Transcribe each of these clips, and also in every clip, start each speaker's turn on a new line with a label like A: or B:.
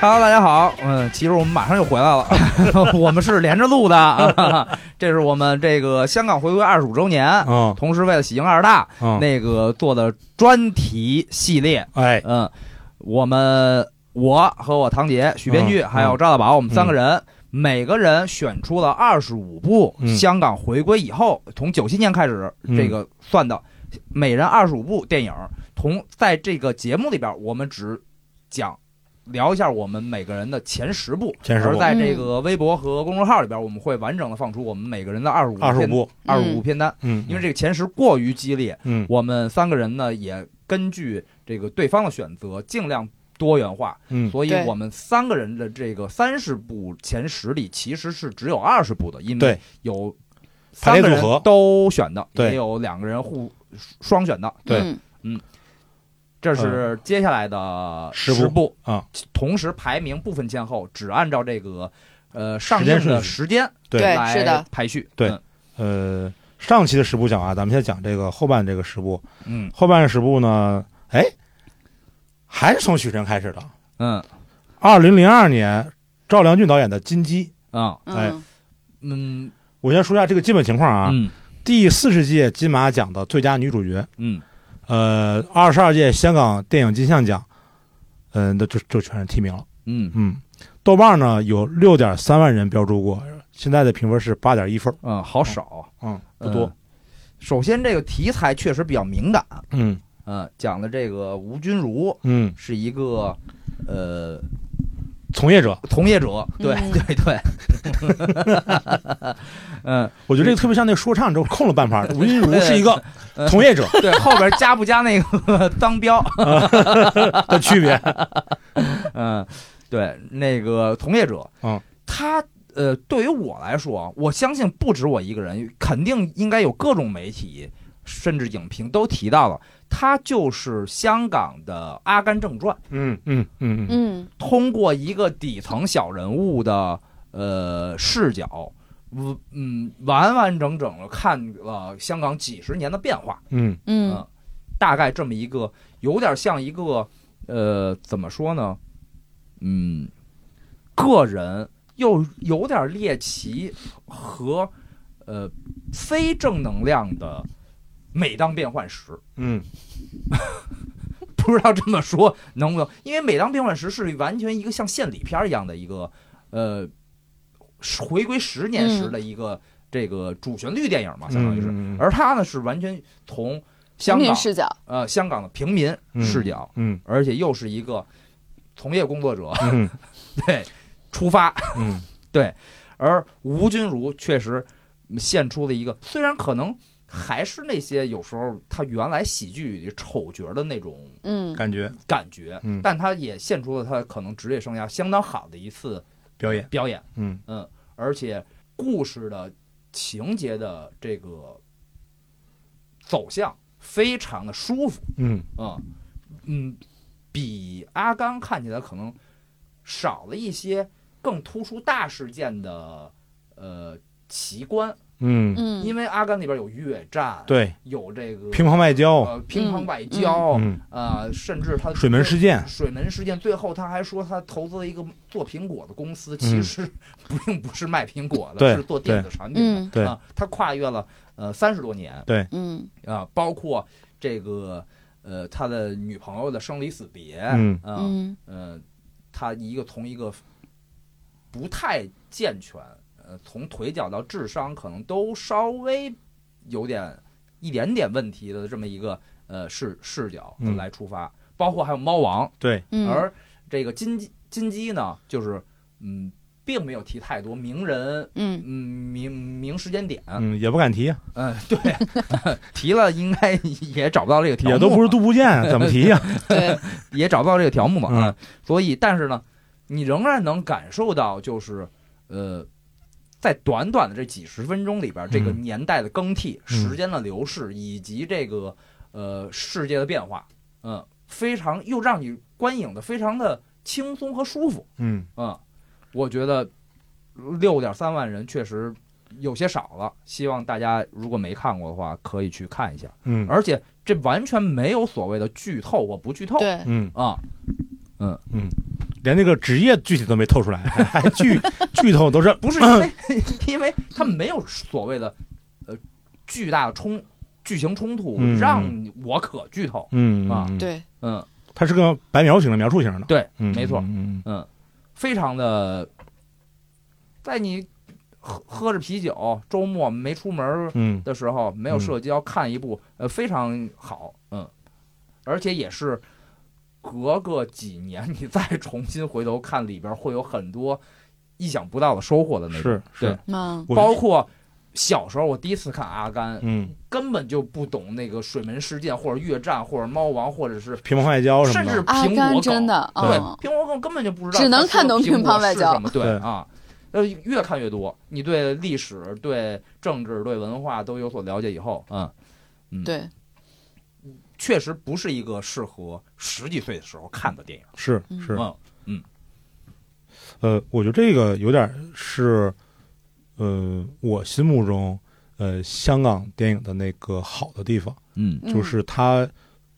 A: Hello，大家好，嗯，其实我们马上又回来了，我们是连着录的， 啊这是我们这个香港回归二十五周年，
B: 嗯
A: 同时为了喜迎二十大，
B: 嗯，
A: 那个做的专题系列，
B: 哎，
A: 嗯，我们我和我堂姐许编剧、
B: 嗯
A: 还有赵大宝，我们三个人。每个人选出了二十五部
B: 嗯
A: 香港回归以后，从九七年开始
B: 嗯
A: 这个算的，每人二十五部电影。同在这个节目里边，我们只讲聊一下我们每个人的前十部，
B: 前十部
A: 而在这个微博和公众号里边，我们会完整的放出我们每个人的二十五
B: 二十五
A: 片
B: 部，
A: 二十五片单，
B: 嗯，
A: 因为这个前十过于激烈，
B: 嗯，
A: 我们三个人呢也根据这个对方的选择，尽量多元化。
B: 嗯
A: 所以
C: 对
A: 我们三个人的这个三十部前十里，其实是只有二十部的，因为
B: 对
A: 有
B: 排
A: 三
B: 列
A: 个
B: 组合
A: 人都选的，
B: 对
A: 也有两个人互双选的。
B: 对
C: 嗯
A: 这是接下来的
B: 嗯十部
A: 十部
B: 啊，
A: 同时排名不分先后，只按照这个呃上
B: 时间
A: 映的
B: 顺序
A: 时间
B: 对
C: 对是
A: 来
C: 的
A: 排序。
B: 对
A: 嗯
B: 呃，上期的十部讲啊，咱们先讲这个后半这个十部，
A: 嗯
B: 后半十部呢，哎，还是从许晨开始的，
A: 嗯
B: 二零零二年赵良俊导演的《金鸡》，
A: 嗯
B: 哎
C: 嗯
A: 嗯
B: 我先说一下这个基本情况啊，
A: 嗯
B: 第四十届金马奖的最佳女主角，
A: 嗯
B: 呃，二十二届香港电影金像奖，嗯、那这这全是提名了。
A: 嗯
B: 嗯，豆瓣呢有六点三万人标注过，现在的评分是八点一分，
A: 嗯，好少。
B: 嗯，不多
A: 嗯，首先，这个题材确实比较敏感，
B: 嗯
A: 嗯、讲的这个吴君如
B: 嗯，
A: 是一个呃
B: 从业者，
A: 从业者，对、
C: 嗯
A: 对对， 嗯，
B: 我觉得这个特别像那说唱，之后空了半 拍，吴君如是一个
A: 嗯
B: 从业者
A: 对，后边加不加那个 当标，
B: 的区别，
A: 嗯，对，那个从业者，
B: 嗯，
A: 他。呃，对于我来说，啊我相信不止我一个人，肯定应该有各种媒体，甚至影评都提到了，他就是香港的《阿甘正传》。
B: 嗯嗯嗯嗯
C: 嗯
A: 通过一个底层小人物的呃视角，嗯嗯，完完整整的看了香港几十年的变化，
B: 嗯
C: 嗯
A: 大概这么一个，有点像一个呃，怎么说呢？嗯，个人又有点猎奇和呃非正能量的每当变换时，
B: 嗯
A: 不知道这么说能不能，因为每当变换时是完全一个像献礼片一样的一个，呃，回归十年时的一个、这个主旋律电影嘛，相当于是。
B: 嗯
A: 而他呢是完全从香
C: 平民
A: 港
C: 视角，
A: 呃香港的平民视角，
B: 嗯
A: 而且又是一个从业工作者
B: 嗯
A: 对出发，
B: 嗯
A: 而吴君如确实献出了一个，虽然可能还是那些有时候他原来喜剧里丑角的那种
C: 嗯
B: 感觉
A: 感觉，
B: 嗯
A: 但他也献出了他可能职业生涯相当好的一次
B: 表演，
A: 表演，
B: 嗯
A: 而且故事的情节的这个走向非常的舒服，
B: 嗯
A: 嗯嗯，比阿甘看起来可能少了一些更突出大事件的呃奇观，
B: 嗯，
C: 嗯，
A: 因为阿甘里边有越战，，
B: 对，
A: 有这个
B: 乒乓外交，
A: 呃乒乓
C: 嗯
A: 外
C: 嗯
A: 交，
B: 嗯，
A: 呃，甚至他
B: 水门事件，
A: 水门事件，最后他还说他投资了一个做苹果的公司，其实并不是卖苹果的，
B: 嗯对
A: 是做电子产品的。
C: 嗯
B: 对
A: 啊，他跨越了呃三十多年
C: 嗯
A: 啊，包括这个呃他的女朋友的生离死别，
B: 嗯
A: 啊，
C: 嗯
A: 呃，他一个从一个不太健全，呃，从腿脚到智商可能都稍微有点一点点问题的这么一个呃视视角
B: 嗯
A: 来出发，包括还有猫王，
B: 对，
C: 嗯，
A: 而这个金鸡金鸡呢，就是嗯，并没有提太多名人。
C: 嗯
A: 嗯，名名时间点，嗯、
B: 嗯，也不敢提，
A: 对， 提了应该也找不到这个条目，
B: 也都不是杜部 建，怎么提呀？
C: 对，
A: 也找不到这个条目嘛，
B: 嗯
A: 啊所以但是呢，你仍然能感受到，就是呃，在短短的这几十分钟里边，这个
B: 嗯
A: 年代的更替、
B: 嗯
A: 时间的流逝，以及这个呃世界的变化，嗯、非常又让你观影的非常的轻松和舒服，
B: 嗯
A: 嗯、我觉得六点三万人确实有些少了，希望大家如果没看过的话，可以去看一下，
B: 嗯
A: 而且这完全没有所谓的剧透或不剧透，
C: 对，
B: 嗯
A: 啊，
B: 嗯，连那个职业具体都没透出来，还还 剧剧透都是
A: 不是因为 因为他没有所谓的呃巨大的冲剧情冲突，
B: 嗯
A: 让我可剧透。
B: 嗯
A: 啊，
B: 嗯，
C: 对，
A: 嗯
B: 它是个白描型的描述型的，
A: 对
B: 嗯，
A: 没错
B: 嗯，嗯
A: 嗯，非常的，在你喝喝着啤酒，周末没出门
B: 嗯，
A: 的时候，没有
B: 嗯
A: 社交，看一部呃非常好，嗯，而且也是。隔个几年，你再重新回头看里边，会有很多意想不到的收获的那种。
B: 是
A: 对
B: 是，
C: 嗯，
B: 我
A: 包括小时候我第一次看《阿甘》，
B: 嗯，
A: 根本就不懂那个水门事件，或者越战，或者猫王，或者是
B: 乒乓外交什么
A: 甚
B: 的，
A: 至苹果
C: 阿甘
A: 狗，
C: 啊真的，
A: 对
C: 嗯，
A: 苹果狗根本就不知道，
C: 只能看懂
A: 苹
C: 乒乓外交
A: 什么对
B: 对
A: 啊。呃，越看越多，你对历史、对政治、对文化都有所了解以后，嗯，
C: 对，
A: 确实不是一个适合十几岁的时候看的电影。
B: 是
C: 嗯
B: 是，
A: 嗯
B: 呃，我觉得这个有点儿是，呃，我心目中，呃，香港电影的那个好的地方，
A: 嗯，
C: 嗯
B: 就是它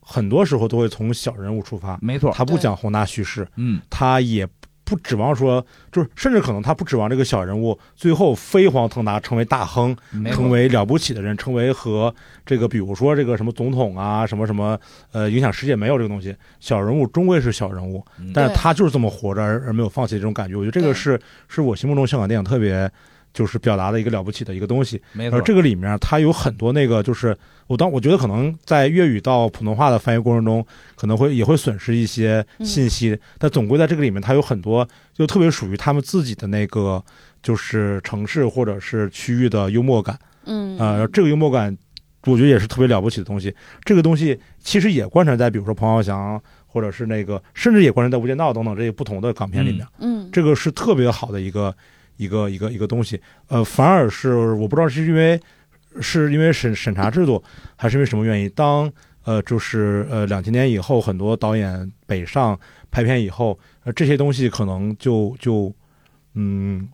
B: 很多时候都会从小人物出发，
A: 没错，
B: 它不
C: 对
B: 讲宏大叙事，
A: 嗯，
B: 它也不指望说，就是甚至可能它不指望这个小人物最后飞黄腾达，成为大亨，
A: 没
B: 成为了不起的人，成为和这个比如说这个什么总统啊，什么什么，呃，影响世界没有这个东西，小人物终归是小人物，但是
C: 对
B: 他就是这么活着，而而没有放弃这种感觉。我觉得这个
C: 对
B: 是是我心目中香港电影特别就是表达的一个了不起的一个东西。
A: 没
B: 而
A: 错，
B: 呃这个里面，它有很多那个就是我当我觉得可能在粤语到普通话的翻译过程中，可能会也会损失一些信息，
A: 嗯
B: 但总归在这个里面，它有很多就特别属于他们自己的那个就是城市或者是区域的幽默感。
C: 嗯，
B: 呃，这个幽默感，我觉得也是特别了不起的东西。这个东西其实也贯穿在，比如说彭浩翔，或者是那个，甚至也贯穿在《无间道》等等这些不同的港片里面。
C: 嗯，
B: 这个是特别好的一个一个一个一个东西。呃，反而是我不知道是因为是因为审审查制度，还是因为什么原因，当呃就是呃两千年以后，很多导演北上拍片以后，呃这些东西可能就就嗯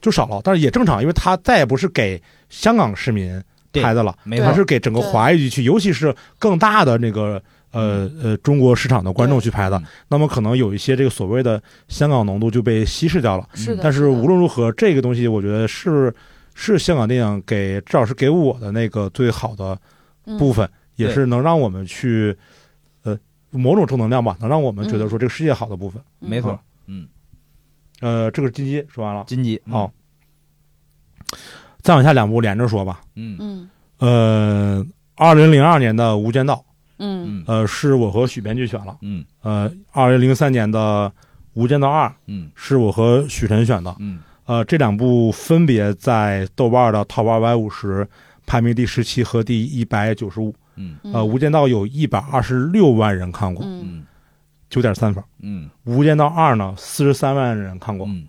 B: 就少了，但是也正常，因为他再也不是给香港市民
A: 对
B: 拍的了。
A: 没
B: 还
A: 错，
B: 是给整个华语地区，尤其是更大的那个呃呃中国市场的观众去拍的
A: 嗯。
B: 那么可能有一些这个所谓的香港浓度就被稀释掉了。
C: 嗯是的，
B: 但
C: 的
B: 是无论如何，这个东西我觉得是是香港电影给至少是给我的那个最好的
C: 嗯
B: 部，分，也是能让我们去呃某种正能量吧，能让我们觉得说这个世界好的部分。
C: 嗯
A: 没，错
B: 啊，呃，这个是金鸡哦说完了，
A: 金鸡，
B: 好，再往下两部连着说吧。
A: 嗯
C: 嗯
B: 呃，二零零二年的《无间道》。
C: 嗯
A: 嗯
B: 呃，是我和许编剧选了。
A: 嗯
B: 呃，二零零三年的《无间道二》
A: 嗯
B: 是我和许晨选的。
A: 嗯
B: 呃，这两部分别在豆瓣的 Top 二百五十排名第十七和第一百九十五。
A: 嗯
C: 嗯，
B: 呃，《无间道》有一百二十六万人看过，
C: 嗯
A: 嗯
B: 九点三分；《
A: 嗯
B: 无间道二》呢，四十三万人看过，
A: 嗯，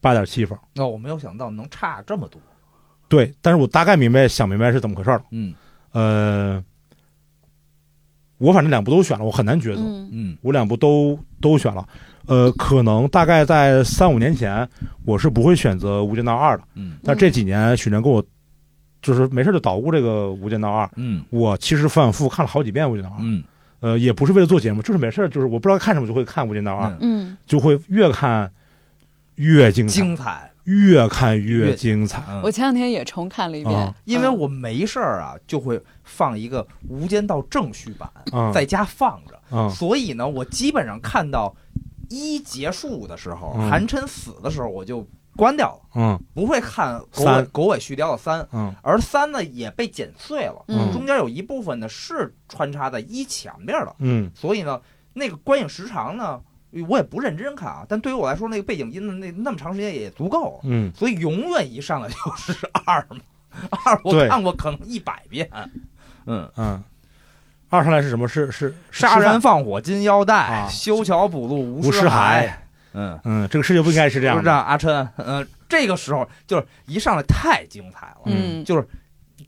B: 八点七分。
A: 那哦我没有想到能差这么多。
B: 对，但是我大概明白想明白是怎么回事了。
A: 嗯
B: 呃，我反正两部都选了，我很难抉择。
C: 嗯
A: 嗯
B: 我两部都都选了。呃，可能大概在三五年前，我是不会选择《无间道二》的。
A: 嗯
B: 但这几年许晨跟我就是没事就捣鼓这个《无间道二》，
A: 嗯
B: 我其实反反复复看了好几遍《无间道二》。
A: 嗯
B: 呃，也不是为了做节目，就是没事，就是我不知道看什么就会看《无间道二》，
A: 嗯
C: 嗯
B: 就会越看越精彩，
A: 精彩。
B: 越看
A: 越
B: 越精彩。
A: 嗯
C: 我前两天也重看了一遍
B: 啊，
A: 因为
C: 嗯
A: 我没事儿啊，就会放一个《无间道》正序版
B: 嗯
A: 在家放着，
B: 嗯
A: 所以呢，我基本上看到一结束的时候，
B: 嗯
A: 韩琛死的时候，我就关掉了，
B: 嗯
A: 不会看狗尾
B: 三
A: 狗尾续貂的三，
B: 嗯
A: 而三呢也被剪碎了，
C: 嗯
A: 中间有一部分呢是穿插在一前面的，
B: 嗯
A: 所以呢，那个观影时长呢，我也不认真看啊，但对于我来说，那个背景音的那那么长时间也足够了。
B: 嗯，
A: 所以永远一上来就是 二嘛，二我
B: 对
A: 看过可能一百遍，嗯，
B: 嗯，二上来是什么？是是
A: 杀人。放火金腰带，
B: 啊
A: 修桥补路无
B: 无尸
A: 骸
B: 骸，
A: 嗯，
B: 嗯，这个世界不应该是这
A: 就
B: 样
A: 是这
B: 的。
A: 样，阿琛，嗯、这个时候就是一上来太精彩了，
C: 嗯
A: 就是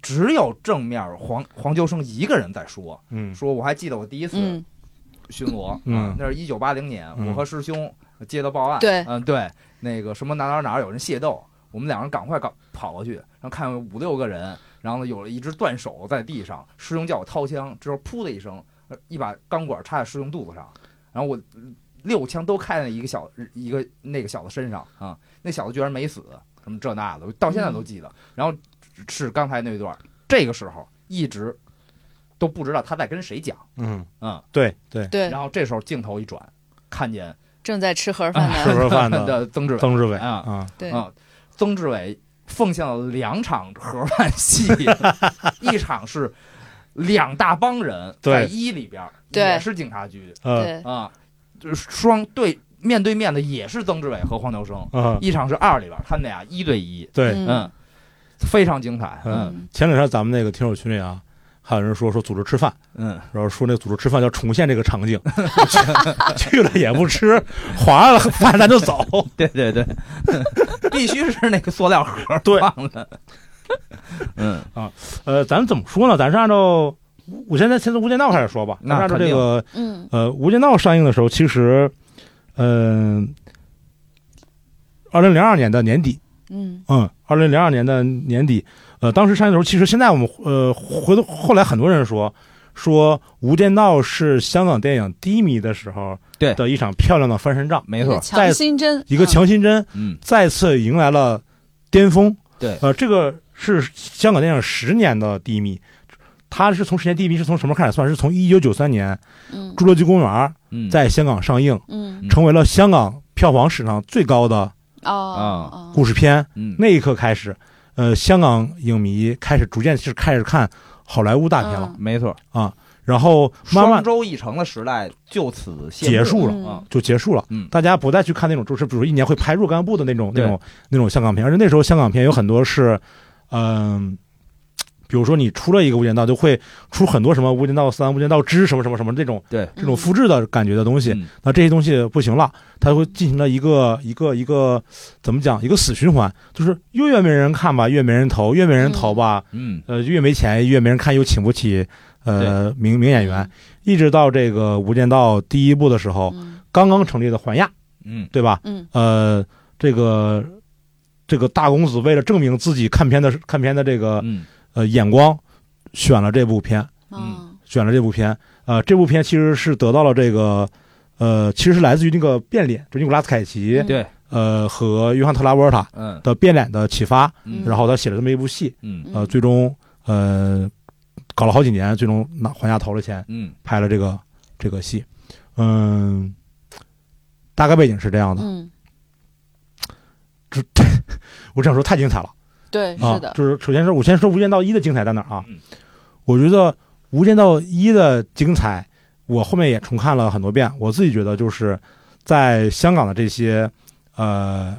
A: 只有正面黄黄秋生一个人在说，
B: 嗯
A: 说我还记得我第一次
C: 嗯
A: 巡逻，啊
B: 嗯
A: 那是一九八零年，
B: 嗯
A: 我和师兄接到报案，
C: 对
A: 嗯，对，那个什么哪哪哪有人械斗，我们两人赶快赶跑过去，然后看五六个人，然后呢有了一只断手在地上，师兄叫我掏枪，之后噗的一声，呃一把钢管插在师兄肚子上，然后我呃六枪都开在一个小一个那个小子身上啊，那小子居然没死，什么这那的，我到现在都记得。然后是刚才那一段，这个时候一直都不知道他在跟谁讲，
B: 嗯
A: 嗯，
B: 对 对，
C: 对
A: 然，后这时候镜头一转，看见
C: 正在啊吃盒饭
B: 吃
C: 的，
B: 盒饭的
A: 的曾志伟，
B: 曾志伟
A: 啊
B: 啊，
C: 对，
A: 啊，曾志伟奉献了两场盒饭 戏，一场是两大帮人在
B: 对
A: 一里边儿，
C: 对
A: 也是警察局
B: 呃
C: 对，
A: 啊，就是双对面对面的也是曾志伟和黄牛生，
B: 啊，
A: 一场是二里边儿，他们俩一对一，
B: 对，
A: 嗯，非常精彩，嗯
C: 嗯
B: 前两天咱们那个听友群里啊，还有人说说组织吃饭，
A: 嗯，
B: 然后说那组织吃饭要重现这个场景， 去了也不吃，划了饭咱就走，
A: 对对 对，必须是那个塑料盒儿
B: 对
A: 放的，嗯
B: 呃，咱们怎么说呢？咱是按照我现在先从《无间道》开始说吧。咱
A: 那
B: 是按照
A: 肯
B: 这
A: 定
B: 个
C: 嗯
B: 呃，《无间道》上映的时候，其实，嗯、2二零零二年的年底，
C: 嗯
B: 嗯，二零零二年的年底，呃，当时上映的时候，其实现在我们呃回头后来很多人说说《无间道》是香港电影低迷的时候
A: 对
B: 的一场漂亮的翻身仗，
A: 没错
C: 一个，强心针，
B: 一个
C: 嗯，
B: 强心针
A: 嗯
B: 再次迎来了巅峰。
A: 对
B: 呃，这个是香港电影十年的低迷。它是从十年低迷是从什么开始算？是从一九九三年
C: 嗯
B: 《侏罗纪公园》
A: 嗯，
B: 在香港上映，
C: 嗯
B: 成为了香港票房史上最高的
C: 哦
A: 啊
C: 哦
B: 故事片。
A: 嗯
B: 那一刻开始，呃，香港影迷开始逐渐是开始看好莱坞大片了，
C: 嗯
A: 没错，
B: 然后慢
A: 双
B: 慢
A: 周一城的时代就此谢幕
B: 结束了
A: 啊。
B: 就结束了。
A: 嗯
B: 大家不再去看那种，就是比如一年会拍若干部的那种、
A: 对
B: 那种、那种香港片，而且那时候香港片有很多是，嗯、比如说你出了一个《无间道》，就会出很多什么《无间道三》《无间道之》什么什么什么这种
C: 嗯
A: 对，
B: 这种复制的感觉的东西。
A: 嗯
B: 那这些东西不行了，它会进行了一个一个一个怎么讲？一个死循环，就是越越没人看吧，越没人投，越没人投吧，
A: 嗯，
B: 呃，越没钱，越没人看，又请不起呃名名演员，一直到这个《无间道》第一部的时候，
C: 嗯
B: 刚刚成立的环亚，
A: 嗯，
B: 对吧？
C: 嗯
B: 呃，这个这个大公子为了证明自己看片的看片的这个
A: 嗯，
B: 呃眼光，选了这部片，
C: 嗯
B: 选了这部片。呃，这部片其实是得到了这个呃，其实是来自于那个变脸，就尼古拉斯凯奇、
A: 对，
B: 呃和约翰特拉沃尔塔
A: 嗯
B: 的变脸的启发，
A: 嗯，
B: 然后他写了这么一部戏，
A: 嗯
B: 呃，最终呃搞了好几年，最终拿还价投了钱
A: 嗯
B: 拍了这个这个戏，嗯。大概背景是这样的，
C: 嗯
B: 我这样说太精彩了。
C: 对
B: 啊，
C: 是的，
B: 就是首先是我先说《无间道一》的精彩在哪儿啊？
A: 嗯
B: 我觉得《无间道一》的精彩，我后面也重看了很多遍。我自己觉得就是在香港的这些呃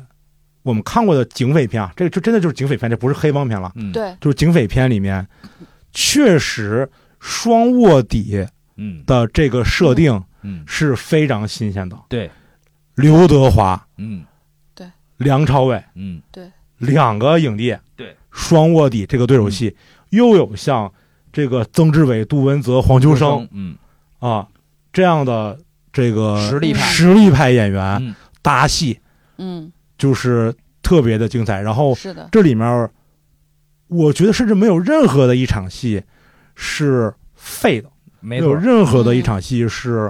B: 我们看过的警匪片啊，这这真的就是警匪片，这不是黑帮片了，
A: 嗯，，
C: 对
B: 就是警匪片里面确实双卧底
A: 嗯
B: 的这个设定
A: 嗯
B: 是非常新鲜的。
A: 对，
B: 刘德华、
A: 嗯
B: 梁朝伟。
A: 嗯
B: 两个影帝，
A: 对，嗯
B: 双卧底这个对手戏，又有像这个曾志伟、杜文泽、黄秋生，
A: 嗯
B: 啊这样的这个
A: 实力派
B: 实力派演员、
A: 嗯
B: 搭戏，
C: 嗯
B: 就是特别的精彩。然后
C: 是的，
B: 这里面，我觉得甚至没有任何的一场戏是废的，没
A: 没
B: 有
A: 错，
B: 任何的一场戏是、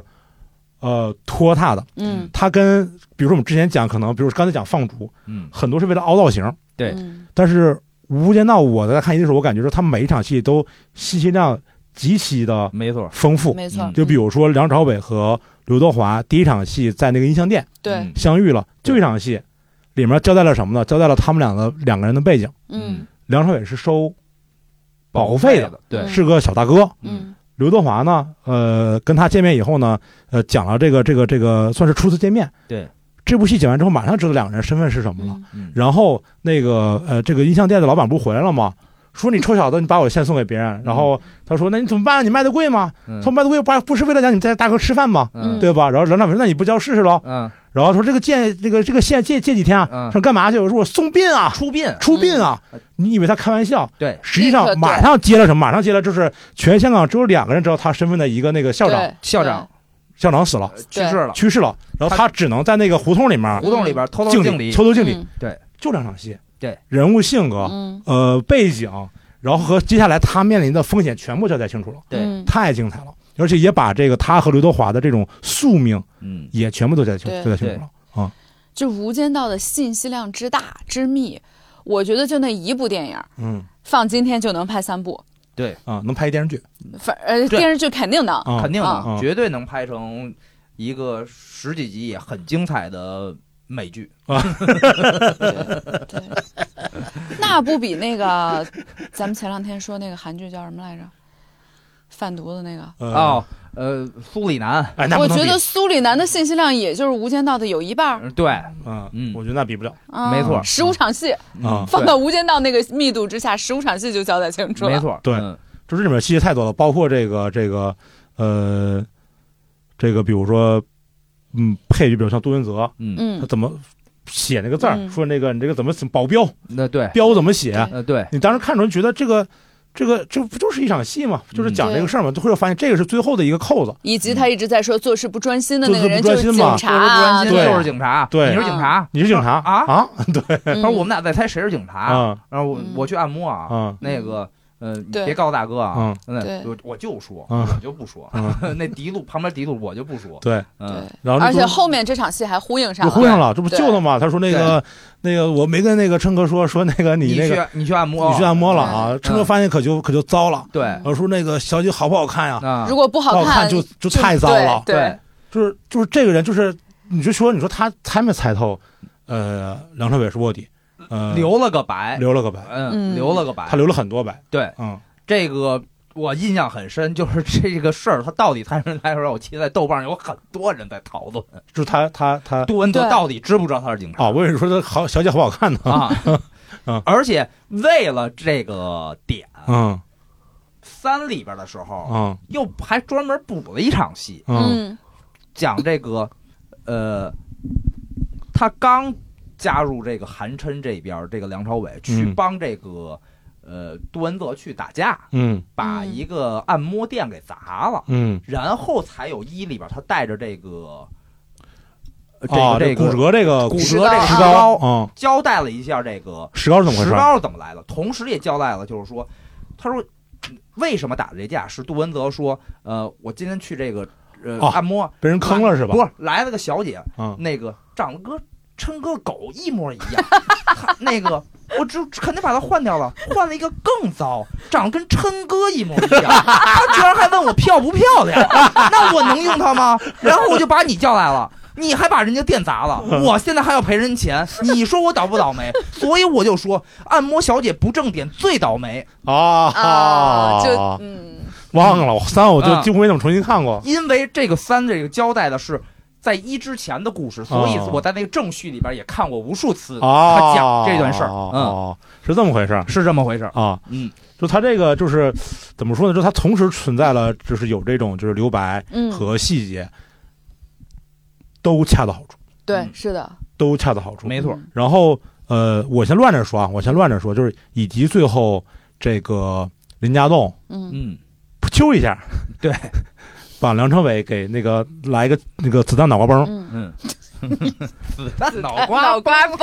B: 呃拖沓的。
C: 嗯
B: 他跟比如说我们之前讲，可能比如刚才讲放逐，
A: 嗯
B: 很多是为了凹造型。
A: 对
C: 嗯
B: 但是《无间道》，我在看一的时候，我感觉说他每一场戏都信息量极其的
A: 没错，
B: 丰富。
C: 没错，
A: 嗯
B: 就比如说梁朝伟和刘德华第一场戏在那个音像店
A: 嗯
C: 对，
B: 相遇了，
A: 对
B: 就一场戏，里面交代了什么呢？交代了他们两个两个人的背景。
C: 嗯
B: 梁朝伟是收保护费
A: 费
B: 的，
A: 的，对，
B: 是个小大哥。
A: 嗯
C: 嗯
B: 刘德华呢，呃，跟他见面以后呢，呃，讲了这个这个这个算是初次见面。
A: 对，
B: 这部戏讲完之后，马上知道两个人身份是什么了。
C: 嗯
A: 嗯
B: 然后那个呃，这个音像店的老板不回来了吗？说你臭小子，你把我线送给别人。然
A: 嗯
B: 后他说，那你怎么办？你卖的贵吗？他说卖的贵不不是为了让你在大哥吃饭吗？
A: 嗯
B: 对吧？然后梁朝伟说，那你不交试试喽？
A: 嗯
B: 然后说这个借这个这个线借借几天
A: 嗯
B: 啊？说干嘛去？我说我送殡啊，
A: 出殡，
B: 出殡啊
A: 嗯！
B: 你以为他开玩笑？
A: 对，
B: 实际
C: 立刻
B: 上
C: 对
B: 马上接了什么？马上接了就是全香港只有两个人知道他身份的一个那个校长，
C: 对
A: 校长
B: 校长死了，
A: 去世了，
B: 去世了，然后他只能在那个胡同里面
A: 胡同里边偷偷
B: 敬
A: 嗯礼
B: 礼，，偷偷敬礼，
C: 嗯
B: 就两场戏。
A: 对，
B: 人物性格，
C: 嗯
B: 呃背景，然后和接下来他面临的风险全部交代清楚了，
A: 对
C: 嗯
B: 太精彩了。而且也把这个他和刘德华的这种宿命
A: 嗯，
B: 也全部都加在胸
C: 对
B: 都在胸口了。
C: 就《无间道》的信息量之大之密，我觉得就那一部电影儿
B: 嗯
C: 放今天就能拍三部，
B: 啊，能拍一电视剧
C: 反呃
A: 对
C: 电视剧肯定能。
B: 啊，
A: 肯定
B: 嗯
A: 能，绝对能拍成一个十几集也很精彩的美剧。
C: 对，那不比那个咱们前两天说那个韩剧叫什么来着？贩毒的那个，
B: 呃
A: 哦，呃，苏里南，
B: 哎，那不
C: 我
B: 能
C: 觉
B: 比
C: 得苏里南的信息量也就是《无间道》的有一半儿。
A: 嗯对，
B: 嗯
A: 嗯
B: 我觉得那比不了。
C: 啊
A: 没错
C: 十五场戏
B: 啊
A: 嗯
C: 放到《无间道》那个密度之下，十五场戏就交代清楚
A: 对没
C: 了。
A: 错，
B: 对
A: 嗯
B: 就是里面细节太多了，包括这个这个呃，这个比如说，嗯，配角，比如像杜文泽，
A: 嗯，
B: 他
C: 嗯，
B: 怎么写那个字儿，
C: 嗯
B: 说那个你这个怎么保镖
A: 那对，
B: 标怎么写
C: 对，
A: 呃对，
B: 你当时看着觉得这个这个这不就是一场戏嘛，就是讲这个事儿嘛，就会发现这个是最后的一个扣子，
C: 以及他一直在说做事不专心的那个人
B: 做
C: 就
B: 事不
C: 是
B: 专心嘛
C: 警察啊，
A: 就是
B: 对
A: 就是警察，
B: 对
A: 你是警察，
B: 你是警察
A: 啊
B: 啊
A: 他
C: 嗯
A: 说我们俩在猜谁是警察，
B: 啊
A: 然后我
C: 嗯
A: 我去按摩啊，
B: 啊
A: 那个，呃，你
C: 对
A: 别告诉大哥啊
B: 嗯，
A: 那
C: 对
A: 我我就说，
B: 嗯
A: 我就不说
B: 嗯，
A: 那迪路旁边迪路我就不说，
B: 对，
A: 嗯，
C: 对，
B: 然后
C: 而
B: 那
C: 且
B: 个
C: 后面这场戏还呼应上
B: 就
C: 了，
B: 忽上了，这不
C: 对
B: 救了吗？他说那个那个我没跟那个琛哥说说那个你那
A: 去
B: 个
A: 你去按摩，
B: 你去按摩了啊，琛哥
A: 嗯
B: 发现可就可就糟了。
A: 对，
B: 我说那个小姐好不好看呀？
A: 啊
C: 如，果不
B: 不
C: 好
B: 看就就太糟了。
C: 对
A: 对，
B: 就是就是这个人，就是你就说你说他猜没猜透？呃，梁朝伟是卧底，呃，
A: 留了个白，
B: 留了个白，
A: 嗯，
C: 嗯
A: 留了个白
B: 他，留了很多白。
A: 对，
B: 嗯，
A: 这个我印象很深，就是这个事儿，他到底他是来说，我记得在豆瓣上有很多人在讨论，
B: 就是他他他
A: 杜文泽
C: 对
A: 到底知不知道他是警察
B: 哦，我跟你说他好小姐好不好看呢？
A: 啊
B: 嗯？
A: 而且为了这个点，
B: 嗯
A: 三里边的时候
B: 嗯
A: 又还专门补了一场戏，
B: 嗯
C: 嗯
A: 讲这个，呃，他刚加入这个韩琛这边，这个梁朝伟去
B: 嗯
A: 帮这个。呃，杜文泽去打架，
B: 嗯
A: 把
C: 嗯
A: 一个按摩店给砸了。
B: 嗯
A: 然后才有一里边他带着这个，呃这个、
B: 哦，
A: 这
B: 骨
A: 个
B: 折这个
A: 骨
C: 石
A: 折
C: 膏
A: 这个
B: 石
A: 石
B: 膏，
A: 膏，
B: 嗯，
A: 交代了一下这个
B: 石膏是怎么回
A: 石
B: 事？
A: 膏是怎么来的，同时也交代了就是说，他说嗯为什么打这架是杜文泽说，呃，我今天去这个呃、
B: 哦
A: 按摩，
B: 被人坑了是吧
A: 不？是来了个小姐，
B: 嗯
A: 那个长得跟琛哥狗一模一样， 他那个。我只肯定把他换掉了，换了一个更糟，长得跟琛哥一模一样。他居然还问我漂不漂亮， 那我能用他吗？然后我就把你叫来了，你还把人家店砸 了，我现在还要赔人钱，你说我倒不倒霉？所以我就说，按摩小姐不正点最倒霉，
B: 啊
C: 啊，就嗯
B: 忘了，我三我就
A: 嗯
B: 几乎没怎么重新看过。
A: 因为这个三这个交代的是在一之前的故事，所以
B: 哦
A: 我在那个正序里边也看过无数次。
B: 哦，
A: 他讲这段事儿嗯
B: 哦，是这么回事儿
A: 是这么回事儿，
B: 啊。
A: 嗯，
B: 就他这个就是怎么说呢？就他同时存在了，就是有这种就是留白
C: 嗯，
B: 和细节，都恰到好处，
C: 对
A: 嗯，
C: 是的，
B: 都恰到好处。
A: 没错，
C: 嗯
B: 然后呃，我先乱着说啊，我先乱着说，就是以及最后这个林家栋
C: 嗯
A: 嗯，
B: 噗啾一下，
A: 对，
B: 把梁朝伟给那个来一个那个子弹脑瓜崩，
C: 嗯，
A: 嗯， 子弹脑瓜
C: 脑瓜崩，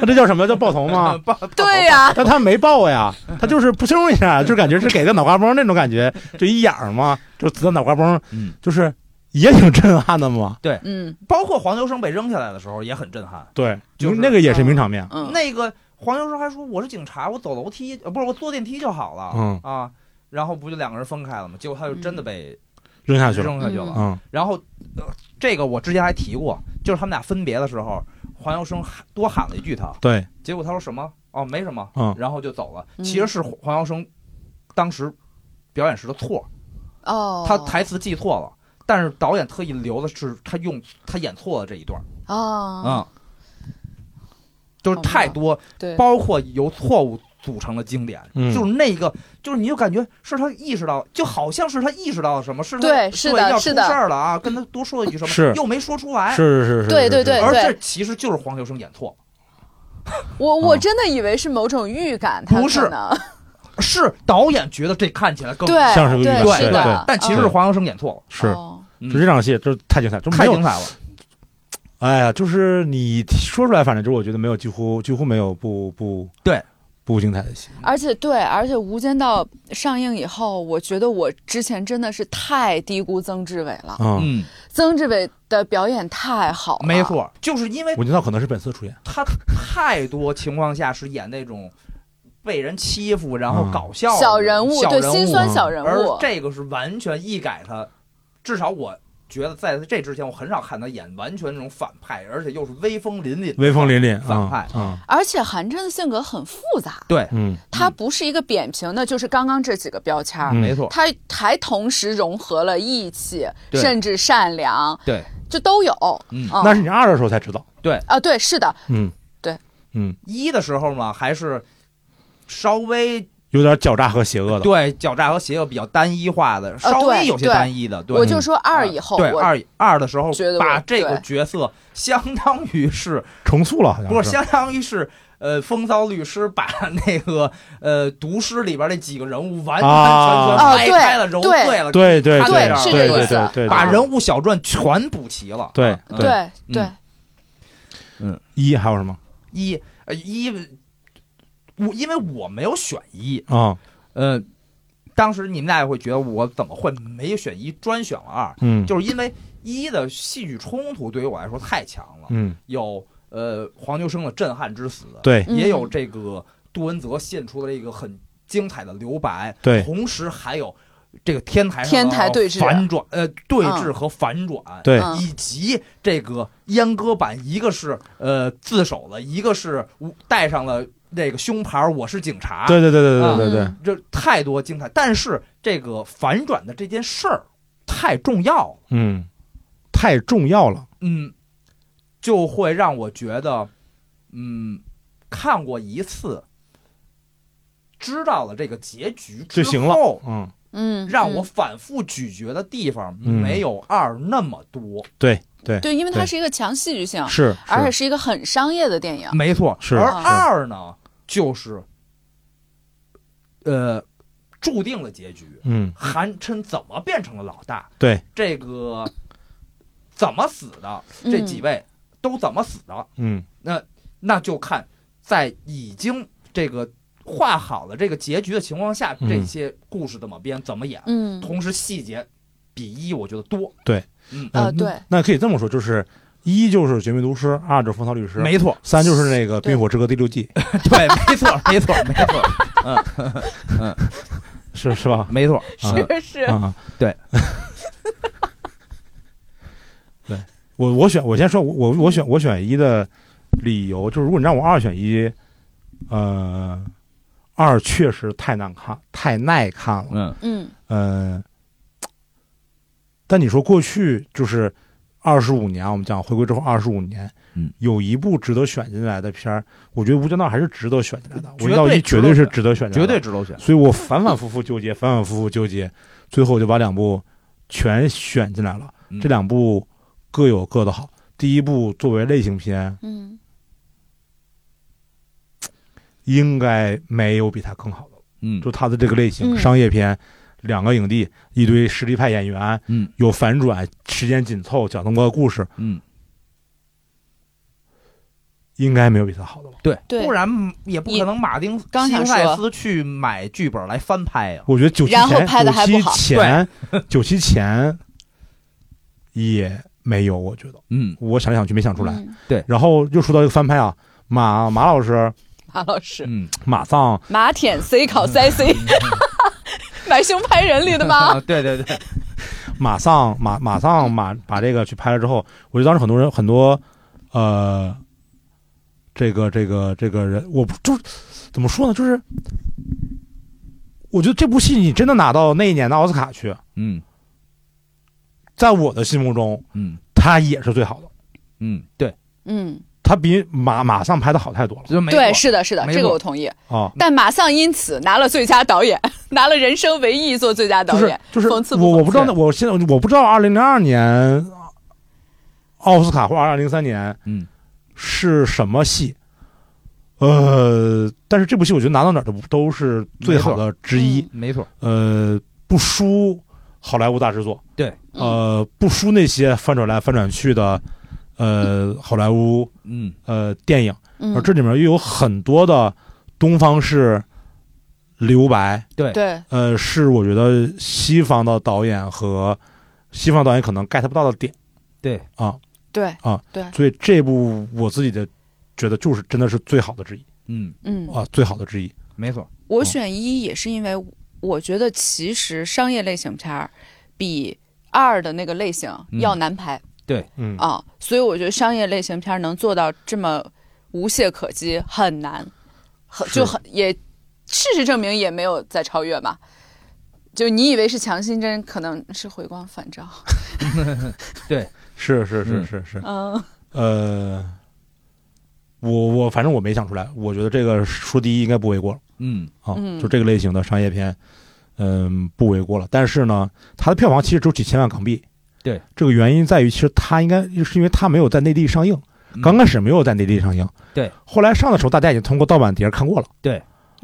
B: 那这叫什么叫爆头 吗？
A: 爆
C: 对呀，
B: 但他没爆呀，他就是噗啾一下，就感觉是给个脑瓜崩那种感觉，就一眼儿嘛，就子弹脑瓜崩，
A: 嗯，
B: 就是也挺震撼的嘛。
C: 嗯
A: 包括黄秋生被扔下来的时候也很震撼。
B: 对，
A: 就是啊
B: 那个也是名场面。
C: 嗯，
A: 那个黄秋生还说我是警察，我走楼梯，呃，不是我坐电梯就好了。
B: 嗯
A: 啊，然后不就两个人分开了吗？结果他就
C: 嗯
A: 真的被
B: 扔下去了。
A: 扔下去了。
B: 嗯
A: 然后、呃这个我之前还提过，就是他们俩分别的时候，黄秋生喊多喊了一句他，
B: 对，
A: 结果他说什么？哦，没什么。
B: 嗯
A: 然后就走了。
C: 嗯
A: 其实是黄秋生当时表演时的错，
C: 哦，
A: 他台词记错了。但是导演特意留的是他用他演错了这一段，
C: 啊，
A: 嗯，就是太多
C: 哦对，
A: 包括由错误组成的经典，
B: 嗯
A: 就是那个，就是你就感觉是他意识到，就好像是他意识到了什么，是他
C: 对是的
A: 要出
C: 是
A: 事
C: 的
A: 儿了啊，跟他多说了一句什么，
B: 是
A: 又没说出来，
B: 是是是是，
C: 对
B: 是
C: 对对
A: 而这其实就是黄秋生演错
C: 我我真的以为是某种预感，他
A: 嗯不是
C: 可能
A: 了，是导演觉得这看起来更
C: 对，
B: 像是个预
C: 对
B: 感
A: 对
C: 是的，
A: 但其实
C: 嗯
A: 是黄秋生演错了，
B: 是。
C: 哦
A: 嗯
B: 就这场戏就是太精彩，就没
A: 太
B: 有
A: 精，彩了，
B: 哎呀，就是你说出来，反正就是我觉得没有，几乎几乎没有不不
A: 对
B: 不精彩的戏。
C: 而且对，而且《无间道》上映以后，我觉得我之前真的是太低估曾志伟了。
B: 啊、
A: 嗯，
C: 曾志伟的表演太好了，
A: 没。错，就是因为
B: 我觉得可能是本次出演，
A: 他太多情况下是演那种被人欺负然后
B: 嗯
A: 搞笑的
C: 小人物
A: 小
C: 对
A: 人
C: 心
A: 物
C: 酸小人
A: 而
C: 物，
A: 这个是完全一改他，至少我觉得在这之前，我很少看他演完全那种反派，而且又是威风凛凛。
B: 威风凛凛，
A: 反派
B: 啊，
C: 而且韩琛的性格很复杂，
A: 对，
B: 嗯
C: 他不是一个扁平的，就是刚刚这几个标签儿。
B: 嗯
A: 啊没错，
C: 他还同时融合了义气，
A: 对
C: 甚至善良，
A: 对，
C: 就都有。
A: 嗯
C: 啊
B: 那是你二的时候才知道，
C: 啊，对，是的，
B: 嗯，
C: 对，
B: 嗯，
A: 一的时候嘛，还是稍微
B: 有点狡诈和邪恶的，
A: 对狡诈和邪恶比较单一化的，稍微
C: 呃对
A: 有些
C: 对
A: 单一的。对，嗯
C: 我就说二以后，
A: 啊对
C: 我
A: 二二的时候
C: 觉得，我
A: 把这个
C: 对
A: 角色相当于是
B: 重塑了，好像
A: 不是
B: 是
A: 相当于是呃风骚律师把那个呃毒师里边那几个人物完
B: 啊
A: 完全全掰开了、
C: 哦对
A: 揉碎了，
B: 对对
A: 他
B: 对
A: 在
B: 对
A: 这儿
B: 对
A: 是这
B: 对
A: 意
C: 思
B: 对对，
A: 把
B: 对
A: 人物小传全补齐了。
B: 对
A: 嗯
B: 对
C: 对
A: 嗯
C: 对，
A: 嗯，
B: 一还有什么
A: 一呃一，我因为我没有选一，
B: 啊？
A: 呃，当时你们俩也会觉得我怎么会没选一，专选了二，
B: 嗯，
A: 就是因为一的戏剧冲突对于我来说太强了，
B: 嗯，
A: 有呃黄秋生的震撼之死，
B: 对
C: 嗯
A: 也有这个杜文泽献出的这个很精彩的留白，
B: 对
A: 同时还有这个天台上
C: 天台
A: 的
C: 对峙
A: 反转，呃，对
C: 嗯
A: 峙和反转，
B: 对
C: 嗯
A: 以及这个阉割版，一个是呃自首了，一个是无带上了那个胸牌儿，我是警察，
B: 对对对对对对对
C: 嗯
A: 这太多精彩。但是这个反转的这件事儿太重要了，
B: 嗯，太重要了，
A: 嗯，就会让我觉得，嗯，看过一次，知道了这个结局
B: 就
A: 之后，
B: 行了，嗯，
C: 嗯，
A: 让我
C: 嗯
A: 反复咀嚼的地方
B: 嗯
A: 没有二那么多，
B: 对对，
C: 对，因为它
B: 对
C: 是一个强戏剧性，
B: 是
C: 而且
B: 是
C: 是一个很商业的电影。
A: 没错。
B: 是
A: 而
C: 是
A: 二呢，就是，呃，注定了结局。
B: 嗯，
A: 韩琛怎么变成了老大？
B: 对，
A: 这个怎么死的？这几
C: 嗯
A: 位都怎么死的？
B: 嗯
A: 那就看在已经这个画好了这个结局的情况下，
B: 嗯
A: 这些故事怎么编、怎么演，
C: 嗯，
A: 同时细节比一我觉得多。
C: 呃
B: 嗯
C: 对
B: 那可以这么说，就是一就是《绝命毒师》，二就是《风骚律师》，
A: 错，
B: 三就是那个《
C: 对
B: 冰火之歌》第六季，
A: 对，没错，没错，没 错，
B: 是是吧？
A: 没错，
B: 啊
C: 是 是，
A: 嗯
B: 啊，
A: 对，
B: 对我我选我先说，我我选我选一的理由就是，如果你让我二选一，呃，二确实太难看，太耐看了，
A: 嗯
C: 嗯
B: 呃，但你说过去就是二十五年，我们讲回归之后二十五年，
A: 嗯
B: 有一部值得选进来的片儿，我觉得《无间道》还是值得选进来的，《无间
A: 绝
B: 道
A: 对
B: 一》
A: 值
B: 绝
A: 得
B: 对是
A: 选
B: 值得选进
A: 绝
B: 来的，
A: 对值得选。
B: 所以我反反复复纠结，反反复复纠结，最后我就把两部全选进来了。
A: 嗯
B: 这两部各有各的好。第一部作为类型片，
C: 嗯
B: 应该没有比它更好的了。
A: 嗯
B: 就它的这个类型，
C: 嗯
B: 商业片，两个影帝，一堆实力派演员，
A: 嗯
B: 有反转，时间紧凑，讲那么个故事，
A: 嗯，
B: 应该没有比它好的了。
C: 对
A: 不，然也不可能马丁
C: 刚
A: 西
C: 想说
A: 塞斯去买剧本来翻拍啊呀。
B: 我觉得九七
C: 然后
B: 前，
C: 拍得还不
B: 九
C: 好
B: 七前，九七前也没有，我觉得。
A: 嗯
B: 我想来想去没想出来。
C: 嗯
B: 然后又说到一个翻拍啊，马马老师
C: 马老师，
A: 嗯，
B: 马藏
C: 马舔 C 考塞 C，买
A: 嗯
C: 凶拍人里的吗？
A: 啊， 对对对，
B: 马藏马马藏马把这个去拍了之后，我觉得当时很多人很多呃，这个这个这个人，我不就是怎么说呢，就是我觉得这部戏你真的拿到那一年的奥斯卡去，
A: 嗯
B: 在我的心目中，
A: 嗯
B: 它也是最好的，
A: 嗯，对，
C: 嗯，
B: 它比马马上拍的好太多了
A: 就没
C: 对，
A: 错
C: 是的，是的，
A: 没
C: 这个
A: 错
C: 我同意。
B: 啊。
C: 但马上因此拿了最佳导演， 拿了人生唯一一座最佳
B: 就
C: 导
B: 是
C: 演。
B: 就是
C: 讽刺不
B: 我我不知道
A: 讽
B: 那
A: 刺
B: 我现在我不知道二零零二年奥斯卡或二零零三年
A: 嗯
B: 是什么戏？呃，但是这部戏我觉得拿到哪儿都不都是最好的之一。
A: 没错，
B: 呃，不输好莱坞大制作，
A: 对，
C: 嗯
B: 呃，不输那些翻转来翻转去的，呃，好莱坞
A: 嗯
B: 呃电影。而
C: 嗯
B: 这里面又有很多的东方是留白，
A: 对
C: 对，
B: 呃，是我觉得西方的导演和西方导演可能 get 不到的点，
A: 对
B: 啊，
C: 对，
B: 所以这部我自己的觉得就是真的是最好的之一
A: 嗯，
C: 嗯，
B: 啊，最好的之一。
A: 没错，
C: 我选一也是因为我觉得其实商业类型片儿比二的那个类型要难拍、
B: 嗯
C: 啊，所以我觉得商业类型片儿能做到这么无懈可击很难，很
B: 是
C: 就很也事实证明也没有再超越吧。就你以为是强心针，可能是回光 返照。
B: 是是是
A: 嗯
B: 是是，
C: 嗯，
B: 呃，我我反正我没想出来，我觉得这个说第一应该不为过了
A: 嗯
B: 啊，
C: 嗯
B: 就这个类型的商业片，嗯，不为过了。但是呢，它的票房其实只有几千万港币。
A: 对，
B: 这个原因在于，其实它应该是因为它没有在内地上映，
A: 嗯
B: 刚开始没有在内地上映。
A: 对，
B: 后来上的时候，大家已经通过盗版碟看过了，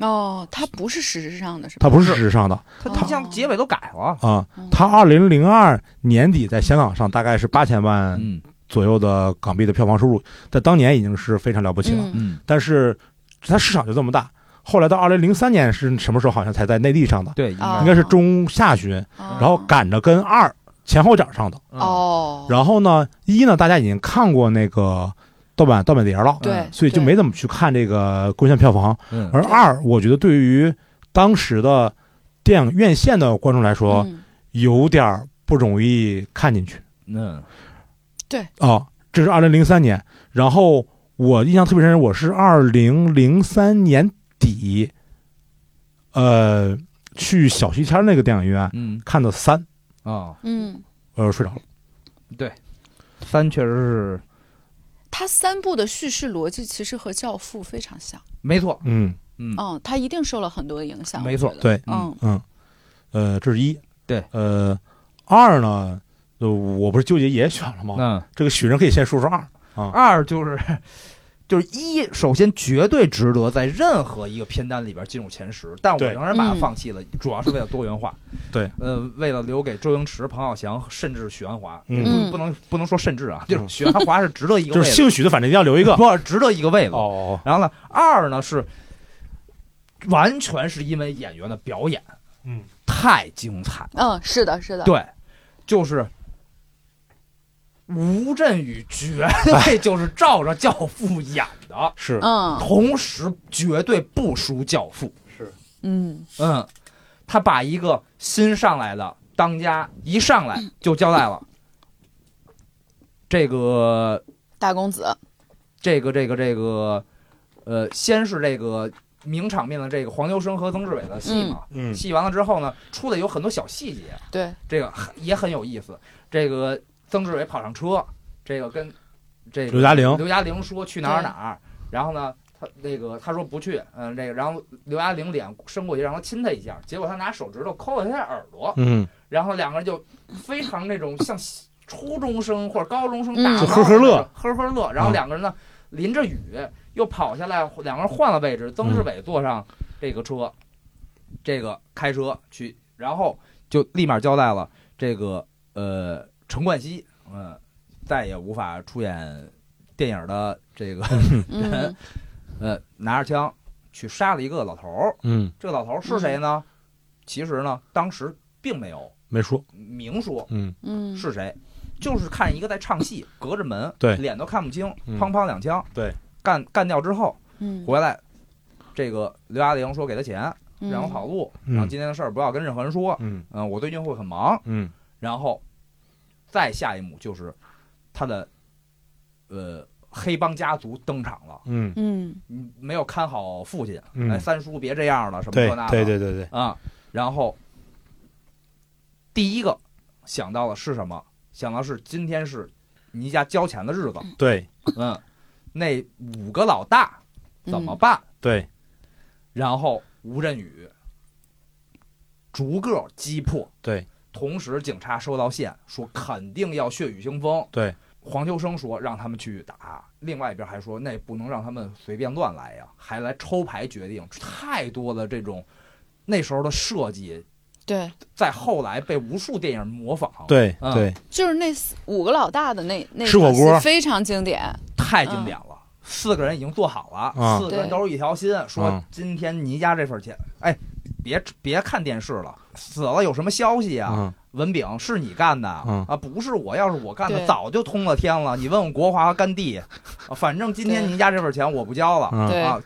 C: 哦，它不是事实上的是吧？
B: 它不是事实上的
A: 他
C: 他
A: 他像结尾都改了，
B: 啊
C: 嗯。
B: 它二零零二年底在香港上大概是八千万
A: 嗯
B: 左右的港币的票房收入，在当年已经是非常了不起了。
C: 嗯
A: 嗯，
B: 但是它市场就这么大。后来到二零零三年是什么时候？好像才在内地上的，
A: 对，应
C: 啊
A: 该
B: 应该是中下旬，
C: 哦
B: 嗯然后赶着跟二前后脚上的。
C: 哦，
B: 然后呢，一呢大家已经看过那个盗版盗版碟了，
C: 对，
B: 嗯所以就
C: 对
B: 没怎么去看这个贡献票房。
A: 嗯
B: 而二，我觉得对于当时的电影院线的观众来说，
C: 嗯
B: 有点儿不容易看进去
A: 嗯
B: 啊。这是二零零三年，然后我印象特别深，我是二零零三年底，呃，去小西天那个电影院
A: 嗯
B: 看的三，
A: 啊，
C: 嗯，
B: 呃，睡着了。
A: 三确实是
C: 它三部的叙事逻辑其实和《教父》非常像。
A: 没错，
B: 嗯
A: 嗯
C: 嗯，它一定受了很多的影响。
A: 没
C: 我
A: 错
C: 觉得
B: 对
C: 嗯
B: 嗯，呃，这是一。
A: 对，
B: 呃，二呢，呃我不是纠结也选了吗？
A: 那
B: 这个许人可以先说说二。
A: 哦二就是。就是一，首先绝对值得在任何一个片单里边进入前十，但我
B: 对
A: 仍然把它
C: 嗯
A: 放弃了，主要是为了多元化。
B: 对，
A: 呃，为了留给周星驰、彭浩翔，甚至许鞍华，
B: 嗯
A: 不不能不能说甚至啊，就是许鞍华是值得一个
B: 就
A: 位
B: 是
A: 子，
B: 姓许的，反正一定要留一个。
A: 不值得一个位子。
B: 哦，
A: 然后呢，二呢是完全是因为演员的表演
B: 嗯，
A: 太精彩了，
C: 嗯，是的，是的。
A: 对，就是吴镇宇绝对就是照着《教父》演的，
B: 是，
C: 嗯
A: 同时绝对不输《教父》。
C: 嗯
A: 嗯，他把一个新上来的当家一上来就交代了，这个
C: 大公子，
A: 这个这个这个，呃，先是这个名场面的这个黄秋生和曾志伟的戏嘛，
B: 嗯
A: 戏完了之后呢，出的有很多小细节，
C: 对，
A: 这个很也很有意思。这个曾志伟跑上车，这个跟这个
B: 刘嘉玲
A: 刘嘉玲说去哪儿哪儿，然后呢，他那个他说不去，嗯，这个然后刘嘉玲脸伸过去让他亲他一下，结果他拿手指头抠了他的耳朵，
B: 嗯，
A: 然后两个人就非常那种像初中生或者高中生
C: 嗯
A: 打闹
C: 就
B: 呵呵乐，嗯
A: 呵呵乐。然后两个人呢，淋着雨又跑下来，两个人换了位置，曾志伟坐上这个车，这个开车去，然后就立马交代了这个呃陈冠希，嗯、再也无法出演电影的这个
C: 嗯
A: 呃拿着枪去杀了一个老头儿，
B: 嗯，
A: 这个老头儿是谁呢？其实呢，当时并没有
B: 没说。
A: 明说。
B: 嗯
C: 嗯，
A: 是谁，就是看一个在唱戏，隔着门，
B: 对
A: 脸都看不清，
B: 嗯
A: 砰砰两枪，
B: 对，
A: 干干掉之后
C: 嗯，
A: 回来，这个刘嘉玲说给他钱，
C: 嗯
A: 让我跑。路，
B: 嗯
A: 然后今天的事儿不要跟任何人说，
B: 嗯
A: 嗯，我最近会很忙，
B: 嗯
A: 然后再下一幕就是他的呃黑帮家族登场了，
B: 嗯，
C: 嗯
A: 嗯没有看好父亲，
B: 嗯
A: 哎，三叔别这样了，什么
B: 对
A: 这那的，
B: 对对对对，
A: 啊，然后第一个想到的是什么？想到是今天是你家交钱的日子，
B: 对
A: 嗯，那五个老大
C: 嗯
A: 怎么办？
B: 对，
A: 然后吴镇宇逐个击破，
B: 对，
A: 同时警察收到线说肯定要血雨腥风，
B: 对，
A: 黄秋生说让他们去打，另外一边还说那不能让他们随便乱来呀，还来抽牌决定，太多的这种那时候的设计
C: 对，
A: 在后来被无数电影模仿，，
B: 对
A: 嗯
B: 对，
C: 就是那四五个老大的那那
B: 吃火锅
C: 场戏非常经典。
A: 太经典了，四个人已经做好了，
B: 啊
A: 四个人都是一条心，说
B: 嗯
A: 今天倪家这份钱，哎，别别看电视了，死了有什么消息啊？
B: 嗯
A: 文炳是你干的、
B: 嗯
A: 啊？不是我，要是我干的，
C: 对
A: 早就通了天了。你问问国华和甘地，啊反正今天
C: 对
A: 您家这份钱我不交了
B: 嗯，
C: 对
A: 啊。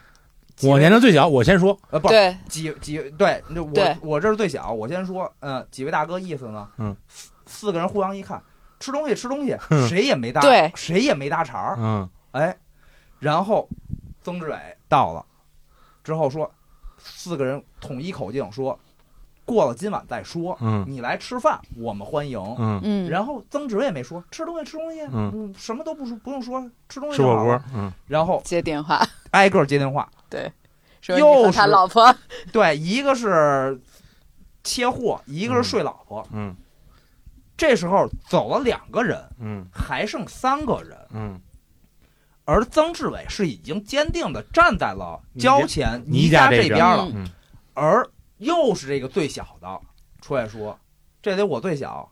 B: 我年龄最小，我先说，
A: 呃不
C: 对
A: 几几对，那我
C: 对
A: 我这是最小。我先说，嗯，几位大哥意思呢？
B: 嗯
A: 四，四个人互相一看，吃东西吃东西
B: 哼，
A: 谁也没搭，
C: 对
A: 谁也没搭茬儿。
B: 嗯
A: 哎，然后曾志伟到了之后说，四个人统一口径说，过了今晚再说，
B: 嗯
A: 你来吃饭，我们欢迎。
B: 嗯，
C: 嗯，
A: 然后曾志伟也没说吃东西吃东西，
B: 嗯，
A: 什么都不说不用说，吃东西
B: 吃
A: 就
B: 火
A: 好
B: 锅
A: 了，
B: 嗯
A: 然后
C: 接电话，
A: 挨个接电话，
C: 说你和
A: 又
C: 他
A: 是
C: 老婆，
A: 对，一个是切货，一个是睡老婆。
B: 嗯
A: 这时候走了两个人，
B: 嗯
A: 还剩三个人，
B: 嗯，
A: 而曾志伟是已经坚定的站在了交钱
B: 倪
A: 倪
B: 家
A: 家
B: 这
A: 这
B: 边
A: 边了，
C: 嗯
B: 嗯
A: 而又是这个最小的出来说：“这得我最小，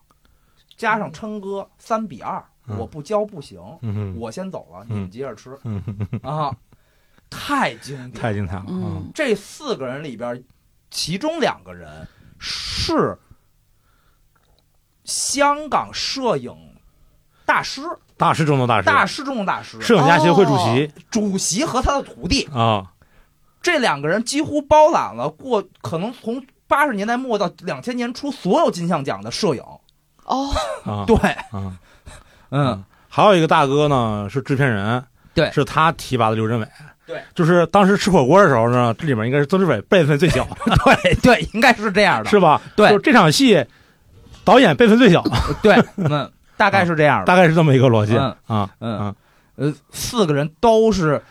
A: 加上琛哥三比二，
B: 嗯
A: 我不交不行，
B: 嗯
A: 我先走了，你
B: 嗯
A: 们接着吃、
B: 嗯
A: 啊！”太经典了，
B: 太精彩了，啊
C: 嗯，
A: 这四个人里边，其中两个人是香港摄影大师、
B: 大师中的大师，
A: 大师中的大师、
B: 摄影家协会主席
A: 主席和他的徒弟，
B: 啊，
A: 这两个人几乎包揽了过可能从八十年代末到两千年初所有金像奖的摄影。
C: 哦，
B: 啊
A: 对，
B: 啊，
A: 嗯，
B: 还有一个大哥呢是制片人，
A: 对
B: 是他提拔的刘镇伟，
A: 对，
B: 就是当时吃火锅的时候呢，这里面应该是曾志伟辈分最小，
A: 对对，应该是这样的，
B: 是吧？
A: 对
B: 就这场戏导演辈分最小，
A: 对，嗯，大概是这样的，
B: 大概是这么一个逻辑
A: 嗯
B: 啊，
A: 嗯
B: 嗯，
A: 呃，四个人都是。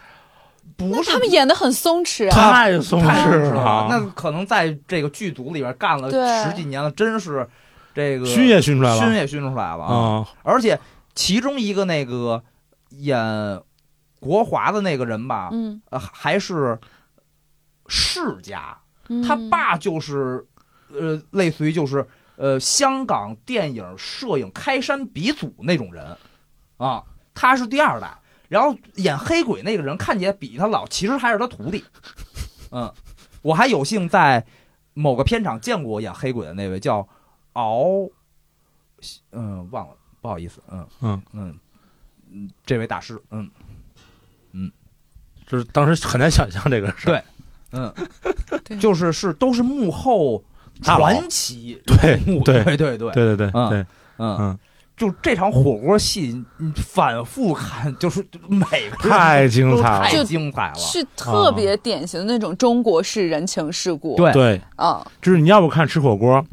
A: 不
C: 那
A: 是
C: 他们演的很松弛啊，
B: 太松
A: 太
B: 弛
A: 是
B: 了，
A: 那可能在这个剧组里边干了
C: 对
A: 十几年了，真是这个
B: 熏也熏出来
A: 熏
B: 了
A: 也熏出来了啊！
B: 啊，
A: 而且其中一个那个演国华的那个人吧，
C: 嗯，
A: 呃还是世家，
C: 嗯
A: 他爸就是呃，类似于就是呃，香港电影摄影开山鼻祖那种人啊，他是第二代。然后演黑鬼那个人看起来比他老，其实还是他徒弟。嗯，我还有幸在某个片场见过演黑鬼的那位，叫敖，嗯，忘了，不好意思，嗯
B: 嗯
A: 嗯嗯，这位大师，嗯
B: 就是当时很难想象这个事儿，
A: 嗯
C: 对，
A: 就是是都是幕后
B: 大佬
A: 传奇
B: 对
A: 人物，
B: 对
A: 对对对
B: 对对对
A: 嗯
B: 对，
A: 嗯
B: 嗯，
A: 就这场火锅戏，你反复看，就是 每个人
B: 太精
A: 都
B: 彩了，
A: 太精彩了。
C: 是特别典型的那种中国式人情世故，
A: 嗯对
B: 对，
C: 啊，
B: 就是你要不看吃火锅，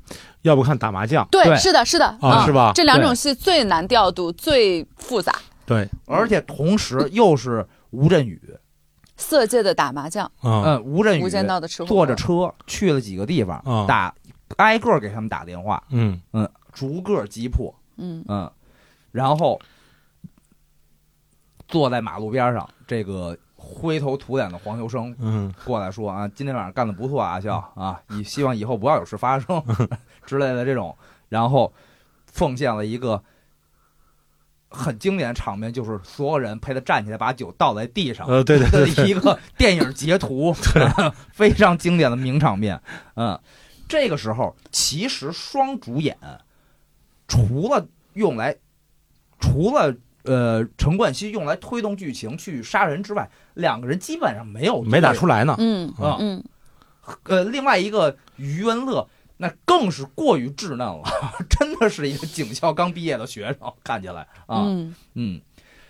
B: 要不看打麻将
A: 对
C: 对，是的，是的，
B: 啊，
C: 嗯
B: 是吧？
C: 这两种戏最难调度，最复杂，
B: 对，
A: 而且同时又是吴镇宇，
C: 色戒的打麻将，
B: 嗯
A: 嗯，吴镇
C: 无
A: 宇
C: 间道的吃火
A: 坐
C: 锅
A: 着车去了几个地方，
B: 嗯
A: 打挨个给他们打电话，
B: 嗯
A: 逐个击破，
C: 嗯，
A: 嗯，然后坐在马路边上，这个灰头土脸的黄秋生
B: 嗯
A: 过来说啊，今天晚上干的不错啊，阿笑啊，以希望以后不要有事发生 之类的这种，然后奉献了一个很经典的场面，就是所有人陪他站起来，把酒倒在地上
B: 呃，对对
A: 的
B: 对对，
A: 一个电影截图，啊非常经典的名场面。嗯，这个时候其实双主演除了用来，除了。呃，陈冠希用来推动剧情去杀人之外，两个人基本上没有
B: 没打
A: 出。
B: 出来呢，
C: 嗯
A: 啊
C: 嗯，
A: 呃，另外一个余文乐，那更是过于稚嫩了， 真的是一个警校刚毕业的学生，看起来啊，嗯
C: 嗯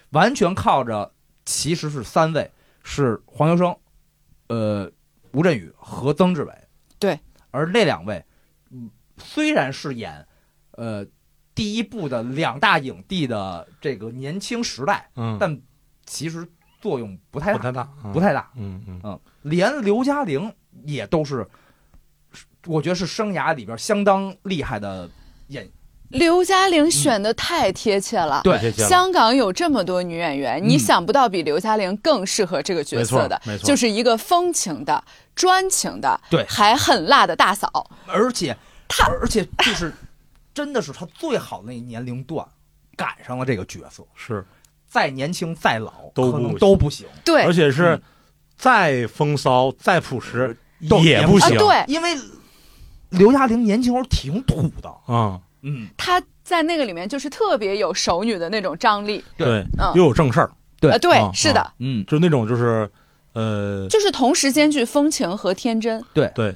A: 完全靠着其实是三位是黄秋生，呃，吴镇宇和曾志伟，
C: 对，
A: 而那两位，嗯，虽然是演，呃，第一部的两大影帝的这个年轻时代，
B: 嗯，
A: 但其实作用不太
B: 不
A: 大，
B: 太大，
A: 不太大，
B: 嗯嗯
A: 嗯，连刘嘉玲也都是，我觉得是生涯里边相当厉害的演。
C: 刘嘉玲选的太贴切了。
A: 嗯对
B: 太贴切了
C: 香港有这么多女演员，
A: 嗯
C: 你想不到比刘嘉玲更适合这个角色的
B: 没错没，错
C: 就是一个风情的、专情的，
A: 对
C: 还很辣的大嫂。
A: 而且他，而且就是真的是他最好的那年龄段赶上了这个角色，
B: 是
A: 再年轻再老
B: 都
A: 可能
B: 不
A: 都
B: 行
A: 不行，
C: 对
B: 而且是
A: 嗯
B: 再风骚、再朴实
A: 都
B: 也
A: 也
B: 不
A: 不
C: 啊，
B: 行
C: 对，
A: 因为刘嘉玲年轻时候挺土的，
B: 啊。
A: 嗯，
C: 她在那个里面就是特别有熟女的那种张力，
A: 对
B: 对，
C: 嗯
B: 又有正事儿，
A: 对
C: 呃，对
B: 啊，
C: 是的，
A: 嗯，
B: 就那种就是呃，
C: 就是同时兼具风情和天真，嗯
B: 对，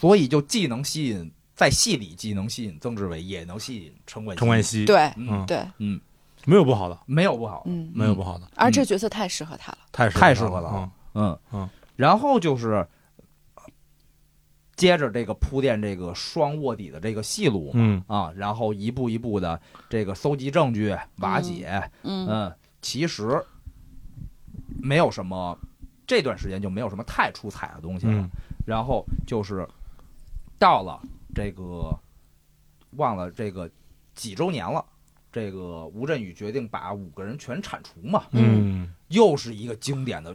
A: 所以就既能吸引在戏里既能吸引曾志伟，也能吸引陈冠希
B: 陈冠，希，，
C: 对
A: 嗯
B: 嗯，
C: 对，
B: 没有不好的，
A: 没有不好，
C: 嗯，
B: 没有不好的，
C: 而这角色太适合她了，
B: 太适
A: 太
B: 适
A: 适
B: 合
A: 合
B: 了
A: 了
B: 啊，
A: 嗯
B: 嗯，
A: 然后就是接着这个铺垫这个双卧底的这个戏路嘛
B: 嗯
A: 啊，然后一步一步的这个搜集证据、瓦解，
C: 嗯
A: 嗯，其实没有什么，这段时间就没有什么太出彩的东西了
B: 嗯。
A: 然后就是到了这个忘了这个几周年了，这个吴镇宇决定把五个人全铲除嘛，
B: 嗯，
A: 又是一个经典的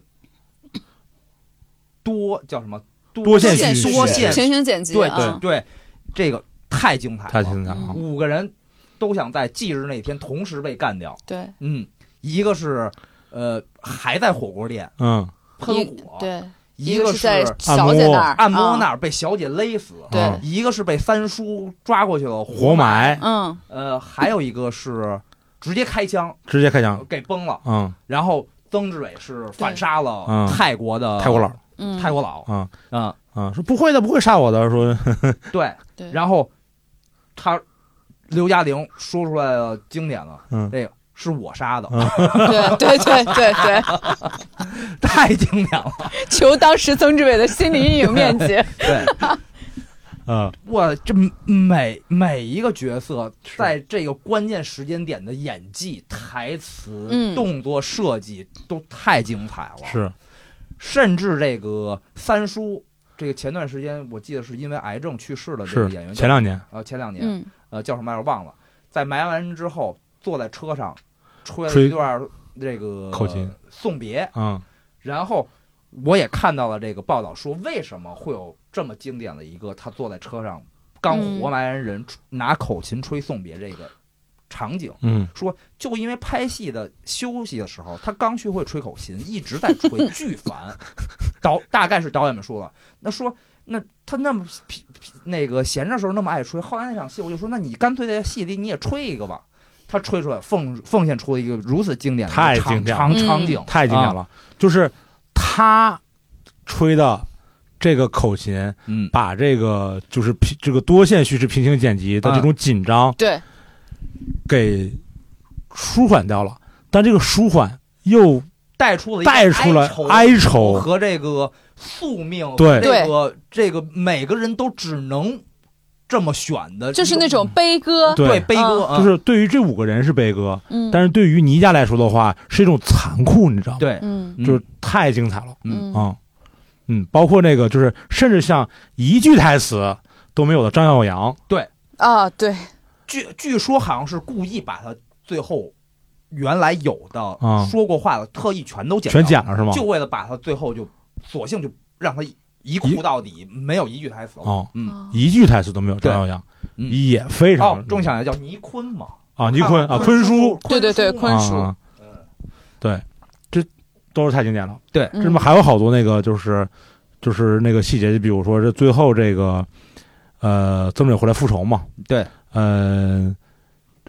A: 多叫什么
B: 多
A: 线
B: 线叙事
A: 多线
C: 全程剪辑，
A: 对对
C: 嗯
A: 对，这个太精彩
B: 太
A: 了，
B: 精彩了，
A: 五个人都想在忌日那天同时被干掉。
C: 对
A: 嗯，一个是呃还在火锅店
B: 嗯，
A: 喷
C: 一
A: 火，
C: 对，
A: 一
C: 个
A: 个
C: 是在
A: 是
C: 小姐那儿，
A: 按摩
C: 嗯
A: 那，儿哦被小姐勒死，
C: 对，
A: 一个是被三叔抓过去了
B: 活，埋
C: 嗯，
A: 呃，还有一个是直接开枪呃
B: 直接开枪，
A: 给崩了，
B: 嗯，
A: 然后曾志伟是反杀了
B: 嗯
A: 泰国的
B: 泰国佬
C: 嗯，
A: 泰国佬
B: 啊
A: 啊、
B: 啊，说不会的，不会杀我的，说
A: 对，
C: 对，
A: 然后他刘嘉玲说出来了经典了，
B: 嗯
A: 这个是我杀的，
C: 对对对对对，
A: 太经典了，
C: 求当时曾志伟的心理阴影面积，
A: 对。
B: 啊，
A: 哇，这每每一个角色在这个关键时间点的演技、台词、
C: 嗯
A: 动作设计都太精彩了，
B: 是，
A: 甚至这个三叔，这个前段时间我记得是因为癌症去世的这个
B: 是
A: 演员，
B: 前两年，
A: 呃前两年、
C: 嗯，
A: 呃叫什么来着忘了，在埋完之后坐在车上吹了
B: 吹
A: 一段这个
B: 口琴
A: 送别，
B: 嗯
A: 然后我也看到了这个报道，说为什么会有这么经典的一个他坐在车上刚活埋完人、拿口琴吹送别这个场景，
B: 嗯
A: 说就因为拍戏的休息的时候，他刚学会吹口琴，一直在吹，巨烦。导大概是导演们说了，那说那他那么那个闲着时候那么爱吹，后来那场戏我就说，那你干脆在戏里你也吹一个吧。他吹出来奉奉献出了一个如此经典的一个
B: 太
A: 场
B: 经典了
A: 场
C: 嗯
A: 场景，
B: 太经典
A: 啊
B: 了，就是他吹的这个口琴，
A: 嗯，
B: 把这个就是平这个多线叙事平行剪辑的这
A: 嗯
B: 种紧张
C: 对，
B: 给舒缓掉了，但这个舒缓又
A: 带出了一个
B: 带出了
A: 哀愁
B: 哀愁，
A: 和这个宿命，
B: 对
A: 这个这个每个人都只能这么选的，
C: 就是那种嗯悲歌，
A: 对
B: 对，
A: 悲歌，啊
B: 就是对于这五个人是悲歌，
C: 嗯，
B: 但是对于倪家来说的话是一种残酷，你知道吗？
A: 对，
C: 嗯
B: 就是太精彩了
A: 嗯
C: 嗯
B: 啊，嗯，包括那个就是甚至像一句台词都没有的张耀扬，
C: 啊，对，
A: 据据说好像是故意把他最后原来有的、
B: 嗯
A: 说过话的特意全都剪掉
B: 全剪了是吗？
A: 就为了把他最后就索性就让他一哭到底，没有一句台词了。
B: 哦，
A: 嗯
C: 啊
B: 一句台词都没有，
A: 对
B: 张耀扬
A: 嗯
B: 也非常
A: 哦，仲想来叫倪坤嘛，
B: 啊，倪坤啊，坤叔，
A: 坤
C: 对对对坤
A: 嘛
C: 叔
B: 啊，
A: 嗯
B: 对，这都是太经典了。
C: 嗯
B: 这里面还有好多那个就是就是那个细节，就比如说这最后这个呃，曾志伟回来复仇嘛，
A: 对，
B: 呃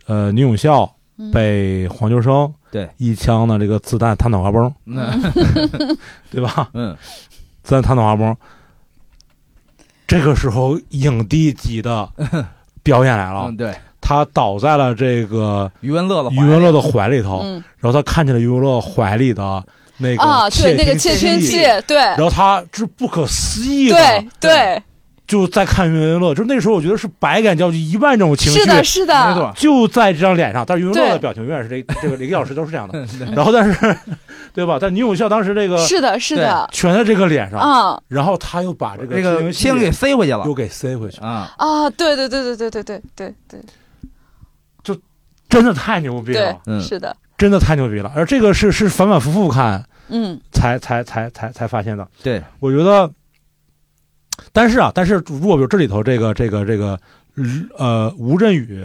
B: 呃，倪永孝
C: 嗯
B: 被黄秋生
A: 对
B: 一枪呢，这个子弹弹脑瓜崩，
A: 嗯
B: 对吧？
A: 嗯，
B: 子弹弹脑瓜崩，这个时候影帝级 的表演来了
A: 嗯，对，
B: 他倒在了这个
A: 余文乐的
B: 余
A: 话
B: 文乐的怀里头，
C: 嗯
B: 然后他看见了余文乐怀里的那个
C: 啊，对，那个窃
B: 窃
C: 听器
B: 器，，
C: 对
B: 然后他是不可思议的
C: 对，对，
B: 就在看余文乐，就那时候我觉得是百感交集，一万种情绪
C: 是的，是
A: 没
C: 的，
A: 错，
B: 就在这张脸上，但是余文乐的
C: 对
B: 表情永远是这这个一个小时都是这样的，
A: 嗯对
B: 然后但是 对吧？但倪永孝当时这个
C: 是的，是的，
B: 全在这个脸上，
C: 啊
B: 然后他又把这个
A: 这个
B: 窃
A: 先
B: 听
A: 给
B: 器
A: 塞回去了
B: 又给塞回去，
A: 啊，
C: 啊，对对对对对对对对
B: 真的太牛逼
C: 对
B: 了，
A: 嗯
C: 对，是的，
B: 真的太牛逼了。而这个是是反反复复看
C: 嗯
B: 才才才才才发现的。
A: 对，
B: 我觉得，但是啊，但是如果比如这里头这个这个这个呃吴镇宇，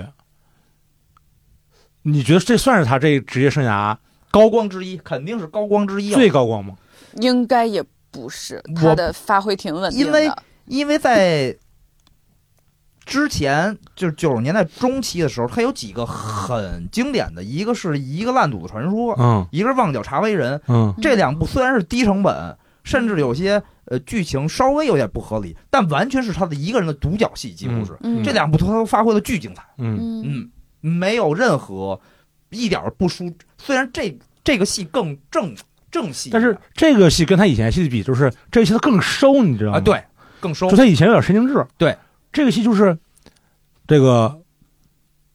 B: 你觉得这算是他这职业生涯
A: 高光之一，肯定是高光之一、啊。
B: 最高光吗？
C: 应该也不是，
A: 我
C: 他的发挥挺稳定
A: 因为
C: 的。嗯
A: 因为在之前就是九十年代中期的时候，它有几个很经典的，一个是一个烂赌的传说，
B: 嗯
A: 一个是旺角茶为人。
B: 嗯
A: 这两部虽然是低成本，甚至有些呃剧情稍微有点不合理，但完全是他的一个人的独角戏，几乎是、
C: 嗯
A: 这两部他都发挥的巨精彩。
B: 嗯
C: 嗯
A: 嗯，没有任何一点儿不输。虽然这这个戏更正正戏一
B: 但
A: 点，
B: 是这个戏跟他以前戏比，就是这个戏他更收，你知道吗？
A: 啊，，对，更收
B: 就他以前有点神经质。
A: 对，
B: 这个戏就是这个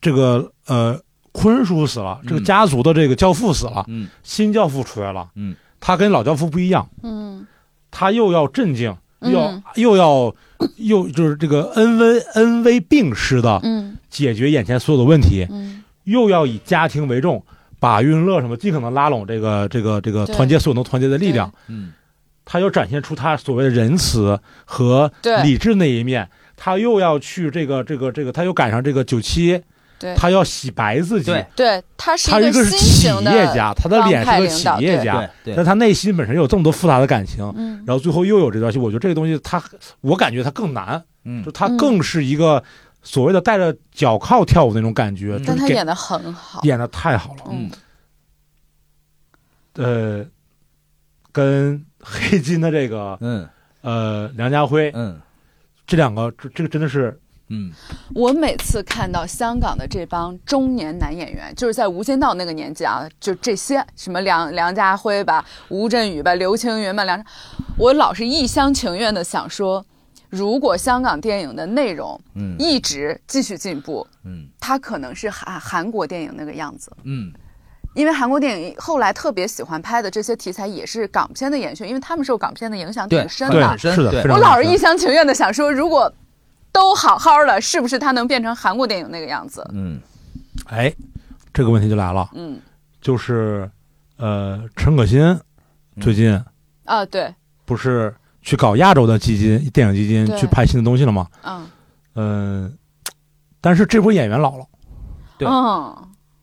B: 这个呃，坤叔死了，这个
A: 嗯
B: 家族的这个教父死了，
A: 嗯
B: 新教父出来了。
A: 嗯，
B: 他跟老教父不一样，
C: 嗯
B: 他又要镇静，又要、
C: 嗯
B: 又要又就是这个恩威恩威并施的
C: 嗯
B: 解决眼前所有的问题，
C: 嗯
B: 又要以家庭为重，把运乐什么尽可能拉拢这个这个这个
C: 对
B: 团结所有能团结的力量。
A: 嗯
B: 他又展现出他所谓的仁慈和
C: 对
B: 理智那一面，他又要去这个这个这个，他又赶上这个九七，
C: 对
B: 他要洗白自己，
A: 对
C: 对，他是
B: 他
C: 一
B: 个是
C: 新
B: 企
C: 型的
B: 业，家，他的脸是个企业
C: 帮
B: 家，
A: 对
B: 但他内心本身有这么多复杂的感情，
C: 嗯
B: 然后最后又有这段戏，我觉得这个东西他，我感觉他更难，
A: 嗯
B: 就他更是一个所谓的带着脚铐跳舞那种感觉，
A: 嗯
B: 就
C: 但
B: 是
C: 他
B: 给
C: 演的很好，
B: 演的太好了，
C: 嗯
B: 呃，跟 黑金的这个
A: 嗯
B: 呃梁家辉
A: 嗯
B: 这两个，这这个真的是
A: 嗯
C: 我每次看到香港的这帮中年男演员，就是在《无间道》那个年纪啊，就这些什么梁梁家辉吧、吴镇宇吧、刘青云吧、梁，我老是一厢情愿的想说，如果香港电影的内容
A: 嗯
C: 一直继续进步，
A: 嗯
C: 它可能是韩韩国电影那个样子。
A: 嗯
C: 因为韩国电影后来特别喜欢拍的这些题材也是港片的延续，因为他们受港片的影响
A: 对
C: 挺深
A: 对
C: 的。啊
A: 很深
B: 是的，
A: 对
B: 非常
C: 我老是
B: 深
C: 一厢情愿的想说，如果都好好的，是不是它能变成韩国电影那个样子？
A: 嗯
B: 哎，这个问题就来了，
C: 嗯
B: 就是呃，陈可辛
A: 嗯
B: 最近
C: 啊，对，
B: 不是去搞亚洲的基金、电影基金
C: 对
B: 去拍新的东西了吗？
C: 嗯
B: 嗯、但是这波演员老了，
A: 对
C: 嗯，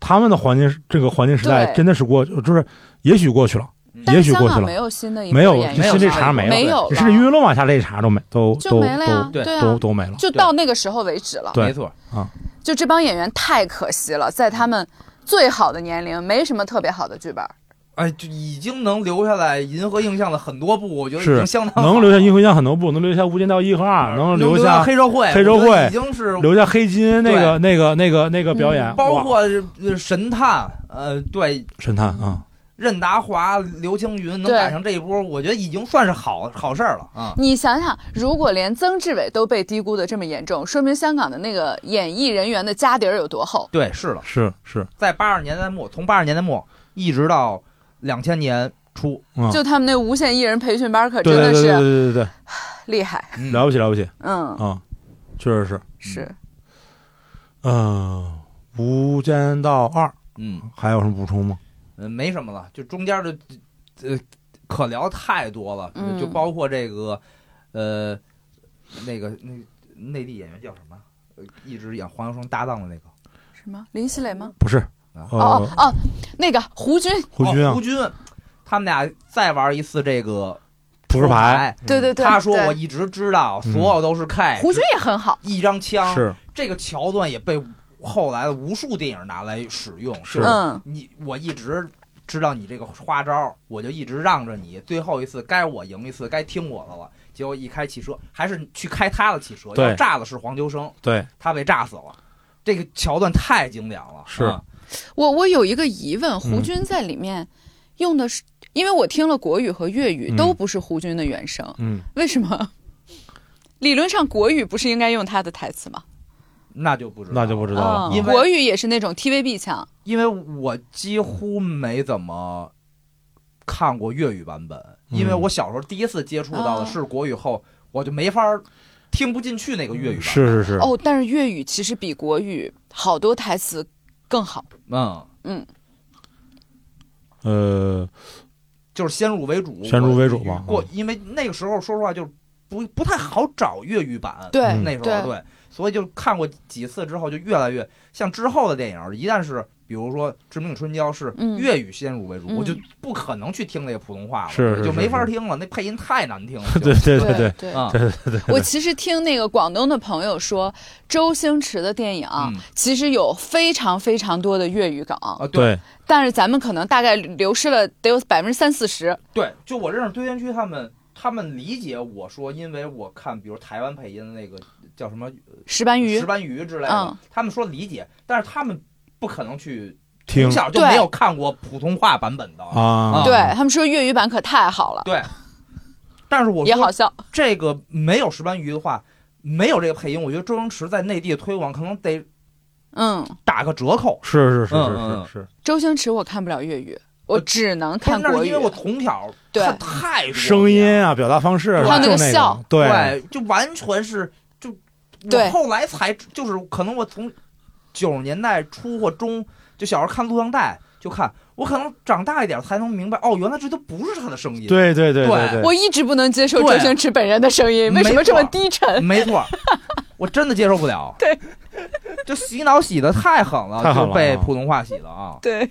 B: 他们的黄金这个黄金时代
C: 对
B: 真的是过，就是也许过去了，
C: 但
A: 嗯
B: 也
C: 是
B: 许
C: 香
B: 过去
C: 港没
B: 了，
C: 有新的一波
B: 没有
C: 演
B: 新
C: 员
B: 这
A: 没有
B: 茬没
A: 了
C: 没有了，
B: 甚至娱乐网下这一茬都没都
C: 就
B: 都
C: 没了呀
B: 都，
A: 对
C: 对啊
B: 都，都没了。
C: 就到那个时候为止了。
B: 对
A: 没错，
C: 就这帮演员太可惜了，在他们最好的年龄，没什么特别好的剧本。
A: 哎，就已经能留下来银河映像的很多部，我觉得已
B: 是
A: 经相当好
B: 能留下《银河印象很多部》，能留下《无间道一》和二，能
A: 能
B: 留
A: 嗯下
B: 下
A: 黑社会，
B: 黑社
A: 我觉得
B: 会
A: 已经是
B: 留下黑金那个那个那个那个表演，
C: 嗯
A: 包
B: 哇
A: 括呃神探，呃，对。
B: 神探啊，
A: 任达华、刘青云能
C: 对
A: 赶上这一波，我觉得已经算是好好事儿了啊！
C: 你想想，如果连曾志伟都被低估的这么严重，说明香港的那个演艺人员的家底儿有多厚。
A: 对，是的，
B: 是是，
A: 在八十年代末，从八十年代末一直到两千年初，
B: 嗯，
C: 就他们那无线艺人培训班可真
B: 对对
C: 的
B: 对对对
C: 是
B: 对
C: 厉害，
B: 对，
A: 嗯
B: 了不起了不起
C: 嗯，
B: 啊，确实是，
C: 是，
B: 嗯，《无间道二》
A: 嗯，
B: 还有什么补充吗？
A: 呃没什么了，就中间的呃可聊太多了，
C: 嗯
A: 就包括这个呃那个那内地演员叫什么？呃一直演黄晓生搭档的那个
C: 什么林熙蕾吗？
B: 不是，
A: 啊
C: 哦
B: 呃，
C: 哦哦，那个胡军，
B: 胡军
A: 哦
B: 啊
A: 胡，军，他们俩再玩一次这个
B: 扑克牌，
A: 牌。
C: 对对对，
A: 他说
C: 对
A: 我一直知道，
B: 嗯
A: 所有都是 K，
C: 胡军也很好，
A: 一张枪，
B: 是
A: 这个桥段也被后来的无数电影拿来使用。
B: 是
A: 就是
C: 嗯
A: 你我一直知道你这个花招，我就一直让着你。最后一次该我赢一次，该听我的了。结果一开汽车，还是去开他的汽车，
B: 对
A: 要炸的是黄秋生，
B: 对，
A: 他被炸死了。这个桥段太经典了，
B: 是
A: 啊
C: 我我有一个疑问，胡
B: 嗯
C: 军在里面用的是，因为我听了国语和粤语
B: 嗯
C: 都不是胡军的原声，
B: 嗯，
C: 为什么？ 理论上国语不是应该用他的台词吗？
A: 那就不知道，
B: 那就不知道
C: 啊，
B: 了
A: 因
B: 啊
A: 为
C: 国语也是那种 TVB 腔，
A: 因为我几乎没怎么看过粤语版本，
B: 嗯
A: 因为我小时候第一次接触到的
C: 哦
A: 是国语后，我就没法儿听不进去那个粤语版。
B: 是是是，
C: 哦，但是粤语其实比国语好多台词更好。
A: 嗯，
B: 呃，
A: 就是先入为主，
B: 先入为主嗯吧
A: 我过，因为那个时候说实话就不不太好找粤语版，
C: 对，
B: 嗯
A: 那时候对，所以就看过几次之后，就越来越像之后的电影，一旦是比如说《致命春娇》是
C: 嗯
A: 粤语先入为主，
C: 嗯
A: 我就不可能去听那个普通话了，
B: 是是
A: 我就是没法
B: 是
A: 听了，那配音太难 听了。
B: 对对对
C: 对
B: 对，
C: 对
A: 啊，
C: 我其实听那个广东的朋友说，周星驰的电影、
A: 嗯
C: 其实有非常非常多的粤语梗，
A: 啊，对
B: 对
C: 但是咱们可能大概流失了得有百分之三四十。
A: 对，就我认识堆填区他们，他们理解我说，因为我看比如台湾配音的那个叫什么
C: 石斑鱼
A: 石，斑鱼之类的
C: 嗯，
A: 他们说理解，但是他们不可能去
B: 听
A: 从小就
C: 对
A: 没有看过普通话版本的。
B: 啊，
C: 对他们说粤语版可太好了，
A: 但是我
C: 也好
A: 说
C: 笑。
A: 这个没有石斑鱼的话，没有这个配音，我觉得周星驰在内地的推广可能得
C: 嗯，
A: 打个折扣。
B: 是是是
A: 嗯嗯
B: 是
A: 嗯
B: 是是，
C: 周星驰我看不了粤语，我只能
A: 不是
C: 看
A: 那
C: 国
A: 呃是
C: 语
A: 因为。我从小
C: 对
A: 看太多
B: 声音
A: 遍了
B: 啊，表达方式啊，
A: 还有那
C: 个
B: 就
C: 笑
B: 对
A: 对，就完全是就
C: 对
A: 我后来才就是可能我从九十年代初或中就小时候看录像带就看，我可能长大一点才能明白哦，原来这都不是他的声音。，
B: 对对对
A: 对
B: 对
C: 我一直不能接受周星驰本人的声音，
A: 啊没
C: 为
A: 错
C: 什么这么低 沉？
A: 没错，我真的接受不了。
C: 对，
A: 就洗脑洗的太狠了，
B: 太狠了
A: 就被
B: 啊
A: 普通话洗的啊。
C: 对，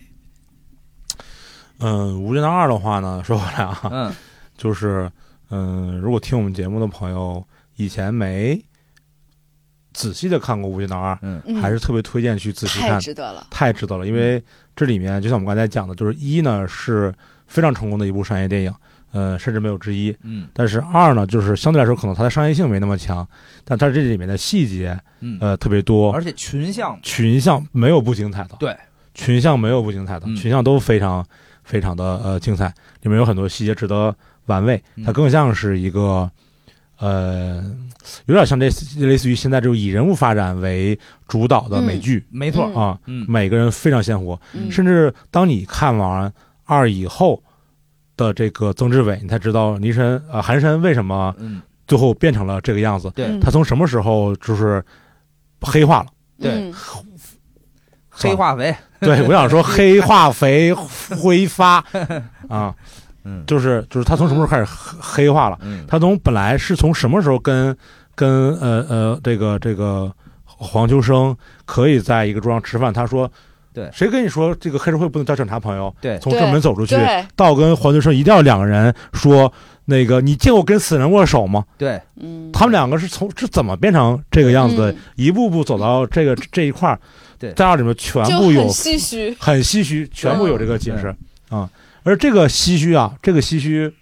B: 嗯，《无间道二》的话呢，说回来啊，
A: 嗯
B: 就是嗯，如果听我们节目的朋友以前没仔细的看过《无间道二》，
A: 嗯
C: 嗯
B: 还是特别推荐去仔细
C: 太
B: 看，
C: 值得了。
B: 太值得了。因为这里面就像我们刚才讲的，就是一呢是非常成功的一部商业电影，呃，甚至没有之一。
A: 嗯
B: 但是二呢，就是相对来说可能它的商业性没那么强，但它这里面的细节
A: 嗯，
B: 呃特别多，
A: 而且群像
B: 群像没有不精彩的，
A: 对，
B: 群像没有不精彩的，
A: 嗯
B: 群像都非常非常的呃精彩，里面有很多细节值得玩味，
A: 嗯
B: 它更像是一个。呃，有点像类似类似于现在这种以人物发展为主导的美剧、
A: 没错
C: 嗯，
B: 啊，
A: 嗯
B: 每个人非常鲜活，
C: 嗯
B: 甚至当你看完二以后的这个曾志伟，你才知道倪晨呃韩申为什么
A: 嗯，
B: 最后变成了这个样子，
A: 对
C: 嗯
B: 他从什么时候就是黑化了？
A: 对
C: 嗯
A: 黑化肥，
B: 对，我想说黑化肥 挥发啊，
A: 嗯
B: 就是就是他从什么时候开始黑黑化了？
A: 嗯
B: 他从本来是从什么时候跟跟呃呃这个这个黄秋生可以在一个桌上吃饭？他说，
A: 对
B: 谁跟你说这个黑社会不能叫警察朋友？
A: 对
B: 从正门走出去，
C: 对，
B: 到跟黄秋生一定要两个人说那个你见过跟死人握手吗？
A: 对，
C: 嗯，
B: 他们两个是从是怎么变成这个样子的？
C: 嗯
B: 一步步走到这个这一块儿，
A: 对
B: 在那里面全
C: 就
B: 部有
C: 很唏嘘。
B: 很唏嘘，全部有这个解释啊。而这个唏嘘啊，这个唏嘘，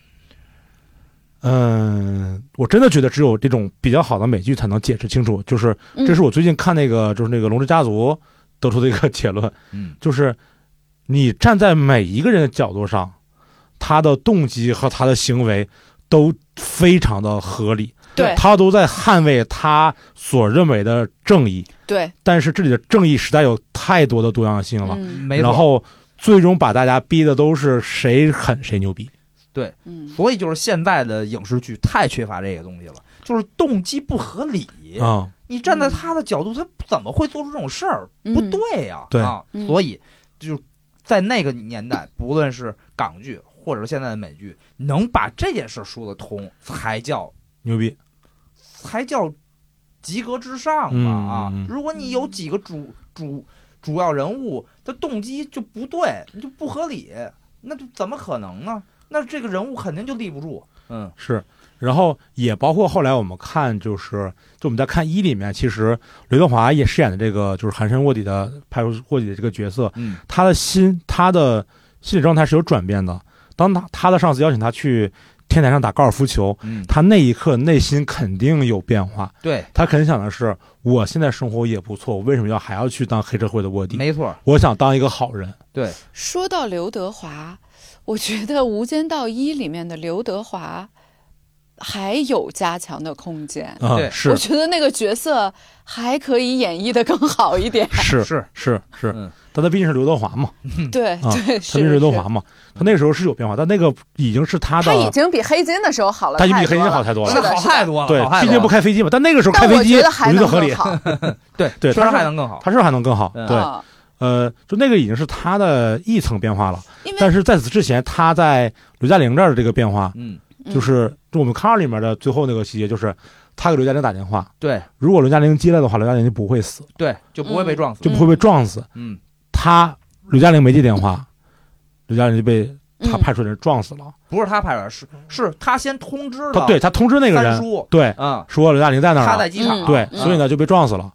B: 嗯、我真的觉得只有这种比较好的美剧才能解释清楚。就是
C: 嗯
B: 这是我最近看那个，就是那个《龙之家族》得出的一个结论，
A: 嗯
B: 就是你站在每一个人的角度上，他的动机和他的行为都非常的合理，
C: 对
B: 他都在捍卫他所认为的正义。
C: 对，
B: 但是这里的正义实在有太多的多样性了，
C: 嗯
A: 没错。
B: 然后最终把大家逼的都是谁狠谁牛逼。
C: 嗯
A: 所以就是现在的影视剧太缺乏这个东西了，就是动机不合理。
B: 啊、
A: 你站在他的角度，他怎么会做出这种事儿？
C: 嗯
A: 不对呀、
B: 对
A: 啊，
C: 嗯
A: 所以就是在那个年代，不论是港剧或者是现在的美剧，能把这件事说得通，才叫
B: 牛逼！
A: 才叫及格之上
B: 嗯
A: 吧啊
B: 嗯嗯！
A: 如果你有几个主主主要人物的动机就不对，就不合理，那就怎么可能呢？那这个人物肯定就立不住。嗯
B: 是，然后也包括后来我们看，就是就我们在看一里面，其实刘德华也饰演的这个就是寒山卧底的派出所卧底的这个角色，
A: 嗯
B: 他的心他的心理状态是有转变的。当他他的上司邀请他去天台上打高尔夫球，
A: 嗯，
B: 他那一刻内心肯定有变化，
A: 对，
B: 他肯定想的是，我现在生活也不错，我为什么要还要去当黑社会的卧底？
A: 没错，
B: 我想当一个好人。
A: 对，
C: 说到刘德华，我觉得《无间道一》里面的刘德华还有加强的空间。
B: 啊、
A: 对
B: 是。
C: 我觉得那个角色还可以演绎的更好一点
B: 是
A: 是
B: 是是，
A: 嗯
B: 但他毕竟是刘德华嘛，
C: 对
B: 啊
C: 对，
B: 他
C: 是
B: 毕竟是刘德
C: 是嗯
B: 华嘛，他那个时候是有变化，但那个已经是他
C: 他已
B: 的，
C: 经比黑金的时候好了
B: 他
C: 太
B: 已
C: 多
B: 经
C: 了，
B: 比黑金好太多
C: 是
A: 那
B: 了。
C: 的
A: 好太多了，
B: 对
A: 好，太
B: 毕
A: 多
B: 竟
A: 了
B: 不开飞机嘛，但那个时候开
C: 但我
B: 飞机，
C: 觉
B: 我
C: 得
B: 觉
C: 还能
B: 得合
C: 更
B: 理，
C: 好。
A: 对，
B: 对
A: 确实还能更好。
B: 他是还能更好。
A: 嗯
B: 对，
C: 啊
B: 呃，就那个已经是他的一层变化了，
C: 因为
B: 但是在此之前，他在刘嘉玲这儿的这个变化，
A: 嗯，
C: 嗯
B: 就是就我们看二里面的最后那个细节，就是他给刘嘉玲打电话，
A: 对
B: 如果刘嘉玲接了的话，刘嘉玲就不会死，
C: 嗯
A: 对，就不会被撞死
B: 就。不会被撞死。
A: 嗯
B: 他刘嘉玲没接电话，刘嘉玲就被他
C: 嗯
B: 派出来的人撞死了。
A: 不是他派的，是是他先通知
B: 他哦
A: 了
B: 对他通知那个
A: 三
B: 人，
A: 叔，
B: 对，
A: 嗯，
B: 说刘嘉玲在那儿
A: 他
B: 了
A: 在机场，
C: 嗯
B: 对，
C: 嗯
B: 所以呢就被撞死了。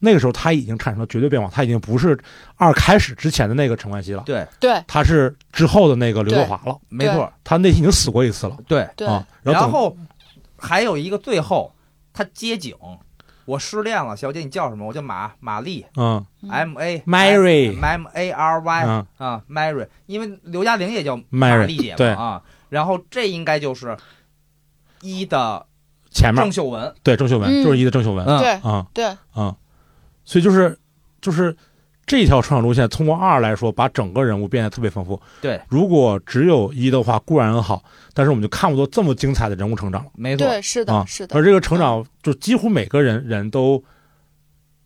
B: 那个时候他已经产生了绝对变化，他已经不是二开始之前的那个陈冠希了，
A: 对，
C: 对
B: 他是之后的那个刘德华了。
A: 没错，
B: 他内心已经死过一次了
A: 对。
C: 对，
B: 啊。然
A: 然
B: 后
A: 后还有一个最后他接警，我失恋了，小姐你叫什么？我叫马玛丽
B: 等嗯
A: ，M A 哎
B: Mary
A: M A R Y
B: 嗯
A: 啊，Mary，因为刘嘉玲也叫玛丽姐
B: ，Mary
A: 嘛
B: 对
A: 啊。然后这应该就是一的
B: 前面
A: 郑秀文，
B: 对郑秀文
C: 嗯
B: 就是一的郑秀文啊
A: 嗯
C: 对
B: 啊
C: 对，
B: 啊，所以就是就是这条成长路线通过二来说，把整个人物变得特别丰富。
A: 对，
B: 如果只有一的话固然很好，但是我们就看不到这么精彩的人物成长了。
A: 没错，
C: 对，是
B: 啊
C: 的，是的
B: 而，这个成长，就几乎每个人人都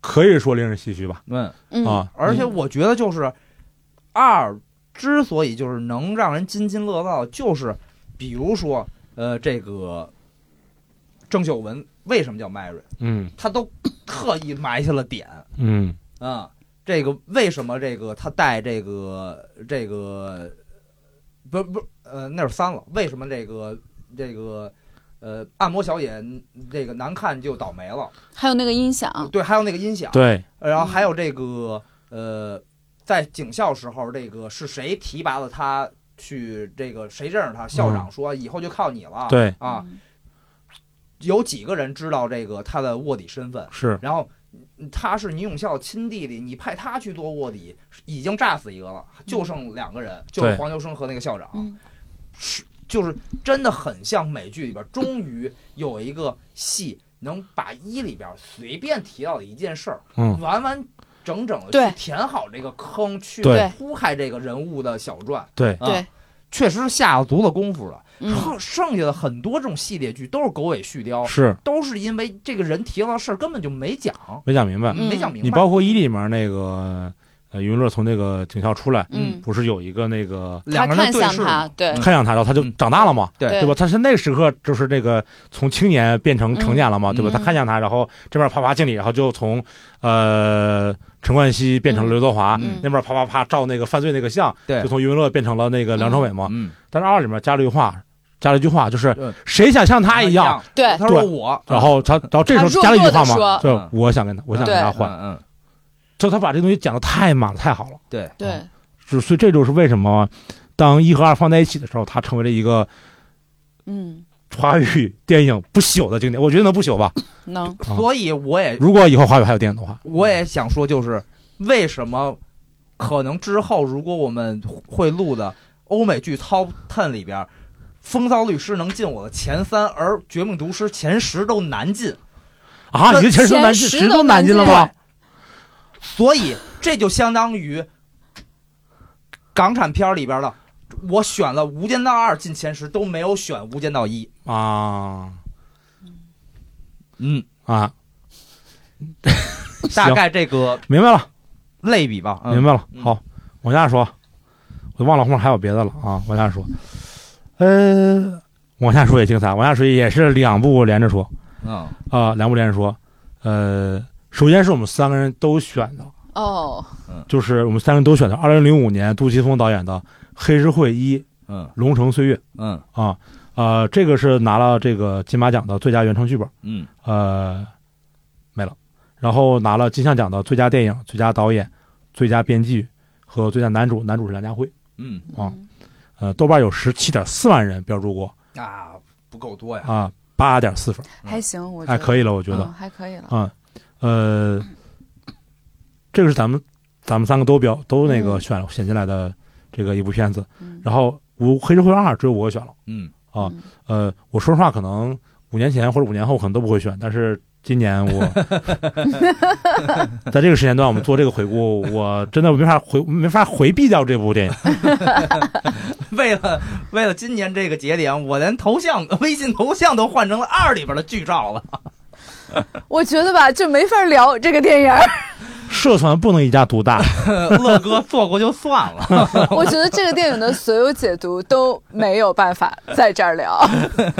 B: 可以说令人唏嘘吧。
A: 嗯。
C: 嗯，
B: 啊，
A: 而且我觉得就是二之所以就是能让人津津乐道，就是比如说呃这个郑秀文为什么叫 Mary，
B: 嗯
A: 他都特意埋下了点
B: 嗯
A: 啊。这个为什么这个他带这个这个不不呃那是三了？为什么这个这个呃按摩小姐这个难看就倒霉了？
C: 还有那个音响，
A: 对，还有那个音响，
B: 对，
A: 呃然后还有这个呃，在警校时候，这个是谁提拔了他去这个谁认识他？校长说以后就靠你了。
B: 对
A: 啊，
C: 嗯，
A: 有几个人知道这个他的卧底身份？
B: 是，
A: 然后嗯他是倪永孝亲弟弟，你派他去做卧底，已经炸死一个了，就剩两个人，就是
B: 对
A: 黄秋生和那个校长。
C: 嗯
A: 是，就是真的很像美剧里边，终于有一个戏能把一里边随便提到的一件事儿。
B: 嗯
A: 完完整整的
C: 对
A: 去填好这个坑，去
B: 对
A: 铺开这个人物的小传。
B: 对
A: 啊
C: 对，
A: 确实是下了足了功夫了。
C: 嗯
A: 剩剩下的很多这种系列剧都是狗尾续貂，
B: 是
A: 都是因为这个人提了事儿根本就没讲，
B: 没讲明白。
C: 嗯
A: 没讲明白。
B: 你包括一里面那个呃余文乐从那个警校出来，
C: 嗯，
B: 不是有一个那个
A: 两个
C: 他
A: 人的
C: 看
A: 对
C: 向
A: 视
C: 他，
A: 嘛，
C: 对
A: 嗯
B: 看上他，然后他就
A: 嗯
B: 长大了嘛。
A: 对
B: 对吧？？他是那时刻就是这个从青年变成成年了嘛，
A: 嗯
B: 对吧？
C: 嗯
B: 他看向他，然后这边啪啪敬礼，然后就从呃陈冠希变成了刘德华，
A: 嗯
B: 那边啪啪啪照那个犯罪那个像，
A: 对
B: 就从余文乐变成了那个梁朝伟嘛。
A: 嗯，
B: 但是二里面加了一句话，加了一句话，就是
A: 对
B: 谁想像他一样？
C: 对
A: 他说我，
B: 然后他，然后这时候加了一句话
C: 他弱弱
B: 嘛，
A: 说
C: 地
B: 就是我想跟他，我想跟他
A: 嗯
B: 换，
A: 嗯，
B: 就他把这东西讲的太满了，太好了，
A: 对，
C: 对，
B: 哦就所以这就是为什么当一和二放在一起的时候，它成为了一个
C: 嗯，
B: 华语电影不朽的经典，我觉得能不朽吧？
C: 能，
B: 啊
A: 所以我也
B: 如果以后华语还有电影的话，
A: 我也想说，就是为什么可能之后如果我们会录的欧美剧 Top Ten 里边，《风骚律师》能进我的前三，而《绝命毒师》前十都难进，
B: 啊，
A: 那
B: 你这前十都南
C: 前
B: 进，
C: 十
B: 十
C: 都
B: 都
C: 南
B: 南进了
C: 进
B: 吗？
A: 所以这就相当于港产片里边的，我选了《无间道二》进前十，都没有选《无间道一》。
B: 啊
A: 嗯，
B: 啊，
A: 大
B: 行
A: 嗯概这个
B: 明白了，
A: 类比吧。嗯
B: 明白了。
A: 嗯
B: 好，往下说，我忘了后面还有别的了啊，往下说。呃，往下说也精彩，往下说也是两部连着说
A: 嗯，
B: 啊、两部连着说。呃，首先是我们三个人都选的，
C: 哦，
B: 就是我们三个人都选的，二零零五年杜琪峰导演的《黑社会一：
A: 嗯
B: 龙城岁月》
A: 嗯
B: 啊，呃，这个是拿了这个金马奖的最佳原创剧本。
A: 嗯
B: 呃，没了。然后拿了金像奖的最佳电影、最佳导演、最佳编剧和最佳男主，男主是梁家辉。
A: 嗯
B: 啊呃，豆瓣有十七点四万人标注过
A: 啊，不够多呀。
B: 啊，八点四分，
C: 还行，我
B: 哎，可
C: 以，
B: 以了，我觉
C: 嗯
B: 得
C: 还可以了，
B: 啊，呃，这个是咱们咱们三个都标都那个
C: 嗯
B: 选选进来的这个一部片子。
C: 嗯
B: 然后我《黑社会二》只有我选了，
A: 嗯
B: 啊
C: 嗯
B: 呃，我说实话，可能五年前或者五年后可能都不会选，但是今年 我在这个时间段，我们做这个回顾，我真的没法回没法回避掉这部电影。
A: 为了为了今年这个节点，我连头像微信头像都换成了二里边的剧 照了。
C: 我觉得吧，就没法聊这个电影儿。
B: 社团不能一家独大，
A: 乐哥做过就算了，
C: 我觉得这个电影的所有解读都没有办法在这儿聊。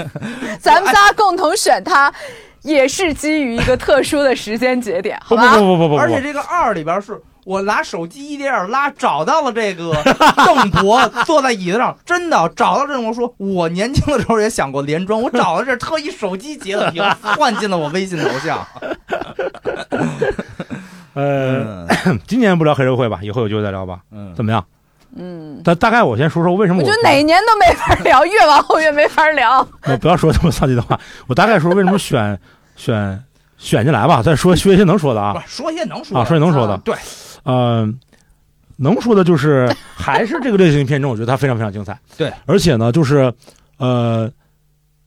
C: 咱们仨共同选它，也是基于一个特殊的时间节点，好
B: 不不
C: 吧？
B: 不不不不
A: 而且
B: 不，
A: 这个二里边是我拿手机一点点拉，找到了 这个邓博坐在椅子上，真的找到这种。我说我年轻的时候也想过连装，我找到这儿特意手机截的屏，换进了我微信头像。
B: 呃，
A: 嗯
B: 今年不聊黑社会吧，以后有机会再聊吧，
A: 嗯，
B: 怎么样？
C: 嗯，
B: 但大概我先说说为什么
C: 我
B: 我
C: 觉得哪一年都没法聊，越往后越没法聊。
B: 我不要说这么丧气的话， 我大概说为什么选选选进来吧，再说说一些能说的
A: 不
B: 啊
A: 是说些能说
B: 啊，
A: 的
B: 说一些能说的，
C: 啊
A: 对，
B: 呃，能说的就是还是这个类型片中，我觉得它非常非常精彩，
A: 对，
B: 而且呢，就是呃，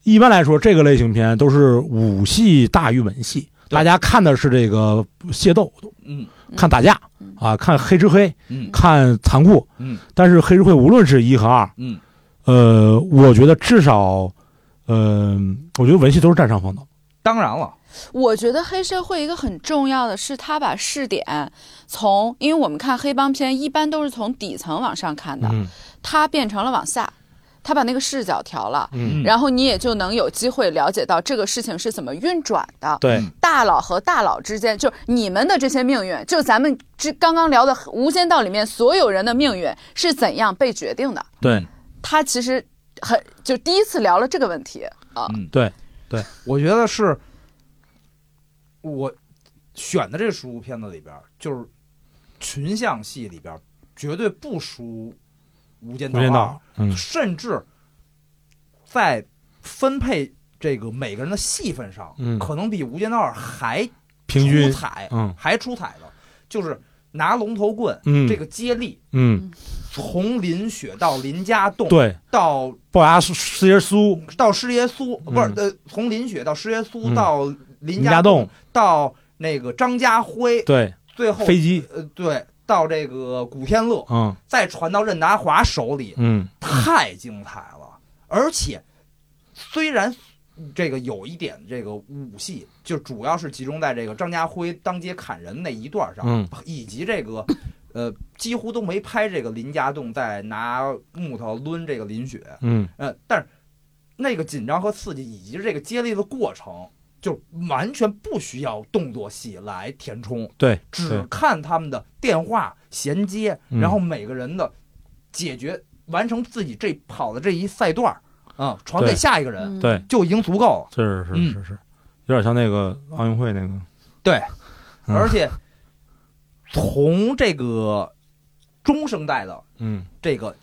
B: 一般来说这个类型片都是武戏大于文戏，
A: 对
B: 大家看的是这个械斗，
A: 嗯
B: 看打架
C: 嗯
B: 啊，看黑吃黑，
A: 嗯
B: 看残酷，
A: 嗯
B: 但是黑社会无论是一和二，
A: 嗯
B: 呃，我觉得至少，呃，我觉得文戏都是占上风的。
A: 当然了，
C: 我觉得黑社会一个很重要的是，他把视点从，因为我们看黑帮片一般都是从底层往上看的，
B: 嗯
C: 他变成了往下，他把那个视角调了。
A: 嗯
C: 然后你也就能有机会了解到这个事情是怎么运转的。
B: 对
A: 嗯
C: 大佬和大佬之间，就是你们的这些命运，就咱们之刚刚聊的《无间道》里面所有人的命运是怎样被决定的。
B: 对
C: 他其实很就第一次聊了这个问题啊，
A: 嗯，
B: 对对，
A: 我觉得是我选的这十部片子里边儿，就是群像戏里边儿绝对不输《无间
B: 无
A: 道二》
B: 间道，嗯
A: 甚至在分配这个每个人的戏份上，
B: 嗯
A: 可能比《无间道二》还
B: 平均
A: 出，彩，
B: 嗯
A: 还出彩的，就是拿龙头棍、
B: 嗯
A: 这个接力，
B: 嗯，
A: 从林雪到林家栋，
B: 对，
A: 到
B: 龅牙斯耶苏，
A: 到师爷苏，
B: 嗯
A: 不是呃，从林雪到师爷苏，
B: 嗯
A: 到林
B: 林家
A: 栋，
B: 栋，
A: 到那个张家辉，
B: 对，
A: 最后
B: 飞机，
A: 呃对，到这个古天乐，
B: 嗯
A: 再传到任达华手里，
B: 嗯
A: 太精彩了。而且虽然这个有一点这个武戏，就主要是集中在这个张家辉当街砍人那一段上，
B: 嗯
A: 以及这个。呃，几乎都没拍这个林家栋在拿木头抡这个林雪，
B: 嗯，
A: 呃，但是那个紧张和刺激以及这个接力的过程，就完全不需要动作戏来填充，
B: 对，
A: 只
B: 对
A: 看他们的电话衔接，
B: 嗯
A: 然后每个人的解决完成自己这跑的这一赛段儿啊，传给
B: 对
A: 下一个人
C: 嗯
B: 对，
A: 就已经足够了。
B: 是是
A: 嗯
B: 是是是，有点像那个奥运会那个，嗯
A: 而且从这个中生代的
B: 嗯
A: 这个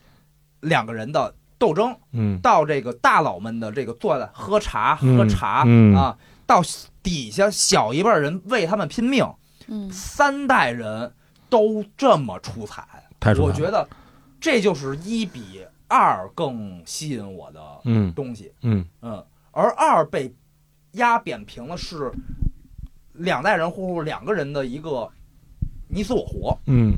A: 两个人的斗争，
B: 嗯
A: 到这个大佬们的这个坐在喝茶
B: 嗯
A: 喝茶、
B: 嗯
A: 啊，到底下小一辈儿人为他们拼命，
C: 嗯，
A: 三代人都这么出彩，
B: 太出彩了
A: 我觉得这就是一比二更吸引我的
B: 嗯
A: 东西，
B: 嗯
A: 嗯，而二被压扁平了是两代人或者两个人的一个你死我活，
B: 嗯。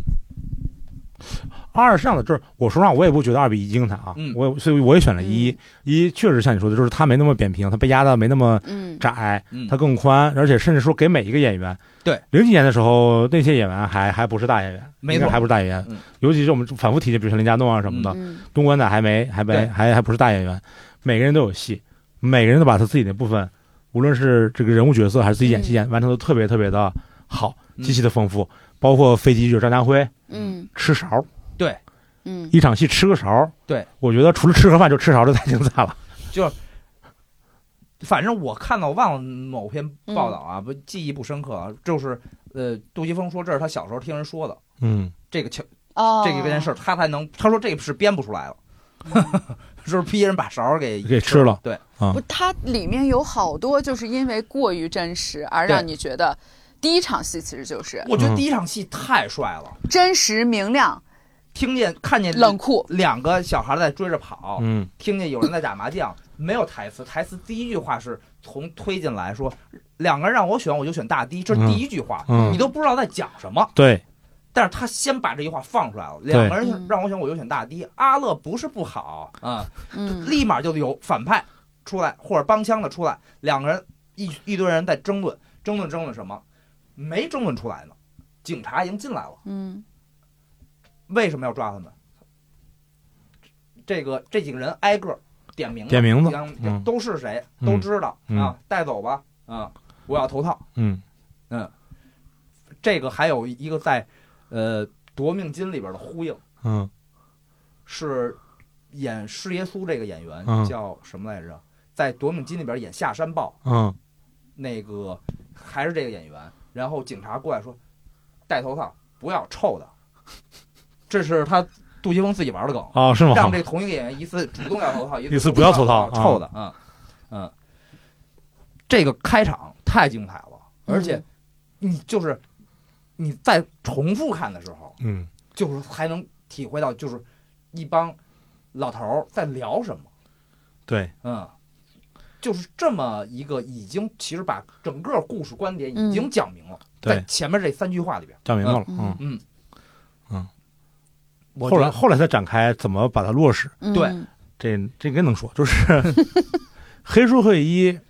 B: 二是这样的，就是我说实话，我也不觉得二比一精彩啊，
A: 嗯
B: 我也所以我也选了一、一，确实像你说的，就是它没那么扁平，它被压的没那么
C: 嗯，
B: 窄，
A: 嗯
B: 它更宽，而且甚至说给每一个演员。
A: 对，
B: 零几年的时候，那些演员还还不是大演员，
A: 没
B: 应该
A: 错
B: 还不是大演员，
A: 嗯
B: 尤其是我们反复提及，比如像林家栋啊什么的，
C: 嗯
B: 东关的还没还没
A: 对
B: 还还不是大演员，每个人都有戏，每个人都把他自己的部分，无论是这个人物角色还是自己演戏
C: 嗯
B: 演、完成的特别特别的好，
A: 嗯
B: 极其的丰富，包括飞机就是张家辉
C: 嗯
B: 吃勺，
C: 嗯，
B: 一场戏吃个勺，
A: 对
B: 我觉得除了吃盒饭就吃勺，这太精彩了，
A: 反正我看到我忘了某篇报道
B: 嗯
A: 啊，不记忆不深刻啊，就是呃，杜琪峰说这是他小时候听人说的，
B: 嗯，
A: 这个情
C: 哦，
A: 这个件事儿，他才能他说这是编不出来了，
C: 嗯
A: 就是逼人把勺儿给
B: 给吃了，
A: 对，
C: 不，它里面有好多就是因为过于真实而
A: 对
C: 让你觉得，第一场戏其实就是
A: 我觉得
B: 嗯
A: 第一场戏太帅了，
C: 真实明亮、
A: 听见看见
C: 冷酷，
A: 两个小孩在追着跑，
B: 嗯
A: 听见有人在打麻将， 没有台词，台词第一句话是从推进来说，两个人让我选，我就选大D，这是第一句话，
B: 嗯
A: 你，都不知道在讲什么。
B: 对，
A: 但是他先把这句话放出来了，两个人
C: 嗯
A: 让我选，我就选大 D。阿乐不是不好啊、
C: 嗯，
A: 立马就有反派出来或者帮腔的出来，两个人一一堆人在争论，争论争论什么？没争论出来呢，警察已经进来了，
C: 嗯
A: 为什么要抓他们？这个这几个人挨个儿点名，
B: 点名字
A: 讲
B: 嗯
A: 都是谁都知道、
B: 嗯
A: 啊，带走吧啊，我要头套。
B: 嗯
A: 这个还有一个在呃《夺命金》里边的呼应
B: 嗯
A: 是演施耶苏这个演员
B: 嗯
A: 叫什么来着？在《夺命金》里边演下山豹
B: 嗯
A: 那个还是这个演员，然后警察过来说戴头套不要臭的，这是他杜琪峰自己玩的梗。
B: 哦，是吗？
A: 让这同一个演员一次主动要头套，一
B: 一次不要头套啊
A: 臭的，嗯嗯，这个开场太精彩了，而且你就是你在重复看的时候，
B: 嗯
A: 就是还能体会到，就是一帮老头儿在聊什么，
B: 对，
A: 嗯。就是这么一个已经其实把整个故事观点已经讲明了，
B: 对
A: 在前面这三句话里边，
B: 讲明白了，
C: 嗯
B: 嗯。
A: 我
B: 后
A: 觉
B: 来
A: 得
B: 后来再展开怎么把它落实，
C: 嗯
A: 对
B: 这这应该能说，就是 黑社会一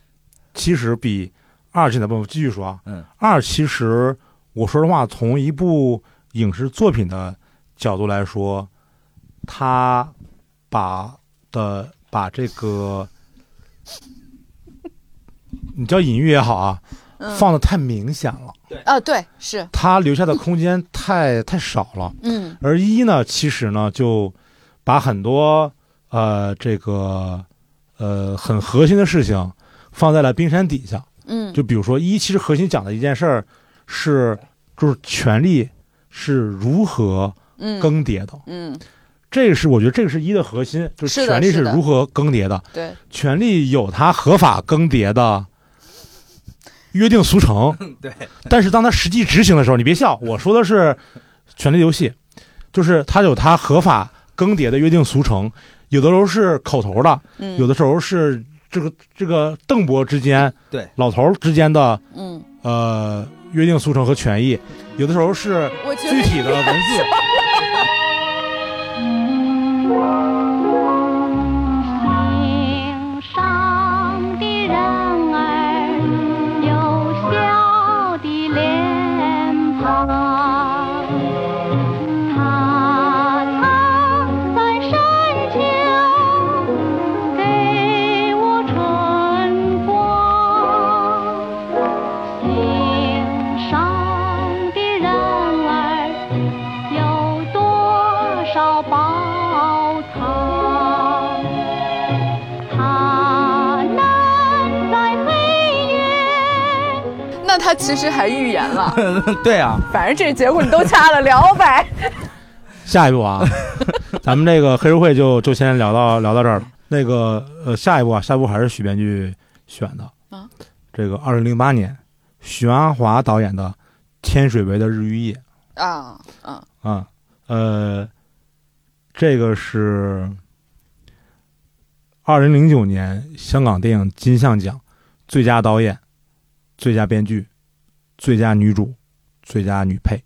B: 其实比二现在不我继续说啊，
A: 嗯，
B: 二其实我说实话，从一部影视作品的角度来说，他把的把这个你叫隐喻也好啊，
C: 嗯
B: 放的太明显了，
C: 啊，对，是，
B: 他留下的空间太太少了。
C: 嗯
B: 而一呢，其实呢，就把很多呃这个呃很核心的事情放在了冰山底下。
C: 嗯，
B: 就比如说一，其实核心讲的一件事儿是，就是权力是如何
C: 嗯
B: 更迭的。
C: 嗯，
B: 这个是我觉得这个是一的核心，就是
C: 是的
B: 权力
C: 是的
B: 如何更迭的。
C: 对，
B: 权力有它合法更迭的约定俗成，
A: 对，
B: 但是当它实际执行的时候，你别笑，我说的是《权力游戏》，就是它有它合法更迭的约定俗成，有的时候是口头的，
C: 嗯
B: 有的时候是这个这个邓伯之间，
A: 对
B: 老头儿之间的
C: 嗯，
B: 呃约定俗成和权益，有的时候是
C: 我觉
B: 具
C: 得
B: 体的文字。
D: 心上的人儿有笑的脸庞，他曾在山丘给我春光，心上的人儿。有多少宝藏？它难再飞越。
C: 那他其实还预言了，
A: 对啊，
C: 反正这结果你都掐了，聊呗。
B: 下一步啊，咱们这个黑社会就就先聊到聊到这儿了。那个呃，下一步啊，下一步还是许编剧选的
C: 啊。
B: 这个二零零八年，许鞍华导演的《天水围的日与夜
C: 啊，嗯，》
B: 啊，呃，这个是二零零九年香港电影金像奖最佳导演、最佳编剧、最佳女主、最佳女配。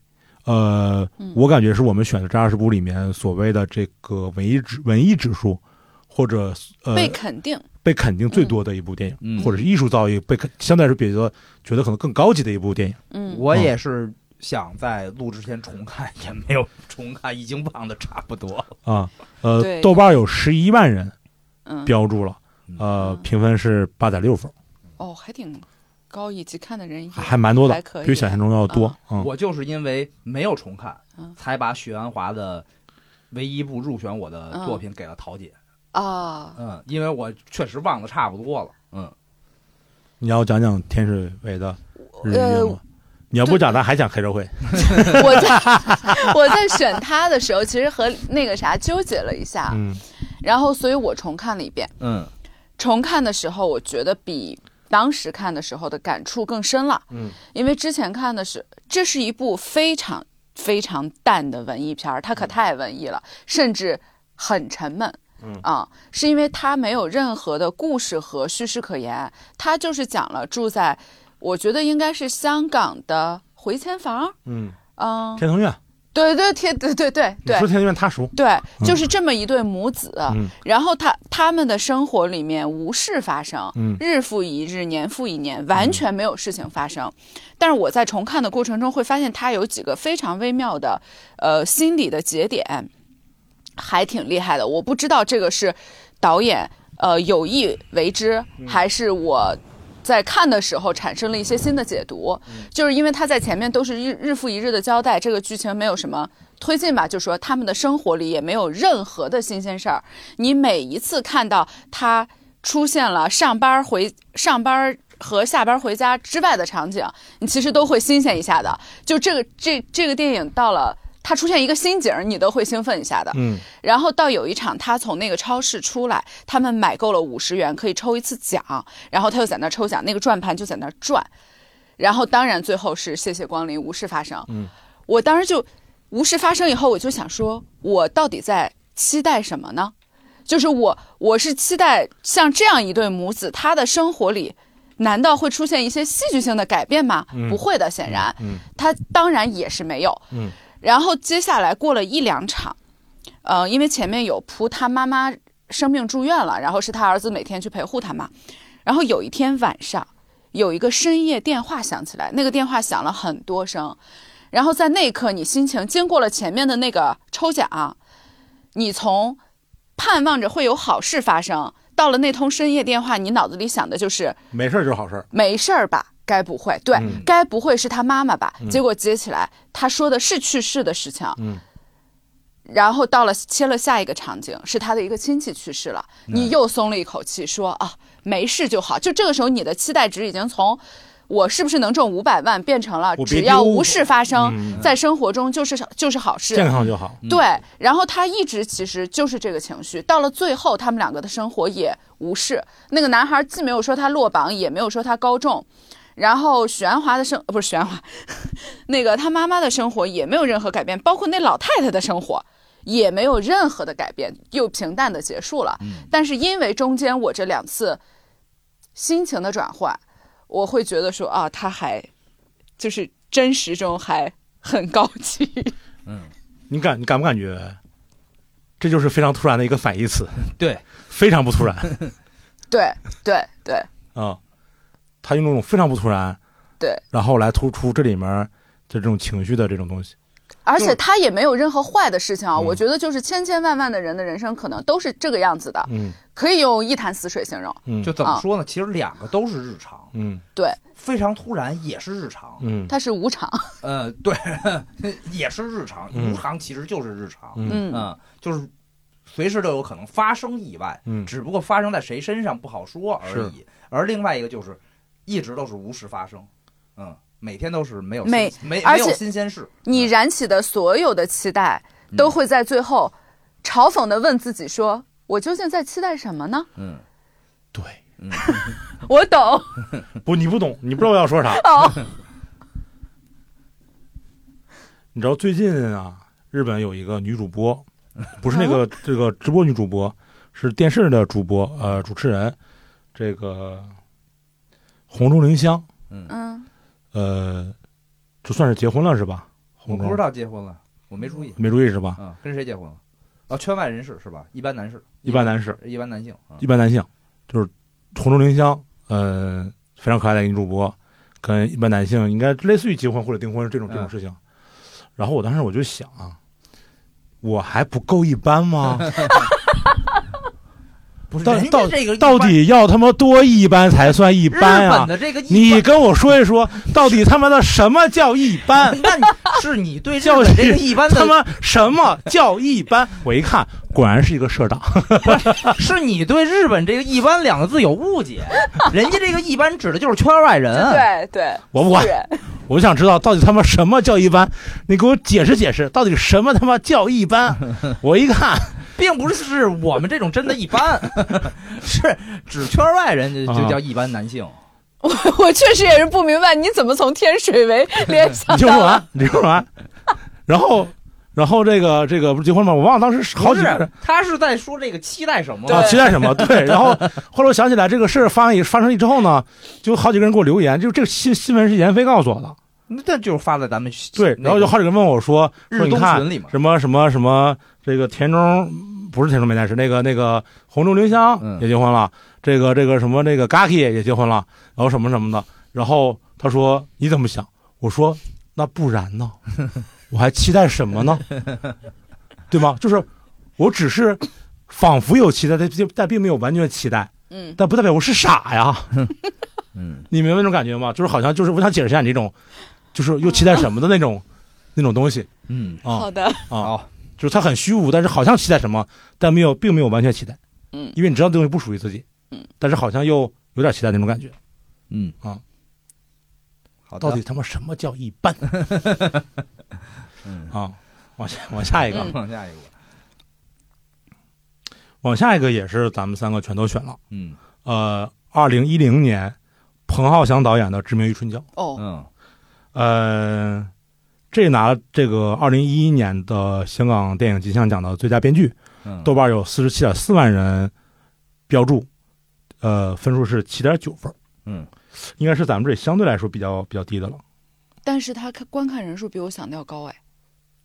B: 呃，
C: 嗯
B: 我感觉是我们选的这二十部里面所谓的这个文艺指文艺指数，或者呃
C: 被肯定，
B: 被肯定最多的一部电影，
A: 嗯
B: 或者是艺术造诣被肯相对来说比较觉得可能更高级的一部电影。
C: 嗯，
A: 我也是想在录之前重看，也没有重看，已经忘的差不多了。
B: 啊，
C: 对
B: 呃，豆瓣有十一万人
C: 嗯，
B: 标注了，
A: 嗯
B: 呃
C: 嗯，
B: 评分是八点六分，
C: 哦，还挺高一级，看的人也
B: 还还蛮多的
C: 还，可以
B: 比想象中要多。嗯，
A: 我就是因为没有重看
C: 嗯，
A: 才把许鞍华的唯一一部入选我的作品给了桃姐。
C: 啊，
A: 嗯，因为我确实忘的差不多了。嗯，
B: 你要讲讲天水围的日语
C: 呃
B: 吗？你要不讲，咱还讲黑社会。
C: 我在我在选他的时候，其实和那个啥纠结了一下，
B: 嗯
C: 然后所以我重看了一遍。
A: 嗯，
C: 重看的时候，我觉得比当时看的时候的感触更深了。
B: 嗯，
C: 因为之前看的是，这是一部非常非常淡的文艺片儿，它可太文艺了，甚至很沉闷。
B: 嗯
C: 啊，是因为它没有任何的故事和叙事可言，它就是讲了住在，我觉得应该是香港的回迁房。
B: 嗯，
C: 嗯，
B: 天通苑，
C: 对对对对对对
B: 你
C: 对
B: 说天通苑他熟。
C: 对，就是这么一对母子。
B: 嗯
C: 然后他他们的生活里面无事发生，
B: 嗯
C: 日复一日，年复一年，完全没有事情发生。但是我在重看的过程中会发现，他有几个非常微妙的，呃，心理的节点，还挺厉害的。我
B: 嗯
C: 不知道这个是导演呃有意为之，还是我在看的时候产生了一些新的解读，
B: 嗯
C: 就是因为他在前面都是日日复一日的交代，这个剧情没有什么推进吧，就说他们的生活里也没有任何的新鲜事儿。你每一次看到他出现了上班回上班和下班回家之外的场景，你其实都会新鲜一下的。就这个这这个电影到了。他出现一个新景儿，你都会兴奋一下的。
B: 嗯，
C: 然后到有一场，他从那个超市出来，他们买够了五十元，可以抽一次奖，然后他又在那儿抽奖，那个转盘就在那儿转，然后当然最后是谢谢光临，无事发生。
B: 嗯，
C: 我当时就无事发生以后，我就想说，我到底在期待什么呢？就是我我是期待像这样一对母子，他的生活里。难道会出现一些戏剧性的改变吗？
B: 嗯
C: 不会的，显然，
B: 嗯
C: 他当然也是没有。
B: 嗯，
C: 然后接下来过了一两场，呃，因为前面有扑他妈妈生病住院了，然后是他儿子每天去陪护他嘛。然后有一天晚上，有一个深夜电话响起来，那个电话响了很多声，然后在那一刻，你心情经过了前面的那个抽奖，你从盼望着会有好事发生，到了那通深夜电话，你脑子里想的就是
B: 没事儿就是好事儿。
C: 没事儿吧？该不会，对，
B: 嗯
C: 该不会是他妈妈吧？
B: 嗯
C: 结果接起来，他说的是去世的事情，
B: 嗯
C: 然后到了切了下一个场景，是他的一个亲戚去世了，你又松了一口气，说啊，没事就好。就这个时候，你的期待值已经从我是不是能中五百万变成了
B: 我别
C: 只要
B: 丢
C: 无事发生，
B: 嗯
C: 在生活中就是就是好事，
B: 健康就好。
C: 对，然后他一直其实就是这个情绪，到了最后，他们两个的生活也无视。那个男孩既没有说他落榜，也没有说他高中，然后许鞍华的生呃不是许鞍华，那个他妈妈的生活也没有任何改变，包括那老太太的生活也没有任何的改变，又平淡的结束了。但是因为中间我这两次心情的转换，我会觉得说啊，他还就是真实中还很高级。
B: 你感你感不感觉？这就是非常突然的一个反义词，
A: 对，
B: 非常不突然
C: 对对对
B: 啊！他用那种非常不突然，
C: 对，
B: 然后来突出这里面的这种情绪的这种东西。
C: 而且
B: 就
C: 他也没有任何坏的事情啊。
B: 嗯
C: 我觉得就是千千万万的人的人生可能都是这个样子的，
B: 嗯
C: 可以用一潭死水形容。
B: 嗯，
A: 就怎么说呢？其实两个都是日常，
B: 嗯
C: 对，
A: 非常突然也是日常。
B: 嗯
C: 它是无常。
A: 呃，对， 也是日常，
B: 嗯
A: 无常其实就是日常。
B: 嗯
C: 嗯
A: 嗯，就是随时都有可能发生意外，
B: 嗯
A: 只不过发生在谁身上不好说而已。而另外一个就是一直都是无时发生，嗯，每天都是没有新
C: 每
A: 没
C: 而
A: 没
C: 且
A: 有新鲜事。
C: 你燃起的所有的期待，都会在最后嘲讽的问自己说：“我究竟在期待什么呢
A: 嗯，
B: 对，？”
C: 我懂。
B: 不，你不懂，你不知道我要说啥。
C: 哦，
B: 你知道最近啊，日本有一个女主播，不是那个
A: 啊
B: 这个直播女主播，是电视的主播，呃，主持人，这个红中绫香，
C: 嗯，
B: 呃，就算是结婚了是吧？
A: 我
B: 红
A: 不知
B: 中
A: 道结婚了，我没注意
B: 没注意是吧？
A: 啊，跟谁结婚了？哦，圈外人士是吧？一般男士，
B: 一般男士，
A: 一般男性啊
B: 一。般男性，就是红中绫香，呃，非常可爱的一个女主播，跟一般男性应该类似于结婚或者订婚这种这种
A: 嗯
B: 事情。然后我当时我就想啊，我还不够一般吗？
A: 不是，
B: 到
A: 人
B: 到
A: 家这个一般
B: 到底要他妈多一般才算一
A: 日
B: 般
A: 本
B: 啊？
A: 的这个一
B: 你
A: 般
B: 跟我说一说，到底他妈的什么叫一般？
A: 那你是你对日本这个一般
B: 他
A: 的，
B: 妈什么叫一般？我一看，果然是一个社长。
A: 是你对日本这个“一般”两个字有误解，人家这个“一般”指的就是圈外人。，
C: 对对，
B: 我我
A: 啊
C: 对，
B: 我想知道到底他妈什么叫一般？你给我解释解释，到底什么他妈叫一 般？我一看，
A: 并不是我们这种真的一般， 是指圈外人就
B: 啊
A: 就叫一般男性。
C: 我确实也是不明白，你怎么从天水围联
B: 你
C: 想
B: 听我
C: 到
B: 说
C: 了？
B: 完，你听我说完，然后，然后这个这个不是结婚吗？我忘了当时好
A: 不
B: 几个人
A: 是，他是在说这个期待什么？
B: 啊，
C: 对
B: 期待什 么？对，然后后来我想起来这个事儿发生发生之后呢，就好几个人给我留言，就这个新新闻是闫飞告诉我的，
A: 那这就是发在咱们
B: 对，然后就好几个人问我说，
A: 那
B: 说
A: 个日
B: 你
A: 东
B: 看
A: 群里嘛。
B: 什么什么什么，这个田中不是田中美奈是那个那个红中绫香
A: 嗯
B: 也结婚了，这个这个什么那个 Gaki 也结婚了，然后什么什么的，然后他说你怎么想？我说那不然呢？我还期待什么呢？对吗？就是我只是仿佛有期待，但但并没有完全期待。
C: 嗯，
B: 但不代表我是傻呀。
A: 嗯，
B: 你明白那种感觉吗？就是好像就是我想解释一下你这种，就是又期待什么的那种、那种东西
A: 嗯，
B: 啊
C: 好的，
B: 啊，
A: 好，
B: 就是它很虚无，但是好像期待什么，但没有并没有完全期待，
C: 嗯
B: 因为你知道这东西不属于自己，
C: 嗯，
B: 但是好像又有点期待那种感觉。
A: 嗯
B: 啊，
A: 好的
B: 到底他妈什么叫一般？
A: 嗯
B: 啊，往下往下一个，啊
C: 嗯
A: 往下一个，
B: 往下一个也是咱们三个全都选了。
A: 嗯
B: 呃，二零一零年，彭浩翔导演的《致命于春娇》，
C: 哦，
A: 嗯
B: 呃，这拿这个二零一一年的香港电影金像奖的最佳编剧，
A: 嗯，
B: 豆瓣有四十七点四万人标注，呃，分数是七点九分，
A: 嗯，
B: 应该是咱们这里相对来说比较比较低的了。
C: 但是他看观看人数比我想的要高哎，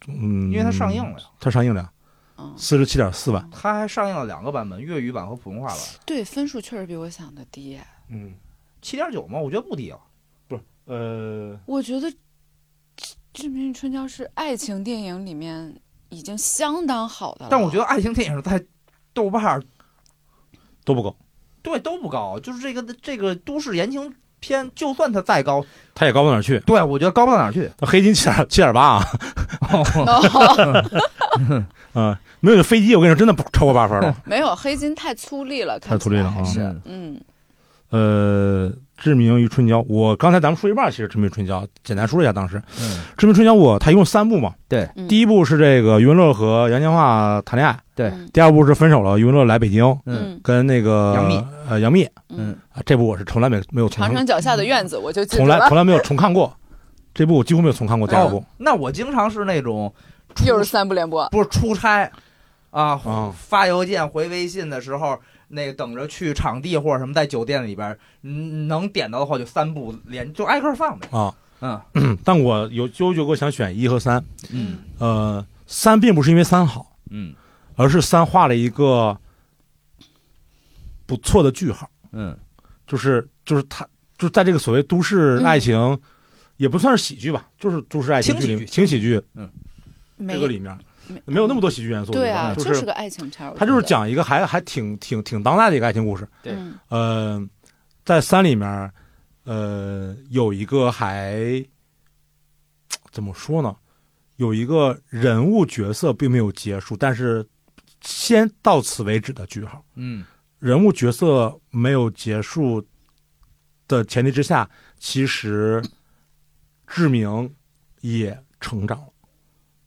B: 嗯，
A: 因为它上映了呀，
B: 它上映了，
C: 嗯，
B: 四十七点四万。
A: 它还上映了两个版本，粤语版和普通话版，
C: 对，分数确实比我想的低哎，
B: 嗯，
A: 七点九嘛，我觉得不低啊。
B: 呃，
C: 我觉得《致致命春娇》是爱情电影里面已经相当好的了，
A: 但我觉
C: 得
A: 得爱情电影在豆瓣儿
B: 都不够，
A: 对都不高，就是这个这个都市言情片，就算它再高，
B: 它也高不到哪儿去。
A: 对我觉得高不到哪儿去。
B: 那黑金七点七点八啊， 嗯，没有这飞机，我跟你说，真的不超过八分 了。
C: 没有黑金太粗粝了，看
B: 太
C: 起
B: 粗粝
C: 来
B: 了
C: 还
B: 啊
C: 是
A: 嗯
C: 嗯
B: 呃，《志明与春娇》，我刚才咱们说一半，其实《志明与春娇》简单说一下，当时《
A: 嗯，
B: 志明与春娇》我它一共三部嘛，
C: 嗯，
B: 第一部是这个余文乐和杨千嬅谈恋爱，
A: 对
C: 嗯
B: 第二部是分手了，余文乐来北京
A: 嗯
C: 嗯
B: 跟那个
A: 杨幂，
B: 呃，杨幂
A: 嗯
C: 嗯，
B: 啊，这部我是从来没没有重
C: 长城脚下的院子我就记得
B: 从来
C: 了，
B: 从来没有重看过，这部我几乎没有重看过第二部
A: 哦，那我经常是那种出
C: 又是三部连播，
A: 不是出差啊、
B: 嗯
A: 发邮件回微信的时候，那个等着去场地或者什么，在酒店里边儿，嗯能点到的话就三部连就挨个儿放呗。
B: 啊，
A: 嗯
B: 嗯但我有纠结过想选一和三，
A: 嗯
B: 呃，三并不是因为三好，
A: 嗯
B: 而是三画了一个不错的句号。
A: 嗯
B: 就是就是他就是在这个所谓都市
C: 嗯
B: 爱情，也不算是喜剧吧，就是都市爱情
A: 轻
B: 剧里
A: 喜剧
B: 情喜剧
C: 没
B: 这个里面
C: 没
B: 没有那么多喜剧元素，
C: 对啊，
B: 我觉得
C: 就是
B: 是
C: 个爱情片儿，我
B: 他就
C: 觉
B: 是
C: 得
B: 讲一个还还挺挺挺当代的一个爱情故事。
A: 对
C: 嗯
B: 呃，在三里面，呃，有一个还怎么说呢？有一个人物角色并没有结束，但是先到此为止的句号。
A: 嗯
B: 人物角色没有结束的前提之下，其实志明也成长了，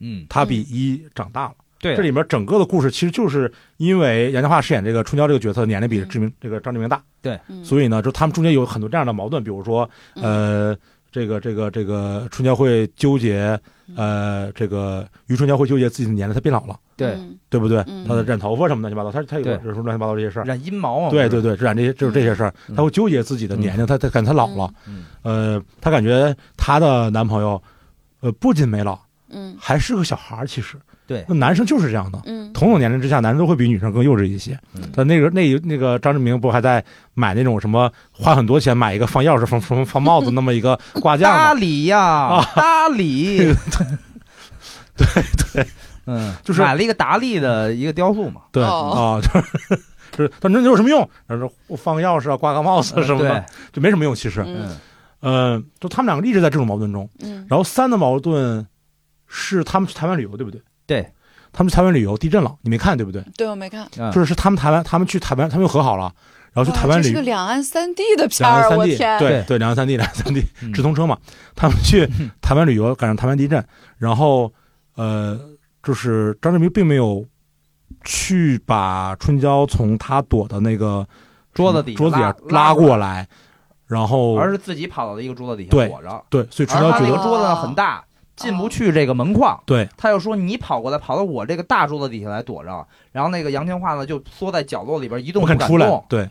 A: 嗯，
B: 他比一长大了。
A: 对
B: 这里面整个的故事其实就是因为杨千嬅饰演这个春娇这个角色年龄比
C: 嗯
B: 志明、这个张志明大，
C: 嗯
B: 所以呢，就他们中间有很多这样的矛盾，比如说呃，这个这个这个春娇会纠结，呃，这个于春娇会纠结自己的年龄，她变老了，
A: 对
C: 嗯
B: 对不对？
C: 嗯
B: 她的染头发什么乱七八糟，她她有
A: 对
B: 有时候乱七八糟这些事儿。
A: 染阴毛啊，
B: 对
A: 不
B: 对
A: 是，
B: 对，染这些就是这些事儿，
A: 嗯
B: 她会纠结自己的年龄，她她感觉她老了，
A: 嗯
B: 呃，她感觉她的男朋友，呃，不仅没老，
C: 嗯
B: 还是个小孩儿。其实，
A: 对
B: 那男生就是这样的，
C: 嗯
B: 同等年龄之下，男生都会比女生更幼稚一些。
A: 嗯
B: 但那个那那个张志明不还在买那种什么花很多钱买一个放钥匙、放放放帽子那么一 个挂架
A: 搭
B: 吗？
A: 理呀
B: 啊，
A: 搭 理，对
B: 对，
A: 嗯，
B: 就是
A: 买了一个达利的一个雕塑 嘛，
B: 对啊、
C: 哦
B: 就是就是，他说那有什么用？然后说我放个钥匙啊，挂个帽子什么的，就没什么用。其实，
A: 对，
C: 嗯
A: 嗯
B: 呃，就他们两个一直在这种矛盾中。
C: 嗯
B: 然后三的矛盾是他们去台湾旅游，对不对？
A: 对，
B: 他们去台湾旅游，地震了，你没看对不对？
C: 对我没看，
A: 嗯
B: 就是是 他们台湾，他们去台湾，他们又和好了，然后去
C: 哇
B: 台湾
C: 啊
B: 旅
C: 这是
B: 游
C: 个。两岸三地的片
B: 两岸
C: 儿，我
B: 三地，
C: 天，
B: 对
A: 对
B: 对，两岸三地，两岸三地，
A: 嗯
B: 直通车嘛。他们去台湾旅游，赶上台湾地震，然后呃，就是张志明并没有去把春娇从他躲的那个
A: 桌子底下
B: 桌子底下
A: 拉
B: 拉
A: 拉过来
B: 过来，然后
A: 嗯而是自己跑到了一个桌子底下
B: 对
A: 躲着，
B: 对，所以春
A: 而
B: 娇
A: 他
B: 觉
A: 那
B: 得
A: 个桌子呢很大，进不去这个门框。
B: 对
A: 他又说你跑过来，跑到我这个大桌子底下来躲着，然后那个杨千嬅呢就缩在角落里边一动
B: 不肯
A: 敢
B: 出来
A: 动，。
B: 对，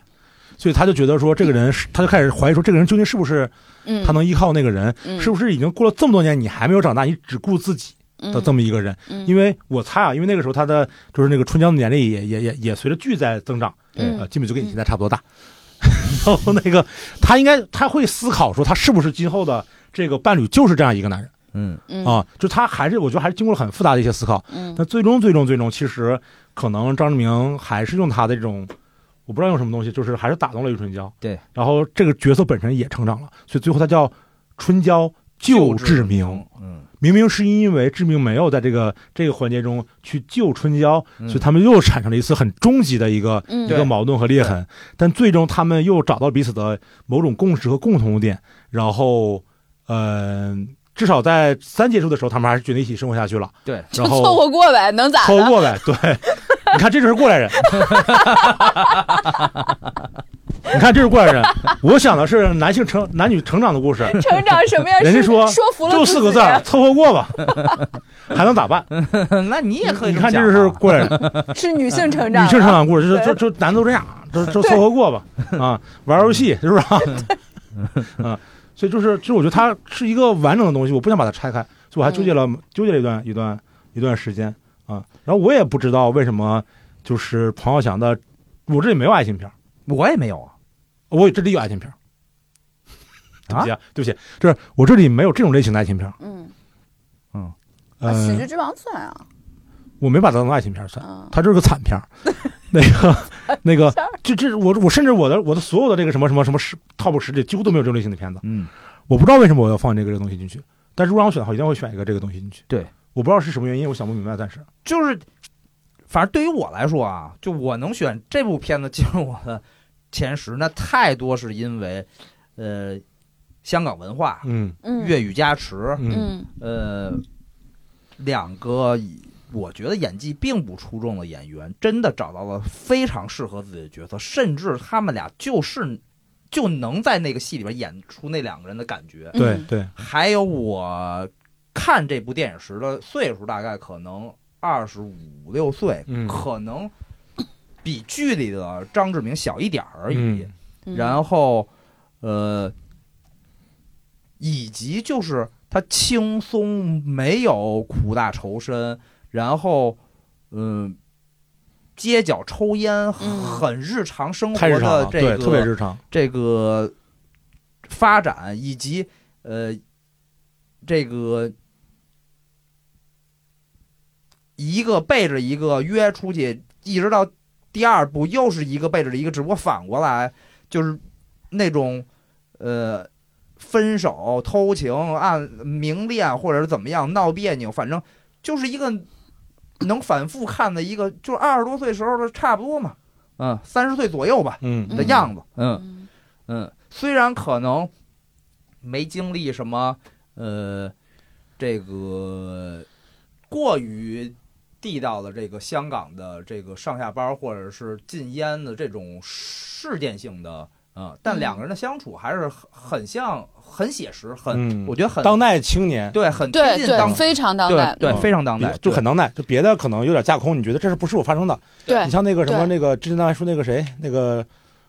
B: 所以他就觉得说这个人是，他就开始怀疑说这个人究竟是不是
C: 嗯，
B: 他能依靠那个人，
C: 嗯
B: 是不是已经过了这么多年，你还没有长大，你只顾自己的这
C: 么，
B: 么一个人？
C: 嗯
B: 因为我猜啊，因为那个时候他的就是那个春娇的年龄也也也也随着剧在增长，
C: 嗯
B: 呃，基本就跟你现在差不多大。 然后那个他应该他会思考说，他是不是今后的这个伴侣就是这样一个男人
A: 嗯
C: 嗯
B: 啊？就他还是我觉得还是经过了很复杂的一些思考。
C: 嗯
B: 但最终最终最终，其实可能张志明还是用他的这种。我不知道用什么东西，就是还是打动了余春娇。
A: 对，
B: 然后这个角色本身也成长了，所以最后他叫春娇救志明。，
A: 嗯，
B: 明明是因为志明没有在这个这个环节中去救春娇，
A: 嗯
B: 所以他们又产生了一次很终极的一个、
C: 嗯
B: 一个矛盾和裂痕。但最终他们又找到彼此的某种共识和共同点，然后，呃，至少在三结束的时候，他们还是决定一起生活下去了。
A: 对，
C: 就
B: 然后
C: 凑合过呗，能咋
B: 凑合过
C: 的？
B: 来， 对，你看这就是过来人，你看这是过来人。我想的是男性成男女成长的故事，
C: 成长什么样？
B: 人家
C: 是
B: 说
C: 说服了
B: 就
C: 自啊
B: 四个字儿，凑合过吧，还能咋办？
A: 那你也可以
B: 你
A: 么
B: 看这
A: 想
B: 就是
A: 啊
B: 过来人，
C: 己是女性成
B: 女
C: 长，
B: 性成长故事，就是
C: 对
B: 就就男的都这样， 就就凑合过吧，啊，玩游戏是不是啊？ 啊，所以就是就是我觉得它是一个完整的东西，我不想把它拆开，所以我还纠结
A: 嗯
B: 了纠结了一段一段一段时间啊。然后我也不知道为什么，就是彭浩翔的，我这里没有爱情片儿，
A: 我也没有啊，
B: 我这里有爱情片儿。 对不
A: 啊
B: 起，啊，对不起，就是我这里没有这种类型的爱情片儿。
C: 嗯，啊喜剧
B: 嗯，
C: 之王算啊，
B: 我没把它当爱情片儿算，
C: 嗯，
B: 它就是个惨 片儿。那个那个，就这我我甚至我的我的所有的这个什么什么什么十 top 十里几乎都没有这种类型的片子，
A: 嗯，
B: 我不知道为什么我要放这个这个东西进去，但是如果让我选的话，一定会选一个这个东西进去。
A: 对，
B: 我不知道是什么原因，我想不明白，暂时。
A: 就是，反正对于我来说啊，就我能选这部片子进入我的前十，那太多是因为，呃，香港文化、
B: 嗯
C: 嗯
A: 粤语加持，
B: 嗯
C: 嗯
A: 呃，两个我觉得演技并不出众的演员，真的找到了非常适合自己的角色，甚至他们俩就是就能在那个戏里边演出那两个人的感觉。
B: 对
C: 嗯
B: 对，
A: 还有我看这部电影时的岁数，大概可能二十五六岁，
B: 嗯
A: 可能比剧里的张志明小一点儿而已。
B: 嗯
C: 嗯
A: 然后，呃，以及就是他轻松，没有苦大仇深，然后，嗯、街角抽烟，
C: 嗯
A: 很日常生活
B: 太日常
A: 的
B: 了，
A: 这
B: 对，
A: 个
B: 特别日常。
A: 这个发展以及呃这个一个背着一个约出去，一直到第二部又是一个背着一个，只不过反过来就是那种呃分手、偷情、暗明恋或者是怎么样闹别扭，反正就是一个。能反复看的一个，就是二十多岁时候的差不多嘛，嗯，三十岁左右吧
B: 嗯
A: 的样子，嗯
C: 嗯
A: 嗯，虽然可能没经历什么，呃，这个过于地道的这个香港的这个上下班或者是禁烟的这种事件性的，嗯，但
C: 嗯
A: 两个人的相处还是很很像，很写实，很、
B: 嗯，
A: 我觉得很
B: 当代青年
A: 对，很贴
C: 对
A: 近当
C: 对，非常当代
A: 对，对
B: 嗯
A: 非常当代，
B: 就很当代，就别的可能有点架空，你觉得这是不是我发生的？
C: 对
B: 你，像那个什么
C: 对
B: 那个之前刚才说那个谁那个。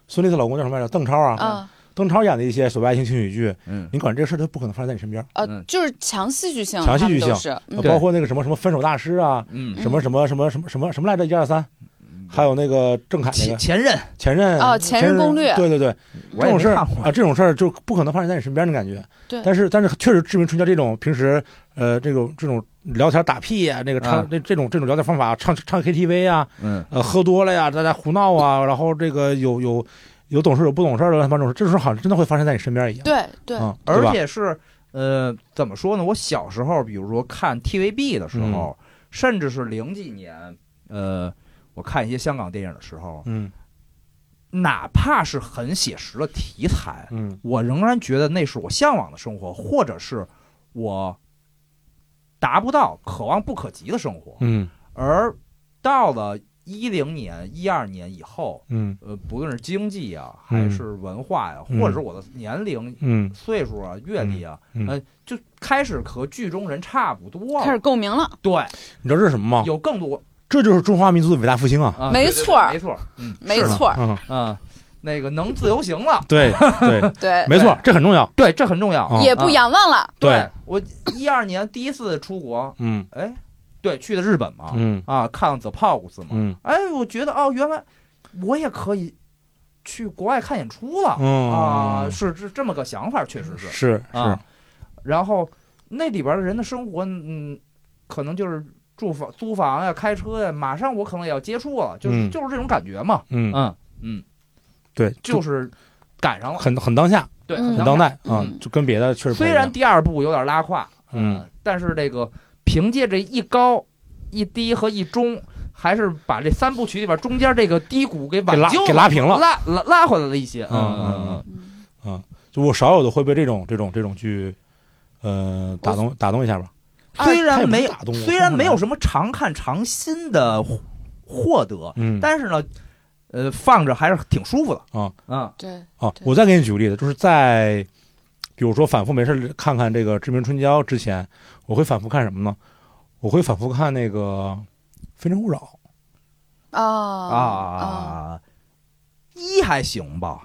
B: 孙俪的老公叫什么来着？邓超啊，
C: 啊
B: 邓超演的一些所谓爱情轻喜剧，
A: 嗯
B: 你管这个事儿，它不可能发生在你身边儿。
C: 呃
A: 嗯，
C: 就是强戏剧性，
B: 强戏剧性
C: 他们都是，嗯
A: 对
B: 呃包括那个什么什么分手大师啊，
A: 嗯
B: 什么什么什么什么什么什么来着？一二三，还有那个郑恺那
A: 前
B: 个
A: 前任
B: 前任
C: 哦前任攻略
B: 对对对，
A: 我
B: 这
A: 也
B: 种
A: 没
B: 事儿
A: 看过
B: 啊，这种事儿就不可能发生在你身边的感觉。
C: 对
B: 但是但是确实，志明春娇这种平时呃这种这种聊天打屁呀、那个唱
A: 啊
B: 这、这种这种聊天方法，唱唱 KTV 啊，
A: 嗯
B: 呃喝多了呀，大家胡闹啊，然后这个有有有懂事有不懂事儿的乱七八糟，这种事儿好像真的会发生在你身边一样。
C: 对对，
B: 嗯，对
A: 而
B: 吧
A: 且是呃，怎么说呢？我小时候，比如说看 TVB 的时候，
B: 嗯
A: 甚至是零几年，呃，我看一些香港电影的时候，
B: 嗯
A: 哪怕是很写实的题材，
B: 嗯
A: 我仍然觉得那是我向往的生活，或者是我达不到、可望不可及的生活。
B: 嗯
A: 而到了一零年、一二年以后，
B: 嗯
A: 呃，不论是经济啊，
B: 嗯
A: 还是文化呀、
B: 嗯
A: 或者是我的年龄、
B: 嗯
A: 岁数啊、阅历啊，
B: 嗯，
A: 呃就开始和剧中人差不多了，
C: 开始共鸣了，
A: 对，
B: 你知道这是什么吗？
A: 有更多
B: 这就是中华民族的伟大复兴啊！
A: 啊，
C: 没
A: 对对
C: 错儿
A: 对没错儿，嗯，
C: 没
A: 是的
C: 错儿，
B: 嗯，
A: 嗯，那个能自由行了，
B: 对对，
C: 对，
B: 没错，这很重要。
A: 对，这很重要。
B: 啊
C: 也不仰望了，
B: 对，
A: 我一二年第一次出国，
B: 嗯
A: 哎，对，去的日本嘛，
B: 嗯
A: 啊，看了 The Pogs 嘛，
B: 嗯
A: 哎，我觉得哦，原来我也可以去国外看演出了。
B: 嗯
A: 啊，是这这么个想法，确实是
B: 是。是
A: 啊，然后那里边的人的生活，嗯，可能就是住房、租房呀、开车呀，马上我可能也要接触了，就是、
B: 嗯
A: 就是这种感觉嘛。
B: 嗯
A: 嗯嗯，
B: 对，
A: 就是赶上了，
B: 很很当下，
A: 对，
C: 嗯
B: 很
A: 很
B: 当
A: 当下
B: 代啊
A: 嗯，
B: 就跟别的确实不一
A: 虽
B: 样
A: 然第二部有点拉胯，
B: 嗯
A: 呃，但是这个凭借这一高、一低和一中，还是把这三部曲里边中间这个低谷给
B: 给
A: 呃挽
B: 拉
A: 救
B: 给
A: 了，
B: 拉平了，
A: 拉拉拉回来了一些。
B: 嗯嗯嗯，就我少有的会被这种这种这种剧，呃，打动打动一下吧。
A: 虽然没
B: 哎他也不是打动我
A: 虽然没有什么常看常新的获获得，
B: 嗯，
A: 但是呢，呃，放着还是挺舒服的。
B: 啊
A: 嗯
C: 对，
B: 哦，我再给你举个例子，就是在比如说反复没事儿看看这个《志明春娇》之前，我会反复看什么呢？我会反复看那个《非诚勿扰》。
C: 啊啊，
A: 啊，一还行吧。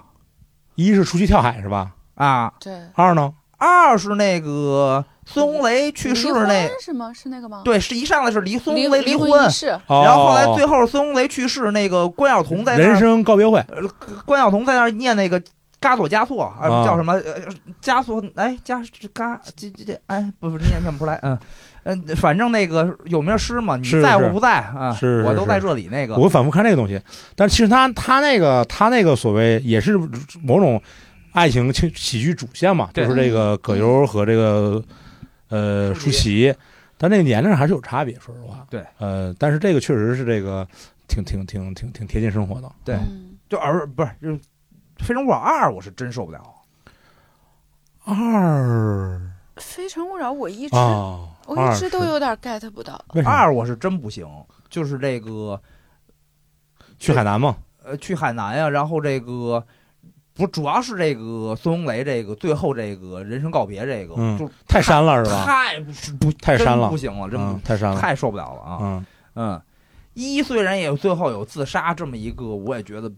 B: 一是出去跳海是吧？
A: 啊，
C: 对，
B: 二呢？
A: 二是那个孙红雷去世那
C: 离婚是吗？是那个吗？
A: 对，是一上来是离孙
C: 离
A: 红雷
C: 离
A: 婚，
C: 仪式，
B: 哦、
A: 然后后来最后孙红雷去世，那个关晓彤在那
B: 人
A: 儿，
B: 生告别会，
A: 呃关晓彤在那儿念那个。嘎索加措啊
B: 啊
A: 叫什么？呃，加索哎，加嘎这这这哎，不不念念不出来，嗯嗯，反正那个有名诗嘛，你
B: 是
A: 在我
B: 是
A: 不在啊，
B: 是
A: 我
B: 是
A: 都
B: 是
A: 在这里。那个
B: 我会反复看这个东西。但其实他他那个他那个所谓也是某种爱情情喜剧主线嘛，
A: 对嗯
B: 就是这个葛优和这个呃
A: 舒
B: 舒
A: 淇
B: 淇，但那个年龄还是有差别，说实话。
A: 对，
B: 呃，但是这个确实是这个挺挺挺挺挺贴近生活的。
A: 对
C: 嗯
A: 就而不是就是《非诚勿扰二》，我是真受不了。
B: 二
C: 《非诚勿扰》，我一直
B: 啊，
C: 我
B: 二
C: 一直都
B: 是
C: 有点 get 不到。
B: 为啥
A: 二我是真不行，就是这个
B: 去海南嘛？
A: 呃去海南呀、然后这个不主要是这个孙红雷这个最后这个人生告别这个，
B: 嗯
A: 就
B: 太山了是吧？
A: 太不是不
B: 太删了
A: 真不行了，真
B: 嗯
A: 不、，
B: 太山了。
A: 太受不了了啊。
B: 嗯，
A: 嗯，一虽然也有最后有自杀这么一个，我也觉得嘖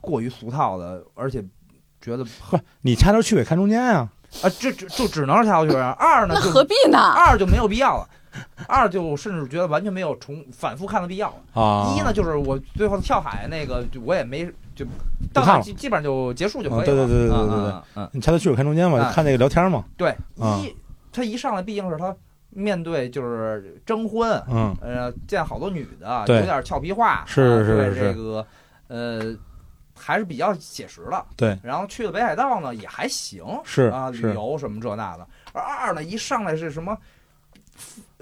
A: 过于俗套的，而且觉得
B: 不，你掐头去尾看中间啊。
A: 啊，这这就只能是下去。啊二呢，
C: 那
A: 就
C: 何必呢？
B: 啊
A: 二就没有必要了。二就甚至觉得完全没有重反复看的必要了。
B: 啊，
A: 一呢，就是我最后跳海那个，就我也没就到
B: 看
A: 那
B: 了
A: 基基本上就结束就
B: 啊
A: 可以了。
B: 对对对对对对对
A: 嗯嗯嗯
B: 你掐头去尾看中间嘛，
A: 啊
B: 就看那个聊天嘛。啊
A: 对一他一上来毕竟是他面对就是征婚，
B: 嗯，
A: 呃，见好多女的，啊
B: 对
A: 有点俏皮话，
B: 是
A: 啊
B: 是
A: 对
B: 是
A: 这个呃还是比较写实的。
B: 对，
A: 然后去了北海道呢，也还行，
B: 是
A: 啊，旅
B: 是
A: 游什么这那的。而二呢，一上来是什么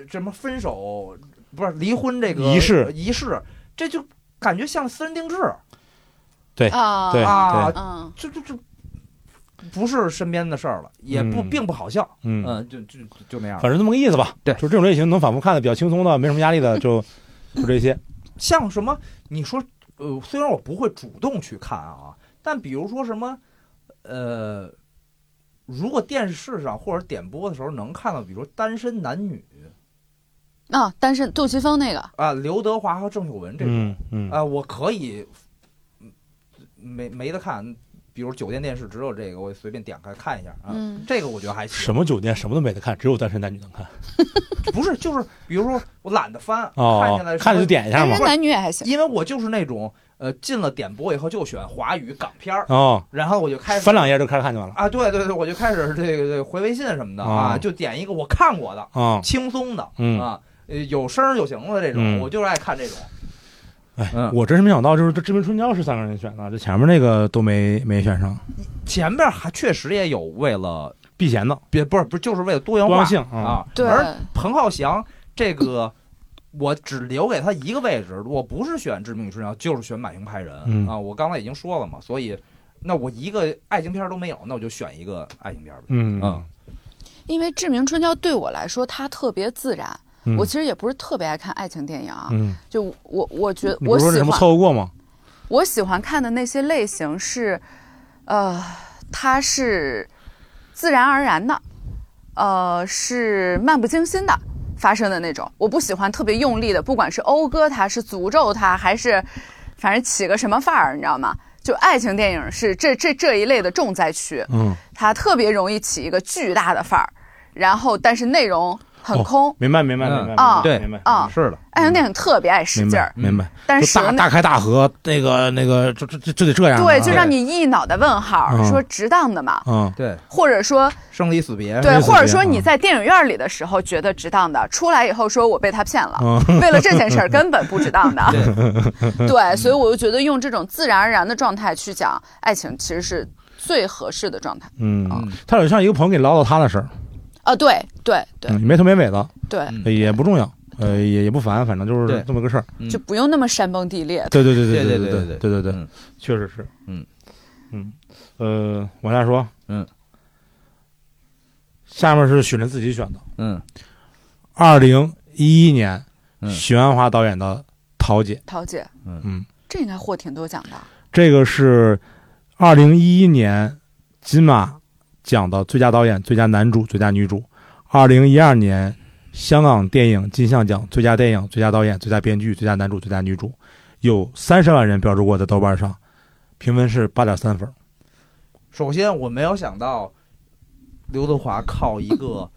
A: 什么分手，不是离婚这个
B: 仪式
A: 仪式，这就感觉像私人定制
C: 啊，
B: 对
A: 啊，
C: 嗯，
A: 这这这不是身边的事儿了，也不、
B: 嗯
A: 并不好笑，
B: 嗯，
A: 嗯，就就就
C: 啊
A: 那样。
B: 反正这么个意思吧。
A: 对
B: 就是这种类型能反复看的比较轻松的，没什么压力 的，就就这些。
A: 像什么，你说，呃，虽然我不会主动去看啊，但比如说什么，呃，如果电视上或者点播的时候能看到，比如说单身男女
C: 啊，单身杜琪峰那个，
A: 啊、刘德华和郑秀文这种
B: 嗯嗯
A: 啊、我可以嗯没没得看，比如酒店电视只有这个，我随便点开看一下啊。
C: 嗯，
A: 这个我觉得还行，
B: 什么酒店什么都没得看，只有单身男女能看。
A: 不是就是，比如说我懒得翻，看
B: 哦
A: 下来，
B: 看着就
A: 说，
B: 点一下
C: 单
B: 嘛
C: 身。男女也还行。
A: 因为我就是那种呃进了点播以后就选华语港片 儿，
B: 哦，
A: 然后我就开始
B: 翻两页就开始看就完了。
A: 啊，对对对，我就开始这个这个回微信什么的
B: 啊
A: 啊，就点一个我看过的，
B: 啊，
A: 轻松的
B: 嗯，
A: 啊，呃有声儿就行了这
B: 嗯
A: 种，我就是爱看这种。
B: 哎
A: 嗯，
B: 我真是没想到，就是这《志明春娇》是三个人选的，这前面那个都没没选上，
A: 前边还确实也有为了
B: 避嫌的
A: 别不是不是就是为了多元
B: 多
A: 化
B: 样性啊。
A: 啊，
C: 对，
A: 而彭浩翔这个。我只留给他一个位置，我不是选《致命与春娇》，就是选《满城派人》
B: 嗯
A: 啊！我刚才已经说了嘛，所以那我一个爱情片儿都没有，那我就选一个爱情片儿吧。
B: 嗯
A: 嗯
C: 因为《志明春娇》对我来说，它特别自然。
B: 嗯
C: 我其实也不是特别爱看爱情电影啊，
B: 嗯，
C: 就我我觉得
B: 你不
C: 我
B: 是说那
C: 喜
B: 什么
C: 欢
B: 凑合过吗？
C: 我喜欢看的那些类型是，呃，它是自然而然的，呃，是漫不经心的发生的那种。我不喜欢特别用力的，不管是讴歌它，是诅咒它，还是反正起个什么范儿，你知道吗？就爱情电影是这这这一类的重灾区，
B: 嗯，
C: 它特别容易起一个巨大的范儿，然后但是内容很空。
B: 哦明白明白明白明白
C: 啊
B: 明白
C: 啊
A: 是的，
C: 爱情电影特别爱使
B: 明
C: 劲
B: 白
C: 儿，
B: 嗯明白，
C: 但是
B: 就大
C: 蛇
B: 大开大合，那个那个就就就就得这样啊，
C: 对，就让你一脑袋问号
B: 嗯，
C: 说值当的嘛，
B: 嗯
A: 对，
C: 或者说
A: 生离死别，
C: 对，
B: 类似
C: 或
B: 这
C: 者
B: 样
C: 说
B: 啊
C: 你在电影院里的时候觉得值当的，出来以后说我被他骗了，
B: 嗯
C: 为了这 件事儿根本不值当的。
A: 对
C: 对，所以我就觉得用这种自然而然的状态去讲爱情，其实是最合适的状态。
B: 嗯，他有点像一个朋友给你唠叨他的事儿，
C: 啊，对对对
B: 嗯，没头没尾的，
C: 对，
A: 嗯
B: 也不重要，呃，也也不烦，反正就
A: 对
B: 是这么个事儿。
A: 嗯
C: 就不用那么山崩地裂。
B: 对对对对
A: 对对
B: 对
A: 对
B: 对对对，
A: 嗯
B: 确实是，
A: 嗯
B: 嗯，呃，往下说，
A: 嗯，
B: 下面是许晨自己选的，
A: 嗯
B: 二零一一年
A: 嗯
B: 许鞍华导演的《桃姐》，
C: 桃姐，
B: 嗯，
C: 这应该获挺多奖的。
B: 这个是二零一一年金马奖的最佳导演、最佳男主、最佳女主，二零一二年香港电影金像奖最佳电影、最佳导演、最佳编剧、最佳男主、最佳女主，有三十万人标注过在豆瓣上，评分是八点三分。
A: 首先我没有想到刘德华靠一个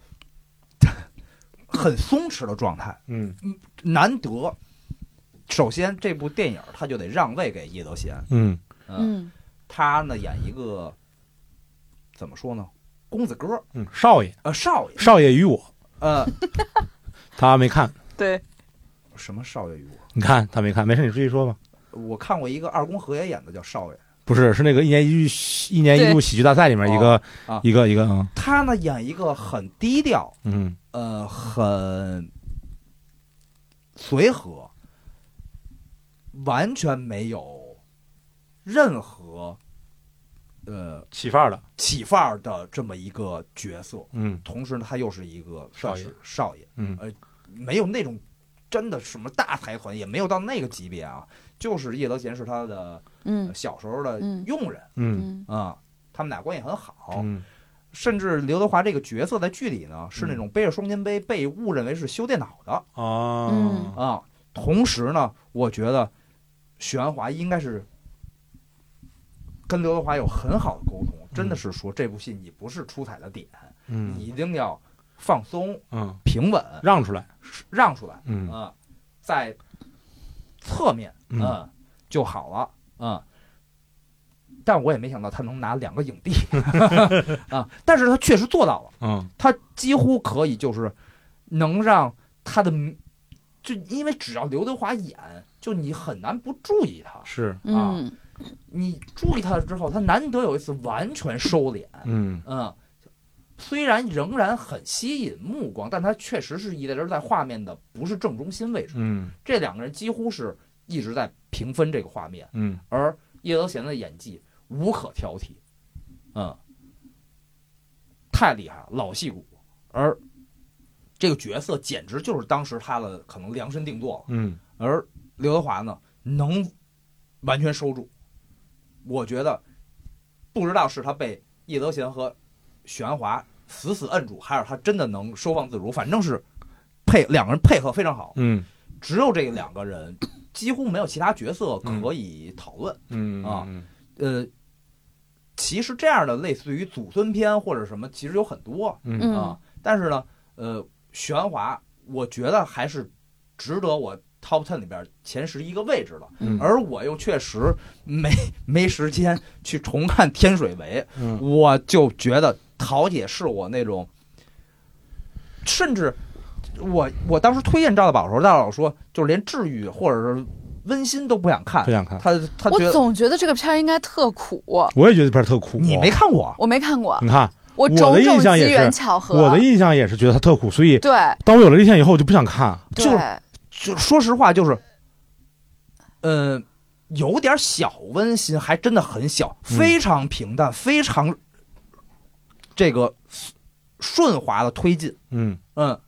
A: 很松弛的状态。
B: 嗯
A: 难得，首先这部电影他就得让位给叶德娴，
B: 嗯
A: 嗯，
C: 嗯，
A: 他呢演一个怎么说呢，公子哥，
B: 嗯，少爷，
A: 呃，少爷，
B: 少爷与我，
A: 呃，
B: 他没看，
C: 对，
A: 什么少爷与我？
B: 你看他没看，没事，你继续说吧。
A: 我看过一个二宫和也演的叫少爷，
B: 不是，是那个一年一遇一年一度喜剧大赛里面一个、
A: 哦啊
B: 一个一个嗯
A: 他呢演一个很低调，
B: 嗯
A: 呃，很随和，完全没有任何呃
B: 起范儿的，
A: 起范儿的这么一个角色。
B: 嗯
A: 同时呢，他又是一个
B: 少爷
A: 算是少爷，呃
B: 嗯
A: 没有那种真的什么大财团，也没有到那个级别啊。就是叶德娴是他的
C: 嗯
A: 呃小时候的
C: 嗯
A: 佣人
B: 嗯
C: 嗯
A: 啊、他们俩关系很好。
B: 嗯
A: 甚至刘德华这个角色在剧里呢，是那
B: 嗯
A: 种背着双肩背被误认为是修电脑的
B: 哦
C: 嗯
A: 啊、同时呢，我觉得许鞍华应该是跟刘德华有很好的沟通，真的是说这部戏你不是出彩的点，你
B: 嗯
A: 一定要放松
B: 嗯，
A: 平稳，
B: 让出来，
A: 让出来。
B: 嗯
A: 啊，在侧面
B: 嗯
A: 嗯就好了嗯。但我也没想到他能拿两个影帝 啊，但是他确实做到了，
B: 嗯
A: 他几乎可以就是能让他的名，就因为只要刘德华演，就你很难不注意他，
B: 是
C: 嗯
A: 你注意他了之后，他难得有一次完全收敛，
B: 嗯
A: 嗯，虽然仍然很吸引目光，但他确实是一直在画面的不是正中心位置。
B: 嗯
A: 这两个人几乎是一直在平分这个画面，
B: 嗯
A: 而叶德娴的演技无可挑剔，嗯，太厉害了，老戏骨，而这个角色简直就是当时他的可能量身定做了，
B: 嗯
A: 而刘德华呢能完全收住，我觉得不知道是他被叶德娴和许鞍华死死摁住，还是他真的能收放自如，反正是配两个人配合非常好，
B: 嗯
A: 只有这两个人，几乎没有其他角色可以讨论。
B: 嗯
A: 呃，其实这样的类似于祖孙篇或者什么，其实有很多啊、
B: 嗯
C: 嗯
A: 但是呢，呃，许鞍华，我觉得还是值得我 top ten 里边前十一个位置的。
B: 嗯
A: 而我又确实没没时间去重看《天水围》，
B: 嗯
A: 我就觉得桃姐是我那种，甚至我我当时推荐赵大宝的时候，赵大宝说就是连治愈或者是温馨都不想看
B: 不，想看，
A: 他他觉
C: 我
A: 得
C: 总觉得这个片儿应该特苦，
B: 我也觉得这片儿特苦，
A: 你没看过，
C: 我没看过，
B: 你看
C: 我
B: 嗯的
C: 种种
B: 印象也
C: 机缘
B: 是
C: 巧合，
B: 我的印象也是觉得它特苦，所以
C: 对
B: 当我有了印象以后，我就不想看，
A: 就是
C: 对
A: 就说实话就是，嗯、有点小温馨，还真的很小，
B: 嗯
A: 非常平淡，非常这个顺滑的推进，
B: 嗯。
A: 嗯，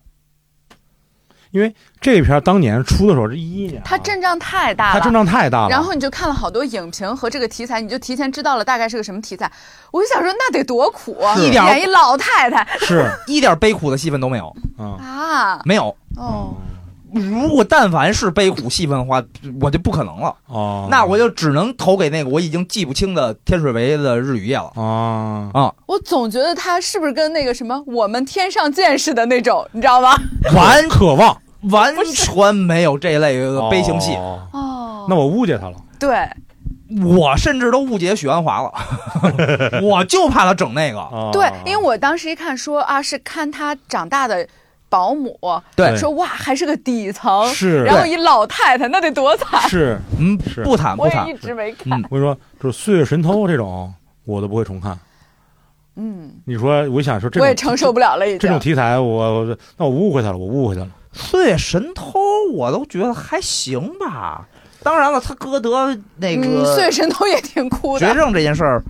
B: 这片儿当年出的时候是一一年啊，
C: 它阵仗太大
B: 它
C: 了
B: 阵。仗太大了，
C: 然后你就看了好多影评和这个题材，你就提前知道了大概是个什么题材。我就想说，那得多苦啊！
A: 是
C: 演一老太太
B: 是
A: 一点悲苦的戏份都没有，
B: 啊，
C: 啊！
A: 没有。
C: 哦，
A: 如果但凡是悲苦戏文化，我就不可能了，
B: 哦，
A: 那我就只能投给那个我已经记不清的天水围的日与夜了。
B: 啊，
A: 啊，
C: 我总觉得他是不是跟那个什么我们天上见识的那种，你 知道吗？
A: 完
B: 渴望
A: 完全没有这类的悲情戏，
B: 哦
C: 哦，
B: 那我误解他了。
C: 对，
A: 我甚至都误解许鞍华了， 我就怕他整那个。
B: 啊
C: 哦对，因为我当时一看说啊，是看他长大的保姆，
A: 对
C: 说哇还是个底层，
B: 是
C: 然后一老太太，那得多惨！
B: 是，
A: 嗯，
B: 是
A: 不谈
C: 我
A: 不谈
C: 也一。直没看，
A: 嗯，
B: 我跟你说，就是《岁月神偷》这种，我都不会重看。
C: 嗯，
B: 你说，我想说这
C: 我也
B: 种
C: 承受不了了，已
B: 这种
C: 经。
B: 题材，我我那我误会他了，我误会他了。
A: 岁月神偷我都觉得还行吧。当然了，他歌德那
C: 嗯，岁月
A: 个
C: 神偷也挺哭
A: 绝
C: 的，
A: 症这件事儿。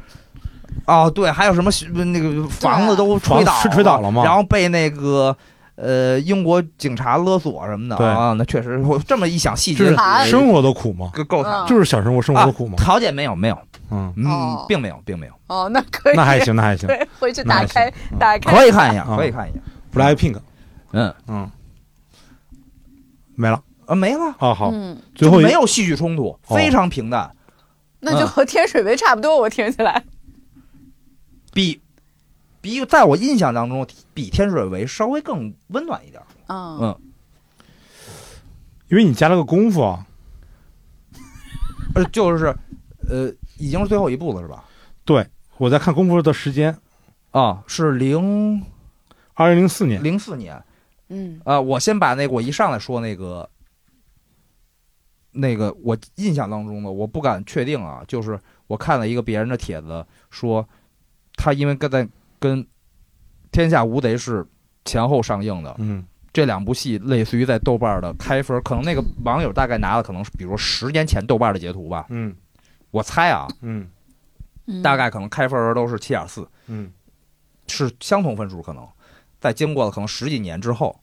A: 哦，对，还有什么那个房子都
C: 啊
A: 吹倒
B: 房子吹倒了吗
A: 然后被那个呃英国警察勒索什么的
B: 对
A: 啊，那确实，我这么一想细
B: 就
A: 节
B: 是
C: 惨
B: 生活的苦嘛，
A: 够够惨
C: 嗯。
B: 就是小生活生活的苦嘛。
A: 桃啊姐没有没有，
B: 嗯，
A: 嗯
C: 哦，
A: 并没有并没有，
C: 哦，那可以，
B: 那还行，那还行。
C: 对， 回去
B: 那还
C: 打开
B: 行嗯
C: 打开，
A: 可以看一眼，
B: 啊
A: 可以看一眼。
B: Blackpink，
A: 嗯
B: 嗯，没了
A: 啊，没了，
B: 啊，好，
C: 嗯，
B: 最后
A: 就
B: 一
A: 没有戏剧冲突，
B: 哦
A: 非常平淡。
C: 那就和天水围差不多，我听起来。
A: 比比在我印象当中，比天水围稍微更温暖一点。
C: 嗯，
A: 嗯，
B: 因为你加了个功夫啊。
A: 呃，就是呃，已经是最后一部了，是吧？
B: 我在看功夫的时间，
A: 啊，是零
B: 二零零四年，
A: 零四年
C: 嗯，
A: 啊。我先把那个我一上来说那个那个我印象当中的，我不敢确定啊，就是我看了一个别人的帖子说，他因为跟在跟《天下无贼》是前后上映的，
B: 嗯，
A: 这两部戏类似于在豆瓣的开分，可能那个网友大概拿了，可能是比如说十年前豆瓣的截图吧，
B: 嗯
A: 我猜啊，
B: 嗯
C: 嗯
A: 大概可能开分都是七点四，
B: 嗯
A: 是相同分数，可能在经过了可能十几年之后，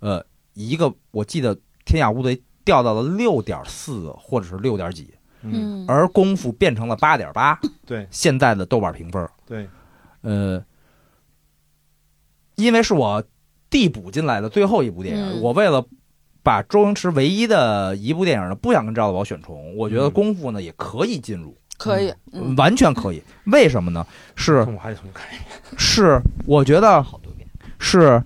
A: 呃，一个我记得《天下无贼》掉到了六点四或者是六点几，
B: 嗯，
C: 嗯，
A: 而《功夫》变成了八点八，
B: 对
A: 现在的豆瓣评分，
B: 对，
A: 呃，因为是我递补进来的最后一部电影，
C: 嗯
A: 我为了把周星驰唯一的一部电影呢，不想跟赵大宝选重，我觉得
B: 嗯
A: 《功夫呢》也可以进入，
C: 可以，嗯，
A: 完全可以。为什么呢？是
B: 我还得重看一遍。
A: 是，我觉得
B: 好多遍。
A: 是。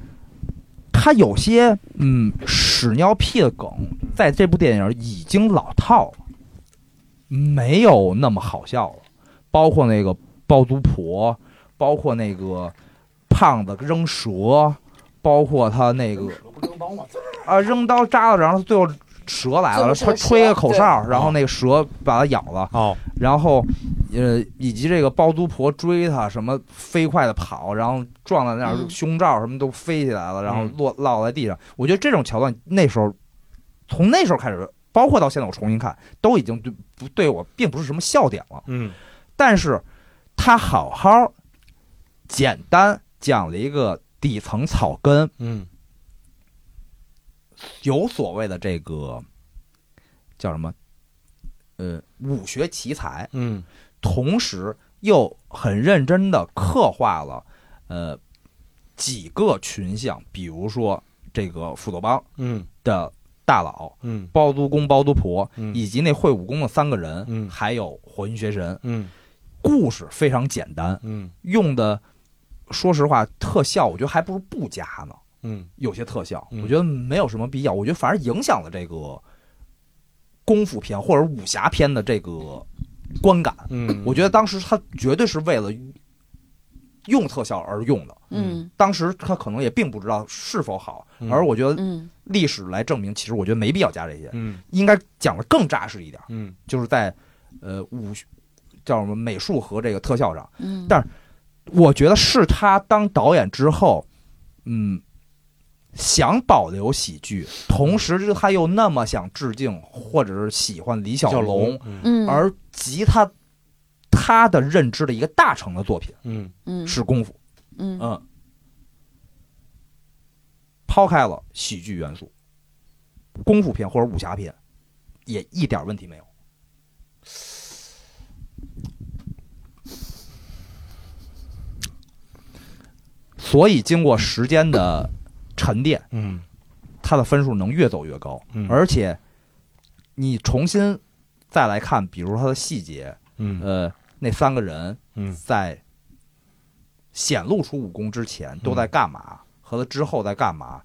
A: 他有些嗯屎尿屁的梗，在这部电影已经老套了，没有那么好笑了。包括那个包租婆，包括那个胖子扔蛇，包括他那个啊扔刀扎了，然后最后蛇来了，他
C: 最后是个
A: 吹个
C: 蛇
A: 口哨，然后那个蛇把他咬了，
B: 哦，
A: 然后呃以及这个包租婆追他，什么飞快的跑，然后撞到那儿，
C: 嗯
A: 胸罩什么都飞起来了，然后
B: 嗯
A: 落落在地上。我觉得这种桥段那时候从那时候开始，包括到现在我重新看，都已经对不对我并不是什么笑点了。
B: 嗯
A: 但是他好好简单讲了一个底层草根，
B: 嗯
A: 有所谓的这个叫什么，呃，武学奇才，
B: 嗯
A: 同时又很认真的刻画了呃几个群像，比如说这个斧头帮
B: 嗯
A: 的大佬。
B: 嗯
A: 包租公、包租婆，
B: 嗯
A: 以及那会武功的三个人，
B: 嗯
A: 还有火云邪神，
B: 嗯
A: 故事非常简单，
B: 嗯
A: 用的，说实话，特效我觉得还不如不加呢。
B: 嗯
A: 有些特效，
B: 嗯
A: 我觉得没有什么必要。我觉得反而影响了这个功夫片或者武侠片的这个观感。
B: 嗯，
A: 我觉得当时他绝对是为了用特效而用的，
C: 嗯
A: 当时他可能也并不知道是否好。
B: 嗯
A: 而我觉得
C: 嗯
A: 历史来证明，其实我觉得没必要加这些，
B: 嗯
A: 应该讲的更扎实一点，
B: 嗯
A: 就是在呃武叫什么美术和这个特效上。
C: 嗯，
A: 但我觉得是他当导演之后，嗯，想保留喜剧，同时他又那么想致敬或者是喜欢李小龙，，
B: 嗯
C: 嗯
A: 而集他他的认知的一个大成的作品
B: 嗯
C: 嗯
A: 是《功夫》，
C: 嗯
A: 嗯，抛开了喜剧元素，功夫片或者武侠片也一点问题没有。所以经过时间的沉淀，
B: 嗯
A: 他的分数能越走越高，
B: 嗯
A: 而且你重新再来看，比如他的细节，
B: 嗯
A: 呃，那三个人
B: 嗯
A: 在显露出武功之前都在干
B: 嗯
A: 嘛，和他之后在干嘛，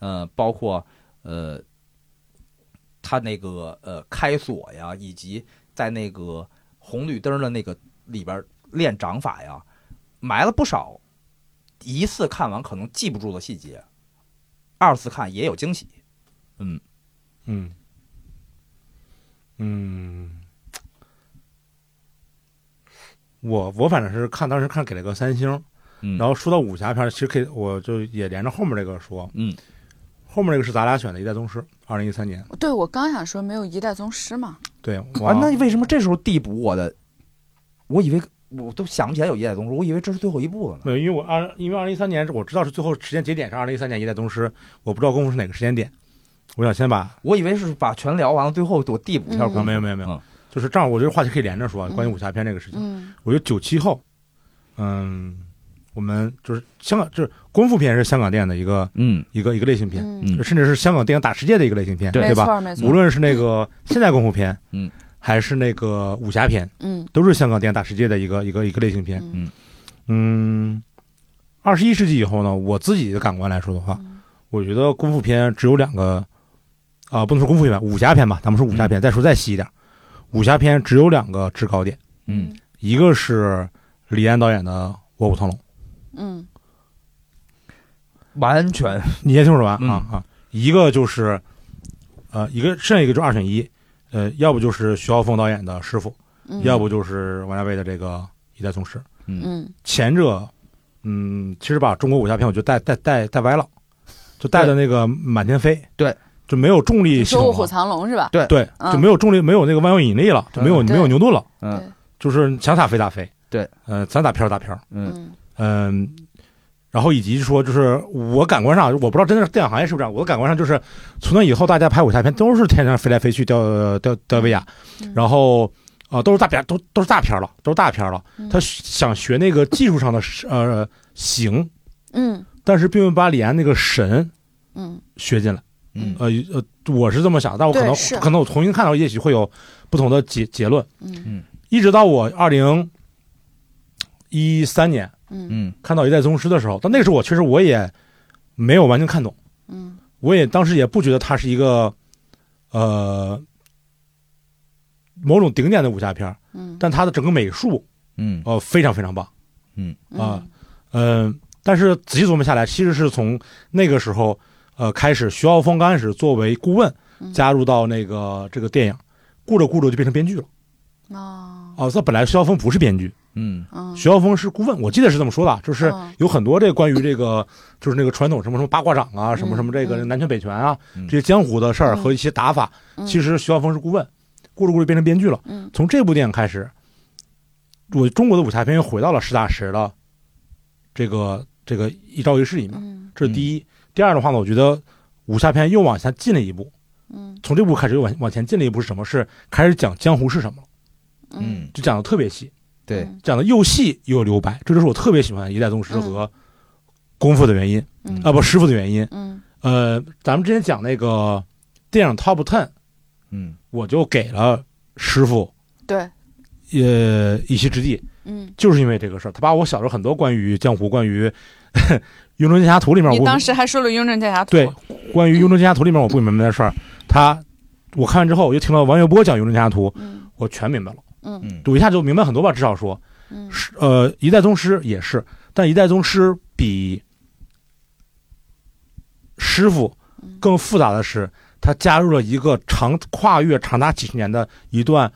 A: 呃，包括呃，他那个呃开锁呀，以及在那个红绿灯的那个里边练掌法呀，埋了不少一次看完可能记不住的细节，二次看也有惊喜。
B: 嗯嗯，我我反正是看当时看给了个三星，
A: 嗯，
B: 然后说到武侠片儿，其实可以，我就也连着后面这个说。
A: 嗯，
B: 后面这个是咱俩选的《一代宗师》，二零一三年。
C: 对，我刚想说没有一代宗师嘛，
B: 对，
A: 啊
B: 哇，，
A: 那为什么这时候递补我的？我以为我都想不起来有一代宗师，我以为这是最后一部了呢。
B: 没有，因为我二，因为二零一三年我知道是最后时间节点是二零一三年《一代宗师》，我不知道功夫是哪个时间点。我想先把
A: 我以为是把全聊完了，最后我递补一下
B: 啊，
C: 嗯
A: 功夫。
B: 没有没有没有，
A: 嗯
B: 就是这样，我觉得话题可以连着说，啊
C: 嗯
B: 关于武侠片这个事情。
C: 嗯
B: 我觉得九七后，嗯，我们就是香港，就是功夫片是香港电影的一个
A: 嗯
B: 一个一个类型片，
C: 嗯，
A: 嗯
B: 甚至是香港电影打世界的一个类型片，
A: 对
C: 没
B: 对吧？
C: 错没错，
B: 无论是那个现代功夫片，
A: 嗯，
B: 还是那个武侠片，
C: 嗯
B: 都是香港电影大世界的一个一个一个类型片。
C: 嗯
B: 嗯，二十一世纪以后呢，我自己的感官来说的话，
C: 嗯
B: 我觉得功夫片只有两个，啊、不能说功夫片吧，武侠片吧，咱们说武侠
C: 嗯
B: 片，再说再细一点，武侠片只有两个制高点，
A: 嗯
B: 一个是李安导演的《卧虎藏龙》，
C: 嗯
A: 完全
B: 你先听我说完、
A: 嗯
B: 啊啊，一个就是，呃，一个剩下一个就是二选一，呃，要不就是徐浩峰导演的《师傅》，
C: 嗯，
B: 要不就是王家卫的这个《一代宗师》。
C: 嗯
B: 前者，嗯，其实把中国武侠片我就带带带带歪了，就带的那个满天飞，
A: 对，
B: 就没有重力
C: 你
B: 系
C: 说《卧
B: 统
C: 虎
B: 了，
C: 藏龙》是吧？
B: 对，
C: 嗯
B: 就没有重力，没有那个万有引力了，就没有
A: 对
B: 没有牛顿了，
A: 嗯
B: 就是想咋飞咋飞，
A: 对，
B: 呃，想打飘打飘，
A: 嗯
C: 嗯
B: 嗯。然后以及说，就是我感官上，我不知道真的电影行业是不是这样。我的感官上就是，从那以后大家拍武侠片都是天上飞来飞去，吊吊吊威亚，
C: 嗯
B: 然后啊、呃都是大片，都都是大片了，都是大片了。
C: 嗯
B: 他想学那个技术上的呃形，
C: 嗯
B: 但是并没有把李安那个神
C: 嗯
B: 学进来。
A: 嗯
B: 呃呃，我是这么想，但我可能
C: 对是啊
B: 可能我重新看到，也许会有不同的结结论。
C: 嗯
B: 一直到我二零一三年
C: 嗯
A: 嗯
B: 看到《一代宗师》的时候，但那个时候我确实我也没有完全看懂，
C: 嗯
B: 我也当时也不觉得它是一个呃某种顶点的武侠片儿，
C: 嗯，
B: 但它的整个美术
A: 嗯
B: 呃非常非常棒。啊
C: 嗯
B: 嗯，但是仔细琢磨下来，其实是从那个时候，呃，开始徐浩峰刚开始作为顾问
C: 嗯
B: 加入到那个这个电影，顾着顾着就变成编剧了。
C: 哦
B: 哦，这本来徐浩峰不是编剧，
A: 嗯
C: 嗯
B: 徐浩峰是顾问，我记得是这么说的，哦就是
C: 嗯
B: 有很多这关于这个 就是那个传统什么什么八卦掌啊，什么什么这个
C: 嗯
B: 南拳北拳啊
A: 嗯
B: 这些江湖的事儿
C: 嗯
B: 和一些打法，
C: 嗯
B: 其实徐浩峰是顾问，顾着顾着变成编剧了。
C: 嗯
B: 从这部电影开始，我中国的武侠片又回到了实打实的这个这个一招一式里面，
C: 嗯
B: 这是第一。第二的话呢，我觉得武侠片又往下进了一步，
C: 嗯
B: 从这部开始又往往前进了一步是什么？是开始讲江湖是什么了，
C: 嗯
A: 嗯，
B: 就讲的特别细，
A: 对，
B: 讲的又细又有留白，这就是我特别喜欢《一代宗师》和功夫的原因啊、
C: 嗯
B: 不师傅的原因。
C: 嗯
B: 呃，咱们之前讲那个电影 Top Ten，
A: 嗯
B: 我就给了师傅
C: 对
B: 呃一席之地。
C: 嗯。
B: 就是因为这个事儿，他把我小时候很多关于江湖、关于《 雍正剑侠图》里面
C: 你
B: 我
C: 当时还说了《雍正剑侠图》
B: 对关于《雍正剑侠图》里面我不明白的事儿，他我看完之后，我就听了王玥波讲《雍正剑侠图》，
C: 嗯
B: 我全明白了，
C: 嗯
A: 嗯
B: 我一下就明白很多吧，至少说
C: 嗯
B: 是呃，一代宗师也是，但一代宗师比师傅
C: 嗯
B: 更复杂的是，他加入了一个长跨越长达几十年的一段，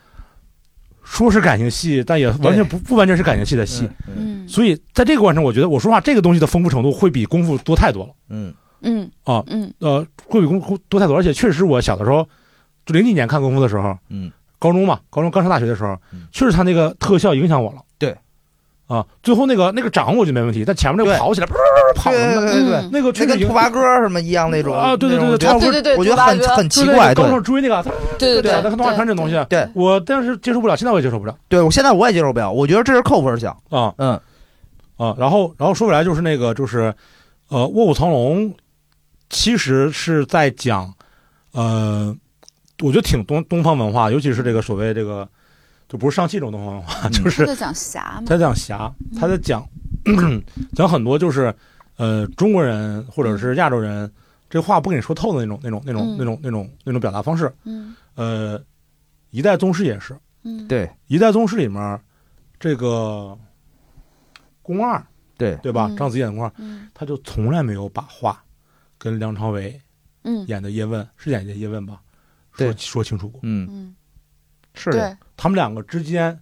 B: 说是感情戏，但也完全不不完全是感情戏的戏。
A: 嗯
C: 嗯
B: 所以在这个过程中，我觉得我说话这个东西的丰富程度会比功夫多太多了，
A: 嗯
C: 嗯
B: 啊
C: 嗯
B: 呃，会比功夫多太多，而且确实我小的时候，就零几年看功夫的时候，
A: 嗯
B: 高中嘛，高中刚上大学的时候
A: 嗯，
B: 确实他那个特效影响我了。
A: 对，
B: 啊，最后那个那个掌我就没问题，但前面那个
A: 对
B: 跑起来，跑什么的，
A: 对嗯对，
B: 那个确实
A: 这跟
B: 影
A: 兔八哥什么一样那种
B: 啊对对对
A: 那种
B: 对
A: 我觉
C: 啊嗯对对对，
A: 得我觉得
C: 猪八哥
A: 很很
B: 就
A: 奇
B: 是那个
A: 怪，
B: 高
A: 对
B: 中追那个，
C: 对对
B: 打的跟动画片这东西，啊
A: 对
B: 我但是接受不了，现在我也接受不了
A: 对，我现在我也接受不了，我觉得这是扣分项，
B: 啊
A: 嗯
B: 啊。然后然后说回来就是那个就是，呃，《卧虎藏龙》其实是在讲，呃，我觉得挺东东方文化，尤其是这个所谓这个，就不是上汽这种东方文化，
A: 嗯
B: 就是
C: 他在讲侠嘛，
B: 他在讲侠，他在讲 讲很多就是呃中国人或者是亚洲人这话不给你说透的那种那种那种
C: 嗯
B: 那种那种那种表达方式。
C: 嗯
B: 呃，一代宗师也是，
C: 嗯，
A: 对
B: 一代宗师里面这个宫二
A: 对，
B: 对吧？
C: 嗯
B: 章子怡演的宫二，
C: 嗯
B: 他就从来没有把话跟梁朝伟
C: 嗯
B: 演的叶问是演的叶问吧？
A: 对
B: 说说清楚过，
A: 嗯，
C: 嗯，
A: 是的，
C: 对，
B: 他们两个之间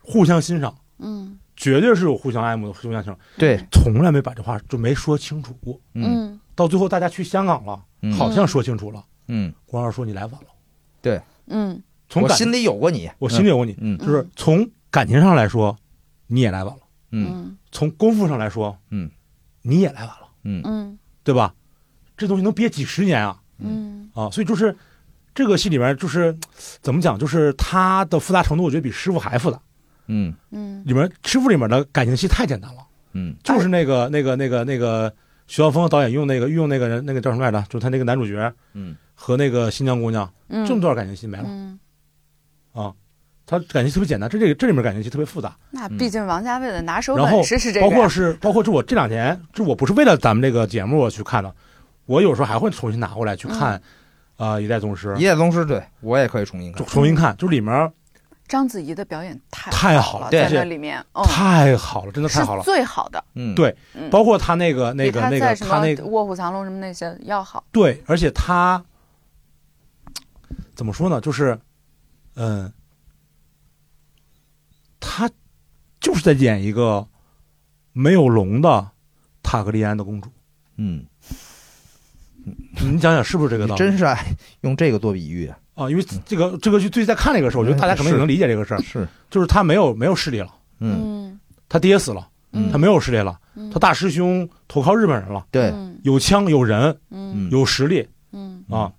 B: 互相欣赏，
C: 嗯
B: 绝对是有互相爱慕的、互相欣赏，
A: 对，
B: 从来没把这话就没说清楚过。
A: 嗯
C: 嗯
B: 到最后大家去香港了，
A: 嗯
B: 好像说清楚了，
A: 嗯，
B: 关二说你来晚了，
C: 嗯，
B: 从
A: 我
B: 感
A: 心里有过你，
B: 我心里有你，
A: 嗯，
C: 嗯
B: 就是从感情上来说，你也来晚了；
A: 嗯
C: 嗯
B: 从功夫上来说，
A: 嗯，
B: 你也来晚了，
A: 嗯嗯
C: 嗯
B: 对吧？这东西能憋几十年啊！
C: 嗯
B: 啊，所以就是这个戏里面就是怎么讲，就是它的复杂程度，我觉得比师傅还复杂。
A: 嗯
C: 嗯
B: 里面师傅里面的感情戏太简单了，
A: 嗯
B: 就是那个、那个那个那个徐浩峰导演用那个用那个人那个叫什么来着？就他那个男主角
A: 嗯
B: 和那个新疆姑娘，
C: 嗯，
B: 这么多感情戏没了、
C: 嗯，
B: 啊。他感情戏特别简单，这这个这里面感情戏特别复杂，
C: 那毕竟王家卫的拿手
B: 然后
C: 本事是这个
B: 包
C: 呀，
B: 括是包括是我这两天，这我不是为了咱们这个节目我去看的，我有时候还会重新拿过来
C: 嗯
B: 去看，啊、一代宗师
A: 一》，代宗师，对我也可以重新
B: 就
A: 看，
B: 重新看，就里面
C: 章子怡的表演太
B: 太
C: 好
B: 好了
C: 在
A: 对
C: 那里面，嗯，
B: 太好了，真的
C: 是
B: 太好了。
C: 最好的，
A: 嗯，
B: 对
C: 嗯
B: 包括他那个那
C: 比
B: 个
C: 他
B: 那
C: 在
B: 个
C: 什
B: 他
C: 么
B: 那
C: 《
B: 个
C: 卧虎藏龙》什么那些要好，
B: 对，而且他怎么说呢？就是，嗯、他就是在演一个没有龙的塔格利安的公主。
A: 嗯，
B: 你想想是不是这个
A: 你
B: 道理？
A: 嗯真是爱用这个做比喻啊，
B: 啊，因为这个这个剧最近在看这个时候，
A: 嗯
B: 我觉得大家可能也能理解这个事儿，
A: 是，
B: 就是他没有没有势力了，
A: 嗯
C: 嗯
B: 他爹死了，
A: 嗯
B: 他没有势力了，
C: 嗯
B: 他大师兄投靠日本人了，
A: 对，
C: 嗯
B: 有枪有人
C: 嗯
B: 有实力
C: 嗯
B: 啊，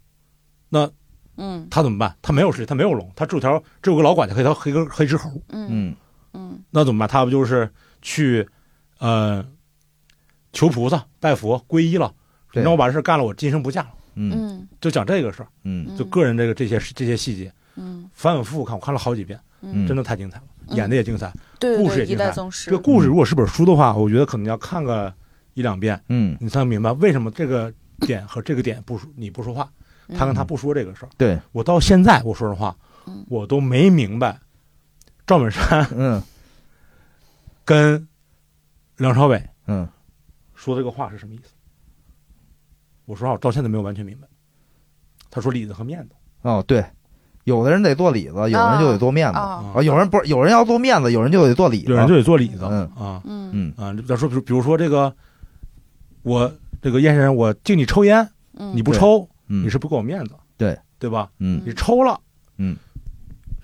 C: 嗯
B: 他怎么办？他没有实力，他没有龙，他只有条只有个老管家和一条黑根黑只猴，
C: 嗯
A: 嗯
C: 嗯
B: 那怎么办？他不就是去呃求菩萨、拜佛、皈依了？
A: 对
B: 你让我把这事干了，我今生不嫁了。
A: 嗯
C: 嗯
B: 就讲这个事儿，
A: 嗯
B: 就个人这个这些这些细节，
C: 嗯
B: 反反复复看，我看了好几遍，
A: 嗯
B: 真的太精彩了，
C: 嗯
B: 演的也精彩。
C: 对对
B: 故事
C: 对，
B: 也
C: 一
B: 精
C: 代
B: 彩
C: 宗
B: 这
C: 师
B: 个，故事如果是本书的话，我觉得可能要看个一两遍，
A: 嗯，
B: 你才能明白为什么这个点和这个点不说你不说话，他跟他不说这个事儿。
A: 对，
B: 我到现在，我说实话
C: 嗯，
B: 我都没明白赵本山
A: 嗯
B: 跟梁朝伟
A: 嗯
B: 说这个话是什么意思。我说实话啊我到现在没有完全明白。他说里子和面子，
A: 哦对，有的人得做里子，有人就得做面子啊，
C: 啊
B: 啊
A: 有人不是有人要做面子，有人就得做里子，
B: 有人就得做里子
A: 嗯
B: 啊
C: 嗯
A: 嗯
B: 啊！咱说，比如比如说这个，我这个燕先生，我敬你抽烟，
C: 嗯
B: 你不抽，
A: 嗯
B: 你是不给我面子，
A: 对
B: 对吧？
A: 嗯
B: 你抽了，
A: 嗯，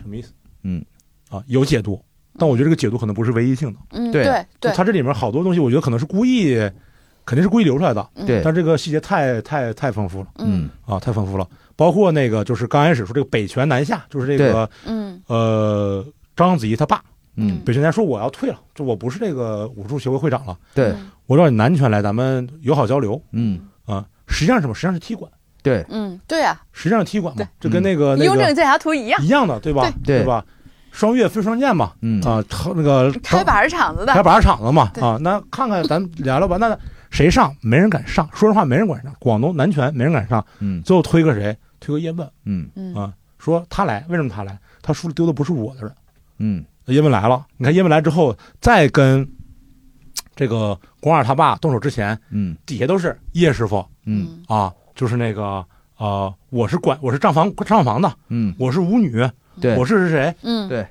B: 什么意思？
A: 嗯
B: 啊，有解读，但我觉得这个解读可能不是唯一性的。
C: 嗯
A: 对
B: 就
C: 对嗯对
B: 他这里面好多东西，我觉得可能是故意，肯定是故意留出来的，
C: 嗯
A: 对
B: 但这个细节太太太丰富了。
A: 嗯
C: 嗯
B: 啊，太丰富了。包括那个就是刚开始说这个北拳南下，就是这个
C: 嗯
B: 呃章子怡她爸
A: 嗯
B: 北拳南说我要退了，就我不是这个武术协会会长了，
A: 对
C: 嗯
B: 我让你南拳来咱们友好交流
A: 嗯
B: 啊。实际上是什么？实际上是踢馆，
A: 对
C: 嗯对啊，
B: 实际上是踢馆嘛
C: 对，嗯
B: 就跟呃那个、
C: 《
B: 那
C: 雍正
B: 个
C: 剑侠图》一样，
B: 一样的，对吧？
A: 对
B: 吧？双月飞双剑嘛，
A: 嗯
B: 啊，他那个
C: 开板儿场子的
B: 开，靶场子嘛，
C: 对
B: 啊，那看看咱们聊聊吧。那谁上？没人敢上，说实话没人敢上。广东南拳没人敢上，
A: 嗯
B: 最后推个谁？推个叶问。
A: 嗯
C: 嗯
B: 啊，说他来，为什么他来？他书里丢的不是我的人。
A: 嗯
B: 叶问来了，你看叶问来之后，再跟这个广二他爸动手之前，
A: 嗯
B: 底下都是叶师傅
A: 嗯
B: 啊，就是那个呃，我是管我是账房账房的，
A: 嗯，
B: 我是舞女，
A: 对，
B: 我是谁？
C: 嗯
A: 对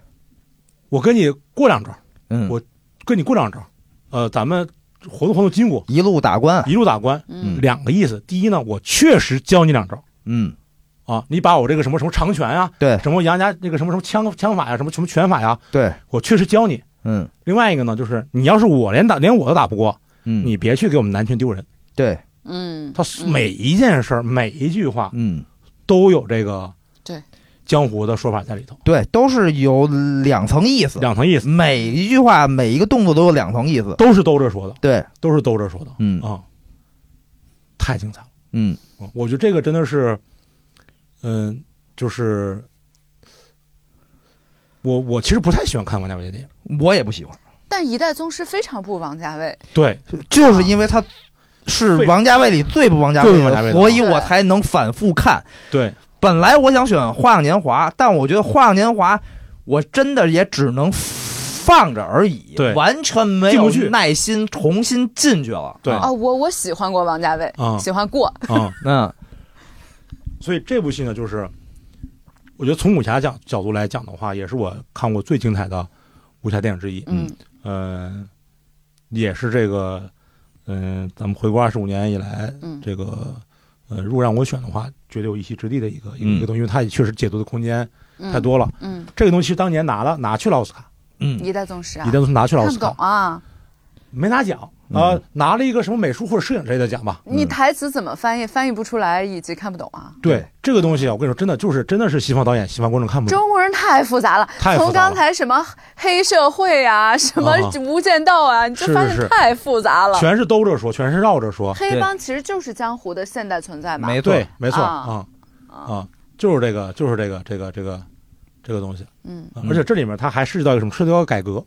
B: 我跟你过两招，
A: 嗯
B: 我跟你过两招，呃，咱们活动活动筋骨，
A: 一路打官，
B: 一路打关，
C: 嗯
B: 两个意思。第一呢，我确实教你两招
A: 嗯
B: 啊，你把我这个什么什么长拳啊，
A: 对
B: 什么杨家那个什么什么枪枪法呀、什么什么拳法呀、
A: 对，
B: 我确实教你。
A: 嗯
B: 另外一个呢，就是你要是我连打连我都打不过，
A: 嗯，
B: 你别去给我们南拳丢人。
A: 对，
C: 嗯，
B: 他
C: 嗯
B: 每一件事儿、每一句话
A: 嗯
B: 都有这个
C: 对
B: 江湖的说法在里头，
A: 对，都是有两层意思，
B: 两层意思，
A: 每一句话每一个动作都有两层意思，
B: 都是兜着说的，
A: 对，
B: 都是兜着说的
A: 嗯
B: 啊、太精彩了！
A: 嗯
B: 我觉得这个真的是，嗯，就是我我其实不太喜欢看王家卫的电影，
A: 我也不喜欢，
C: 但《一代宗师》非常不王家卫，
B: 对，
A: 就是因为他是王家卫里最不王家卫
B: 最不王家卫
A: 的，
B: 的
A: 所以我才能反复看。
B: 对，
A: 本来我想选《花样年华》，但我觉得《花样年华》我真的也只能放着而已，
B: 对
A: 完全没
B: 进
A: 有
B: 不去
A: 耐心重新进去了。
B: 对
A: 啊
C: 哦，我我喜欢过王家卫，
B: 啊
C: 喜欢过，
B: 啊，
A: 嗯
B: 所以这部戏呢，就是我觉得从武侠角角度来讲的话，也是我看过最精彩的武侠电影之一。
C: 嗯
B: 呃，也是这个，嗯、咱们回国二十五年以来，
C: 嗯
B: 这个，呃，如果让我选的话，绝对有一席之地的一个一个
A: 嗯
B: 一个东西，因为它也确实解读的空间
C: 嗯，
B: 太多了。
C: 嗯，
B: 这个东西当年拿了拿去了奥斯卡，
A: 嗯，
C: 《一代宗师》啊
B: 李，丹东拿去了奥
C: 看
B: 斯
C: 不懂
B: 卡，
C: 啊，
B: 没拿奖
A: 嗯
B: 啊、呃拿了一个什么美术或者摄影之类的奖吧。
C: 你台词怎么翻译，翻译不出来，以及看不懂啊。
B: 对这个东西啊，我跟你说，真的就是真的是西方导演、西方观众看不懂。
C: 中国人太复杂了，
B: 嗯太复杂了
C: 从刚才什么黑社会啊，什么
B: 啊
C: 无间道啊，你就是发
B: 是
C: 现太复杂了。
B: 全是兜着说，全是绕着说，
C: 黑帮其实就是江湖的现代存在嘛。
A: 没错，
B: 对，没错
C: 啊
B: 啊啊，就是这个，就是这个，这个，这个，这个东西。
C: 嗯
B: 啊
A: 嗯
B: 而且这里面它还涉及到一个什么？涉及到改革，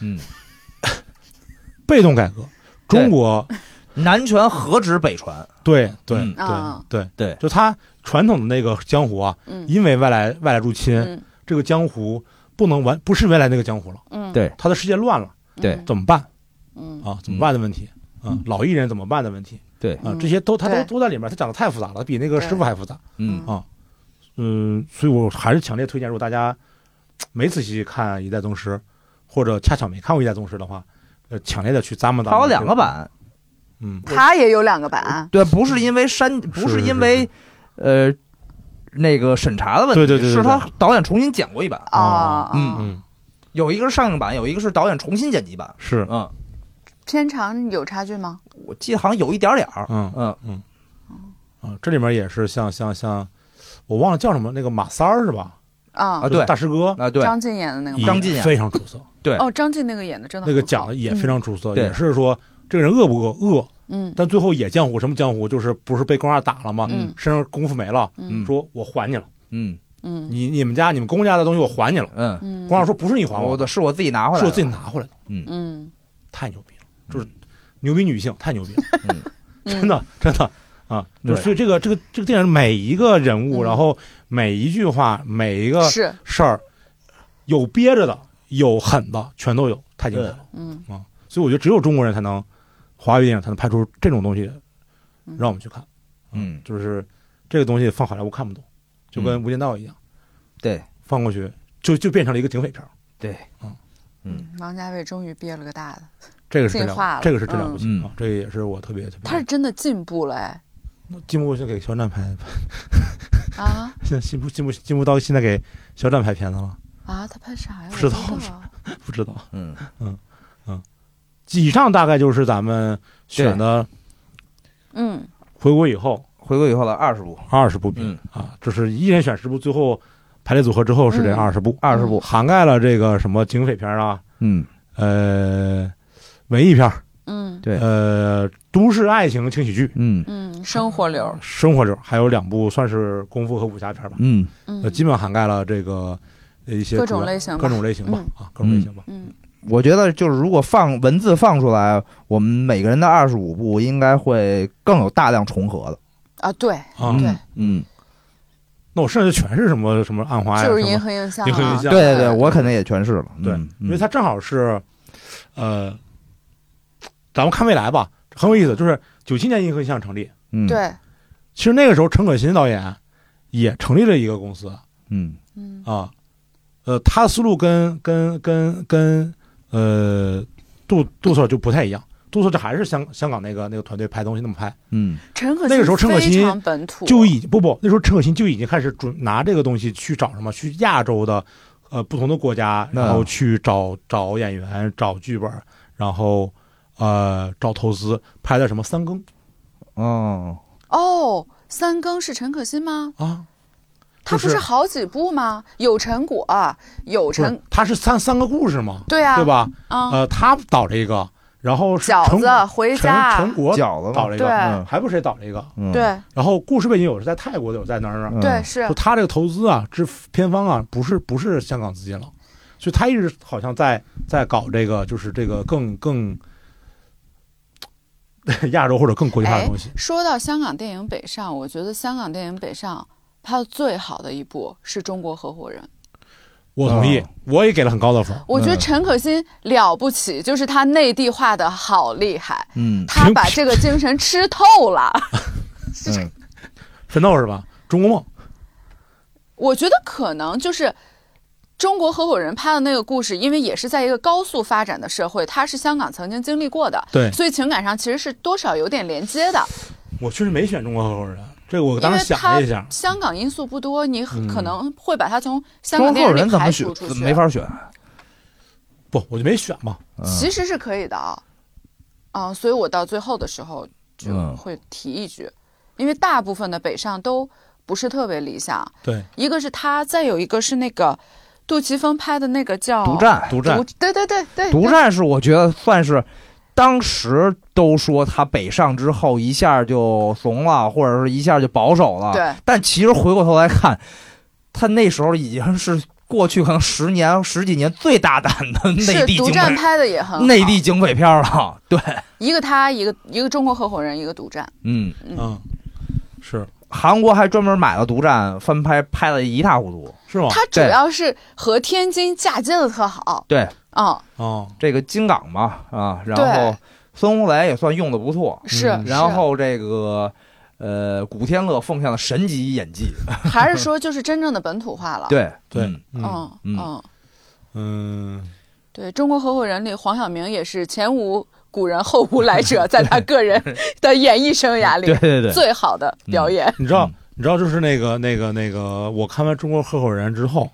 A: 嗯，
B: 被动改革。
A: 对
B: 中国，
A: 南拳何止北拳，
B: 对对
A: 嗯
C: 啊
B: 对对
A: 对
B: 就它传统的那个江湖啊，
C: 嗯
B: 因为外来外来入侵，
C: 嗯
B: 这个江湖不能完，不是原来那个江湖了，
C: 嗯，
A: 对
B: 它的世界乱了，
A: 对
B: 怎么办
C: 嗯，
B: 啊？怎么办的问题啊？老艺人怎么办的问题
A: 对，
B: 啊
C: 嗯？
B: 这些都它都
C: 对
B: 都在里面，它讲的太复杂了，比那个
C: 对
B: 师傅还复杂。
A: 嗯
B: 啊，嗯，所以我还是强烈推荐，如果大家没仔细看《一代宗师》，或者恰巧没看过《一代宗师》的话，呃，强烈的去咂摸咂
A: 它
B: 摸。
A: 有两个，版，
B: 嗯，
C: 他也有两个版，
A: 对，不是因为删，不
B: 是是
A: 是因为呃那个审查的问题，
B: 对对对对
A: 是
B: 对
A: 他导演重新剪过一版，
C: 啊，
B: 嗯
C: 啊
B: 嗯，
A: 有一个是上映版，有一个是导演重新剪辑版。
B: 是，
A: 嗯，
C: 片长有差距吗？
A: 我记得好像有一点点儿。
B: 嗯
A: 嗯，
B: 啊，这里面也是像像像，我忘了叫什么，那个马三儿是吧？
C: 啊
A: 啊，对
B: 大师哥
A: 啊对，
C: 张晋演的那个
B: 也
C: 吗？
A: 张晋演啊
B: 非常出 色，
A: 对
C: 哦，张晋那个演的真的
B: 那个
C: 很好
B: 讲的也非常出色，
A: 嗯对
B: 也是说这个人恶不恶？恶，
C: 嗯
B: 但最后也江湖，什么江湖？就是不是被公二打了吗？
C: 嗯
B: 身上功夫没了，
A: 嗯
B: 说我还你了，
A: 嗯
C: 嗯
B: 你你们家你们公家的东西我还你了。
A: 嗯，
C: 嗯
B: 公二说不是你还
A: 我的是我自己拿回来
B: 是
A: 的，
B: 我自己拿回来的，
C: 嗯
B: 太牛逼了，就是牛逼女性，太牛逼了，
A: 嗯
B: 真的真的啊！就
A: 对
B: 是所以这个这个这个电影每一个人物，
C: 嗯
B: 然后每一句话，每一个
C: 是
B: 事儿，有憋着的，有狠的，全都有，太精彩了。
C: 嗯
B: 所以我觉得只有中国人才能，华语电影才能拍出这种东西，
C: 嗯
B: 让我们去看。啊
A: 嗯，
B: 就是这个东西放好莱坞看不懂，就跟《无间道》一样，
A: 对
B: 放过去就就变成了一个警匪片儿。
A: 对，
C: 嗯，王家卫终于憋了个大的，
B: 这个是真
C: 进化
B: 了
C: 了，
B: 这个是真了不起、
A: 嗯
B: 啊！这个也是我特别特别。
C: 他是真的进步了哎
B: 进步就给肖战拍，嗯
C: 啊
B: 现在进步进步进步到现在给肖战拍片 子了，
C: 啊！他拍啥呀？
B: 不知道
C: 我不知道啊
B: 不知道。
A: 嗯，
B: 以上大概就是咱们选的
C: 嗯
B: 回国以后
A: 回归以后的二十部，
B: 二十部片、
A: 嗯，
B: 啊，就是一人选十部，最后排列组合之后是这
C: 嗯
B: 二十部，
A: 二十部，
B: 涵盖了这个什么警匪片啊，
A: 嗯，
B: 呃，文艺片，
C: 嗯
A: 对
B: 呃，都市爱情轻喜剧。
A: 嗯
C: 嗯，生活流，
B: 生活流还有两部算是功夫和武侠片吧，
A: 嗯
C: 嗯
B: 呃，基本涵盖了这个呃一些
C: 各种
B: 主要
C: 类型吧
B: 各种类型吧，啊，各种类型吧，
C: 嗯
A: 我觉得就是如果放文字放出来，我们每个人的二十五部应该会更有大量重合的。
C: 啊，对
B: 啊，
C: 对，
A: 嗯，
B: 那我剩下的全是什么什么暗花呀，
C: 就是
B: 什
C: 银
B: 么，
C: 河映像
B: 银河
C: 啊
B: 映像
A: 对对对，我肯定也全是了。
B: 对
A: 嗯，
B: 因为它正好是，呃，咱们看未来吧，很有意思。就是九七年银河映像成立，
A: 嗯，
C: 对，
B: 其实那个时候陈可辛导演也成立了一个公司
A: 嗯
C: 嗯
B: 啊，呃，他的思路跟跟跟跟呃杜杜朔就不太一样。杜朔这还是香香港那个那个团队拍东西那么拍，
A: 嗯
C: 陈可辛
B: 那个时候陈可辛
C: 非常本土，
B: 就已不不那时候陈可辛就已经开始准拿这个东西去找什么去亚洲的呃不同的国家，
A: 那
B: 然后去找找演员、找剧本，然后呃找投资，拍的什么三更
A: 嗯哦，
C: 哦，三更是陈可辛吗？
B: 啊，
C: 他
B: 就
C: 不
B: 是
C: 是好几部吗？有陈果，有
B: 不是
C: 陈，
B: 他是三三个故事嘛，
C: 对啊，
B: 对？吧？呃
C: 啊，
B: 呃，他导了一个，然后是
C: 饺
B: 陈
C: 子回
B: 陈
C: 家，
B: 陈果
A: 饺子
B: 倒
A: 嘛
B: 了一
C: 对
B: 个，
A: 嗯
B: 还不是谁倒了一个。
A: 嗯，
C: 对
B: 然后故事背景有是在泰国的，有在哪儿哪啊儿哪儿。
A: 嗯
C: 对是
B: 就，他这个投资啊，这偏方啊，不是不是香港资金了，所以他一直好像在在搞这个，就是这个更更 亚洲或者更国
C: 哎
B: 际化的东西。
C: 说到香港电影北上，我觉得香港电影北上它最好的一部是中国合伙人。
B: 我同
C: 啊
B: 意，
A: 哦
B: 我也给了很高的分儿。
C: 我觉得
A: 嗯
C: 陈可辛了不起，就是他内地化的好厉害，
A: 嗯
C: 他把这个精神吃透了。
A: 嗯
B: 奋斗是吧？中国梦，
C: 我觉得可能就是中国合伙人拍的那个故事，因为也是在一个高速发展的社会，它是香港曾经经历过的，
B: 对
C: 所以情感上其实是多少有点连接的。
B: 我确实没选中国合伙人，这个我
C: 因
B: 当
C: 为
B: 时想
C: 它
B: 了一下，
C: 香港因素不多，你
B: 嗯
C: 很可能会把它从香港
A: 中
C: 电
A: 后
C: 影
A: 人
C: 里
A: 怎
C: 排
A: 么选
C: 除出？去，
A: 没，法选。啊
B: 不，我就没选嘛。
A: 嗯
C: 其实是可以的啊。嗯，所以我到最后的时候就
A: 嗯
C: 会提一句，因为大部分的北上都不是特别理想，
B: 对，
C: 一个是他，再有一个是那个杜琪峰拍的那个叫
A: 嗯独占，
B: 独占
C: 独，对对对哦对，
A: 独
C: 对
A: 占是我觉得算是。当时都说他北上之后一下就怂了，或者是一下就保守了。
C: 对，
A: 但其实回过头来看，他那时候已经是过去可能十年、十几年最大胆的内
C: 是
A: 地
C: 独
A: 警
C: 占
A: 匪、
C: 拍的也很好。
A: 内地警匪片了。对，
C: 一个他，一个一个中国合伙人，一个独占。
A: 嗯，
B: 嗯，是
A: 韩国还专门买了独占翻拍，拍的一塌糊涂。
B: 是吗？
C: 他主
A: 对
C: 要是和天津嫁接的特好。
A: 对，
C: 嗯，
B: 哦，
A: 这个金港嘛，啊，然
C: 对
A: 后孙红雷也算用的不错，
C: 是。
B: 嗯
C: 是
A: 然后这个呃古天乐奉献了神级演技，
C: 还是说就是真正的本土化了。，
A: 对
B: 对
A: 嗯，
B: 嗯
C: 嗯
A: 嗯
C: 嗯，
B: 嗯，
C: 对中国合伙人里，黄晓明也是前无古人后无来者，在他个人的演艺生涯里
A: 对对对，
C: 最好的表演。
B: 你知道
A: 嗯，
B: 你知道，就是那个那个那个，我看完《中国合伙人》之后。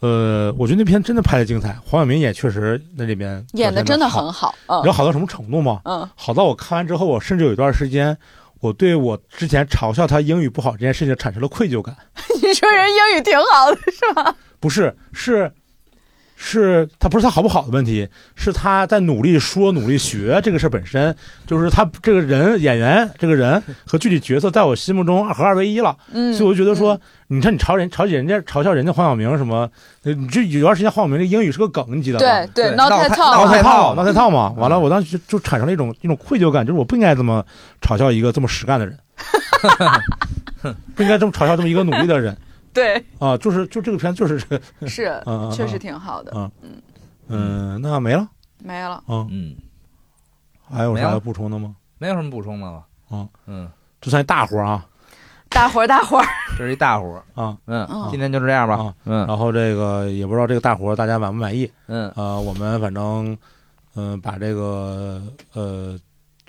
B: 呃，我觉得那片真的拍的精彩，黄晓明也确实在里边
C: 演的
B: 表现
C: 真
B: 得
C: 的
B: 好
C: 很好，
B: 你知道
C: 嗯
B: 好到什么程度吗？
C: 嗯，
B: 好到我看完之后，我甚至有一段时间，我对我之前嘲笑他英语不好这件事情产生了愧疚感。
C: 你说人英语挺好的，
B: 不是，是是他不是他好不好的问题，是他在努力说、努力学这个事儿本身，就是他这个人演员这个人和具体角色在我心目中二合二为一了，
C: 嗯，
B: 所以我就觉得说，你看你嘲人嘲人家嘲笑人家黄晓明什么，呃你这有段时间黄晓明这英语是个梗，你记得吗？
C: 对对
A: 对
C: ，not
A: 闹
C: at
A: 太
C: all，
A: 闹
B: 闹
A: 太
B: 太
A: 套嗯
B: 套，闹太套嘛。完了，我当时就就产生了一种一种愧疚感，就是我不应该这么嘲笑一个这么实干 的人，不应该这么嘲笑这么一个努力的人
C: 对，
B: 啊！就是就这个片就是这个，
C: 是
B: 嗯嗯
C: 确实挺好的
B: 嗯，嗯，那没了
C: 没了。
B: 啊。
A: 嗯，
B: 还有
A: 没
B: 啥
A: 了
B: 要补充的吗？
A: 没有什么补充的了。
B: 嗯
A: 嗯，
B: 这算一大活儿啊
C: 大伙儿，大伙儿，
A: 这是一大活儿。
B: 啊！
A: 嗯
C: 嗯，
A: 今天就这样吧
B: 啊。
A: 嗯
B: 然后这个也不知道这个大活儿大家满不满意
A: 嗯，
B: 啊？我们反正嗯、把这个呃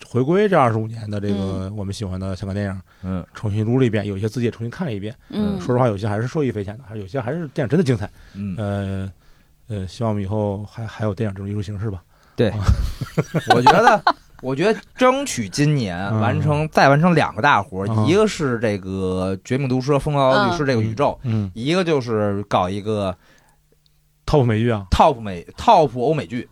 B: 回归这二十五年的这个
C: 嗯
B: 我们喜欢的香港电影
A: 嗯，
B: 重新撸了一遍，有一些自己也重新看了一遍。
C: 嗯，
B: 说实话，有些还是受益匪浅的，还有些还是电影真的精彩。
A: 嗯，
B: 呃呃，希望我们以后还还有电影这种艺术形式吧。
A: 对，我觉得， 我觉得争取今年
B: 嗯
A: 完成再完成两个大活
B: 嗯
A: 儿，一个是这个《绝命毒师》《疯狂律师》这个宇宙，
B: 嗯
A: 一个就是搞一个
B: ，Top 美剧啊，
A: top 美 top 欧美剧。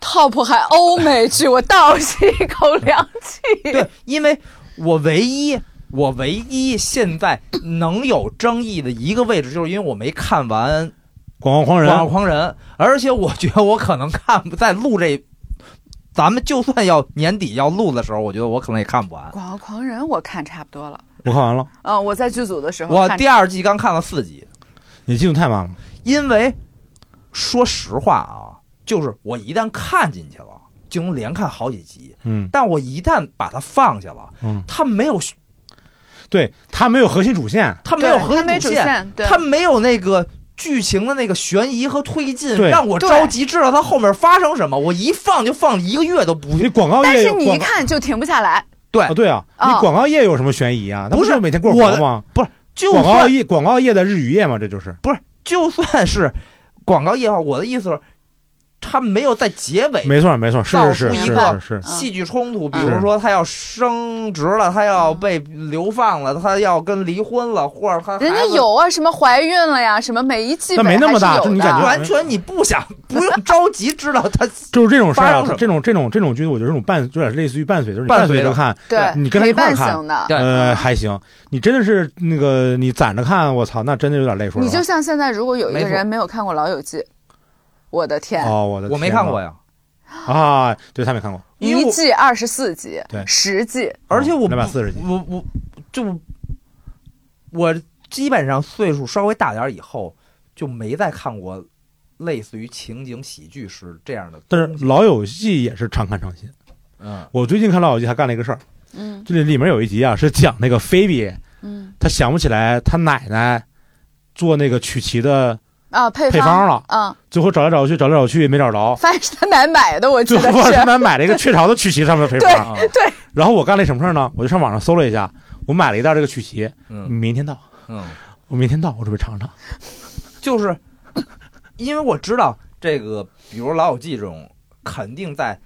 C: top 嗯还欧美剧，我倒吸一口凉气。
A: 对，因为我唯一我唯一现在能有争议的一个位置，就是因为我没看完
B: 广告狂
A: 《
B: 人啊
A: 狂傲狂人》，而且我觉得我可能看不在录这，咱们就算要年底要录的时候，我觉得我可能也看不完。
C: 广告狂人我看差不多了，
B: 我看完了，
C: 嗯，我在剧组的时候
A: 我
C: 看
A: 第二季刚看了四集，
B: 你进度太慢了。
A: 因为说实话啊，就是我一旦看进去了，就能连看好几集，
B: 嗯
A: 但我一旦把它放下了，
B: 嗯，
A: 它没有
B: 对，它没有核心主线，
A: 它没
C: 对
A: 有核
C: 他没
A: 心
C: 主
A: 主线，
C: 线，对，
A: 它没有那个剧情的那个悬疑和推进，
B: 对
A: 让我着急知道它后面发生什么。我一放就放一个月都不
B: 你广告
C: 但
B: 业
C: 是
B: 有
C: 你一
B: 广告
C: 看就停不下来，
A: 对
B: 啊，，对啊，
C: 啊
B: 你广告业有什么悬疑啊？它
A: 不是
B: 每天过活吗？
A: 就
B: 广告
A: 算
B: 业广告业的日与夜嘛，这就是
A: 就算是广告业的话，我的意思是，他没有在结尾
B: 没错没错，是
A: 造
B: 是
A: 出
B: 是
A: 一
B: 是
A: 个
B: 是是，
A: 戏剧冲突，比
C: 嗯
A: 如说他要升职了，他要被流放了，他要跟离婚了，或者他
C: 人家
A: 孩子
C: 有啊，什么怀孕了呀，什么每一季
B: 那
C: 尾
B: 没那
C: 还
B: 么
C: 是
B: 大
C: 有
B: 就你
C: 的啊
B: 感觉
A: 完全你不想不用着急知道他
B: 就是这种事儿
A: 发
B: 啊
A: 生什，么
B: 这种这种这种剧，我觉得这种伴有点类似于伴随，就是你
A: 伴
B: 伴随
A: 随
B: 着
A: 的
B: 看，
C: 对
B: 你跟他
C: 陪
B: 一块儿
C: 伴
B: 看
C: 型的，
A: 对
B: 呃，还行。你真的是那个你攒着看，我操，那真的有点累，说
C: 你
B: 实
C: 就
B: 话。
C: 像现在，如果有一
A: 没
C: 个
A: 错
C: 人没有看过《老友记》，我的天，
B: 哦，我的
A: 我没
B: 天呐
A: 看过呀，
B: 啊，对他没看过，
A: 因为
C: 一
A: 我
C: 季二十四集
B: 对，
C: 十季，
A: 而且我不
B: 240集
A: 我我就我基本上岁数稍微大点儿以后就没再看过类似于情景喜剧是这样的
B: 但
A: 东西，
B: 是《老友记》也是常看常新。
A: 嗯
B: 我最近看《老友记》还干了一个事儿，
C: 嗯
B: 这里里面有一集啊，是讲那个菲比，
C: 嗯
B: 她想不起来她奶奶做那个曲奇的，
C: 啊，配
B: 配方了
C: 嗯，
B: 最后找来找去，找来找去也没找着，
C: 发现是他奶 买的，我记
B: 最
C: 得
B: 后她
C: 是，
B: 奶买了一个雀巢的曲奇上 面的配方。
A: 啊
C: 对，
B: 然后我干了一什么事儿呢？我就上网上搜了一下，我买了一袋这个曲奇，
A: 嗯
B: 明天到，
A: 嗯，
B: 我明天到，我准备尝尝。
A: 就是因为我知道这个，比如《老友记》这种，肯定在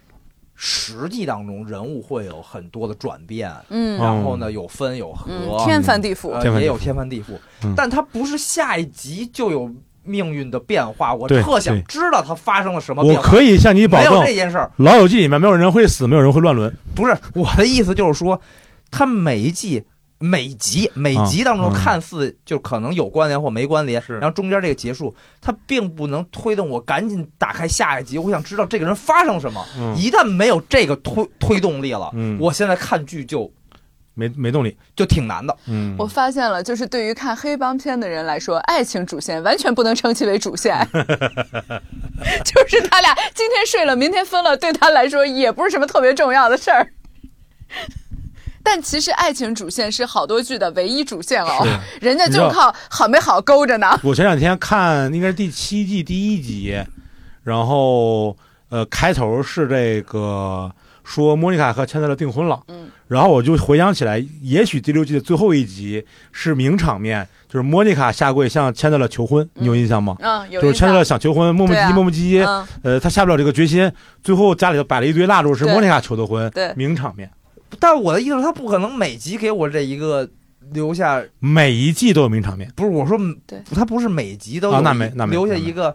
A: 实际当中人物会有很多的转变，
C: 嗯
A: 然后呢有分有合，
C: 嗯，天翻地覆，
A: 呃
B: 天翻地覆
A: 也有天翻地覆，
B: 嗯
A: 但它不是下一集就有命运的变化。我
B: 对
A: 特想
B: 对
A: 知道它发生了什么变
B: 我
A: 化。
B: 可以向你保
A: 没有
B: 证，
A: 这件事儿，
B: 《老友记》里面没有人会死，没有人会乱伦。
A: 不是我的意思，就是说，它每一季、每集、每集当中
B: 嗯
A: 看似就可能有关联或没关联，
B: 是
A: 然后中间这个结束，它并不能推动我赶紧打开下一集，我想知道这个人发生什么。
B: 嗯，
A: 一旦没有这个推推动力了，
B: 嗯
A: 我现在看剧就
B: 没没动力。
A: 就挺难的。
B: 嗯
C: 我发现了，就是对于看黑帮片的人来说，爱情主线完全不能称其为主线， 就是他俩今天睡了，明天分了，对他来说也不是什么特别重要的事儿。但其实爱情主线是好多剧的唯一主线哦，人家就靠好没好勾着呢。
B: 我前两天看应该是第七季第一集，然后呃开头是这个说莫妮卡和钱德勒订婚了，
C: 嗯，
B: 然后我就回想起来，也许第六季的最后一集是名场面，就是莫妮卡下跪向钱德勒求婚，你有印象吗？
C: 嗯，有
B: 就是
C: 印
B: 钱德
C: 象
B: 勒。想求婚，磨磨
C: 对
B: 唧
C: 啊
B: 唧磨磨唧唧，
C: 嗯，
B: 呃，他下不了这个决心，最后家里头摆了一堆蜡烛，是
C: 对
B: 莫妮卡求的婚，
C: 对
B: 名场面，
A: 但我的意思是，他不可能每集给我这一个留下，
B: 每一季都有名场面。
A: 不是我说
C: 对，
A: 他不是每集都有
B: 啊那
A: 一
B: 没那没
A: 留下
B: 那没
A: 一个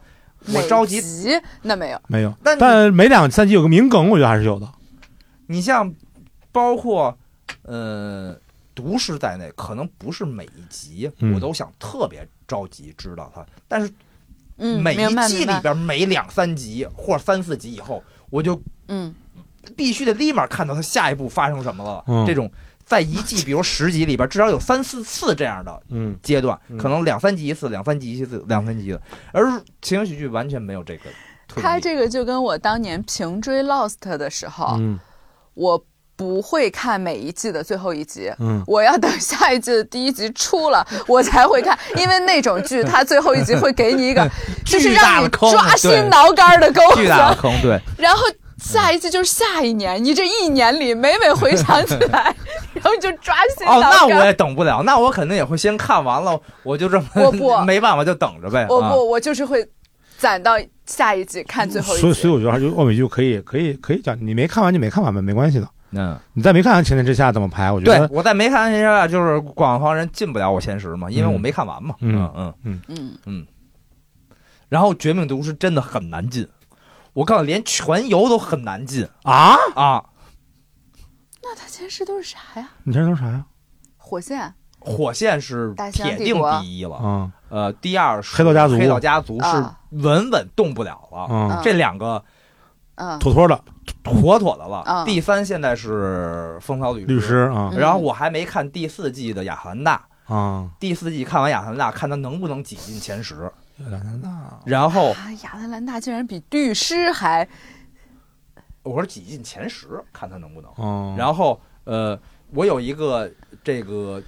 A: 我着急
C: 每集那没有，
B: 没有，
A: 但你
B: 但每两三集有个名梗，我觉得还是有的。
A: 你像包括呃毒师在内，可能不是每一集
B: 嗯
A: 我都想特别着急知道它，但是
C: 嗯，
A: 每
C: 明
A: 一
C: 白
A: 季
C: 明
A: 里
C: 白，
A: 边每两三集或者三四集以后，我就
C: 嗯，
A: 必须得立马看到它下一步发生什么了。
B: 嗯
A: 这种在一季，比如十集里边，至少有三四次这样的
B: 嗯，
A: 阶段
B: 嗯，
A: 可能两三集一次，两三集一次，两三集一次，而情景喜剧完全没有这个推理。
C: 他这个就跟我当年平追 Lost 的时候，
B: 嗯
C: 我不会看每一季的最后一集。
B: 嗯，
C: 我要等下一季的第一集 出了，我才会看，因为那种剧它最后一集会给你 一个，就是
A: 巨大
C: 让你
A: 的坑
C: 抓心
A: 对
C: 挠肝的钩
A: 巨大的
C: 子。
A: 坑， 对，哦
C: 然后下一季就是下一年，你这一年里每每回想起来，然后你就抓心
A: 嗯哦，那
C: 挠
A: 我
C: 肝。
A: 也等不了，那我肯定也会先看完了，我就这么
C: 我不
A: 没办法就等着呗。
C: 我
A: 啊
C: 不，我就是会攒到下一季看最后
B: 所
C: 一
B: 以所
C: 集。
B: 以我觉得还是欧美剧可以可以可以讲，你没看完就没看完呗，没关系的。
A: 嗯，
B: 你再没看完《情天之下》怎么排？我觉
A: 对
B: 得，
A: 我在没看完前啊，就是广黄人进不了我前十嘛，因为我没看完嘛。
B: 嗯
A: 嗯嗯
C: 嗯，
A: 然后《绝命毒师》真的很难进，我告诉你，连全游都很难进
B: 啊，
A: 啊！
C: 那它前十都是啥呀？
B: 你这都啥呀？
C: 火线、
A: 火线是
C: 大西洋
A: 铁
C: 帝
A: 定
C: 国
A: 第一了，
B: 啊
A: 呃，第二是
B: 黑道家族
A: 黑道家族是
C: 啊
A: 稳稳动不了了，
B: 啊，
A: 这两个
C: 嗯，
B: 妥妥的
A: 妥妥的了。
C: 啊
A: 第三现在是风骚律
B: 律师啊
C: 嗯
A: 然后我还没看第四季的雅涵娜，
B: 啊，
A: 第四季看完雅涵娜，看她能不能挤进前十。
B: 那
A: 然后
C: 啊，亚特兰大竟然比律师还
A: 我说挤进前十，看她能不能。
B: 哦，
A: 然后呃，我有一个这个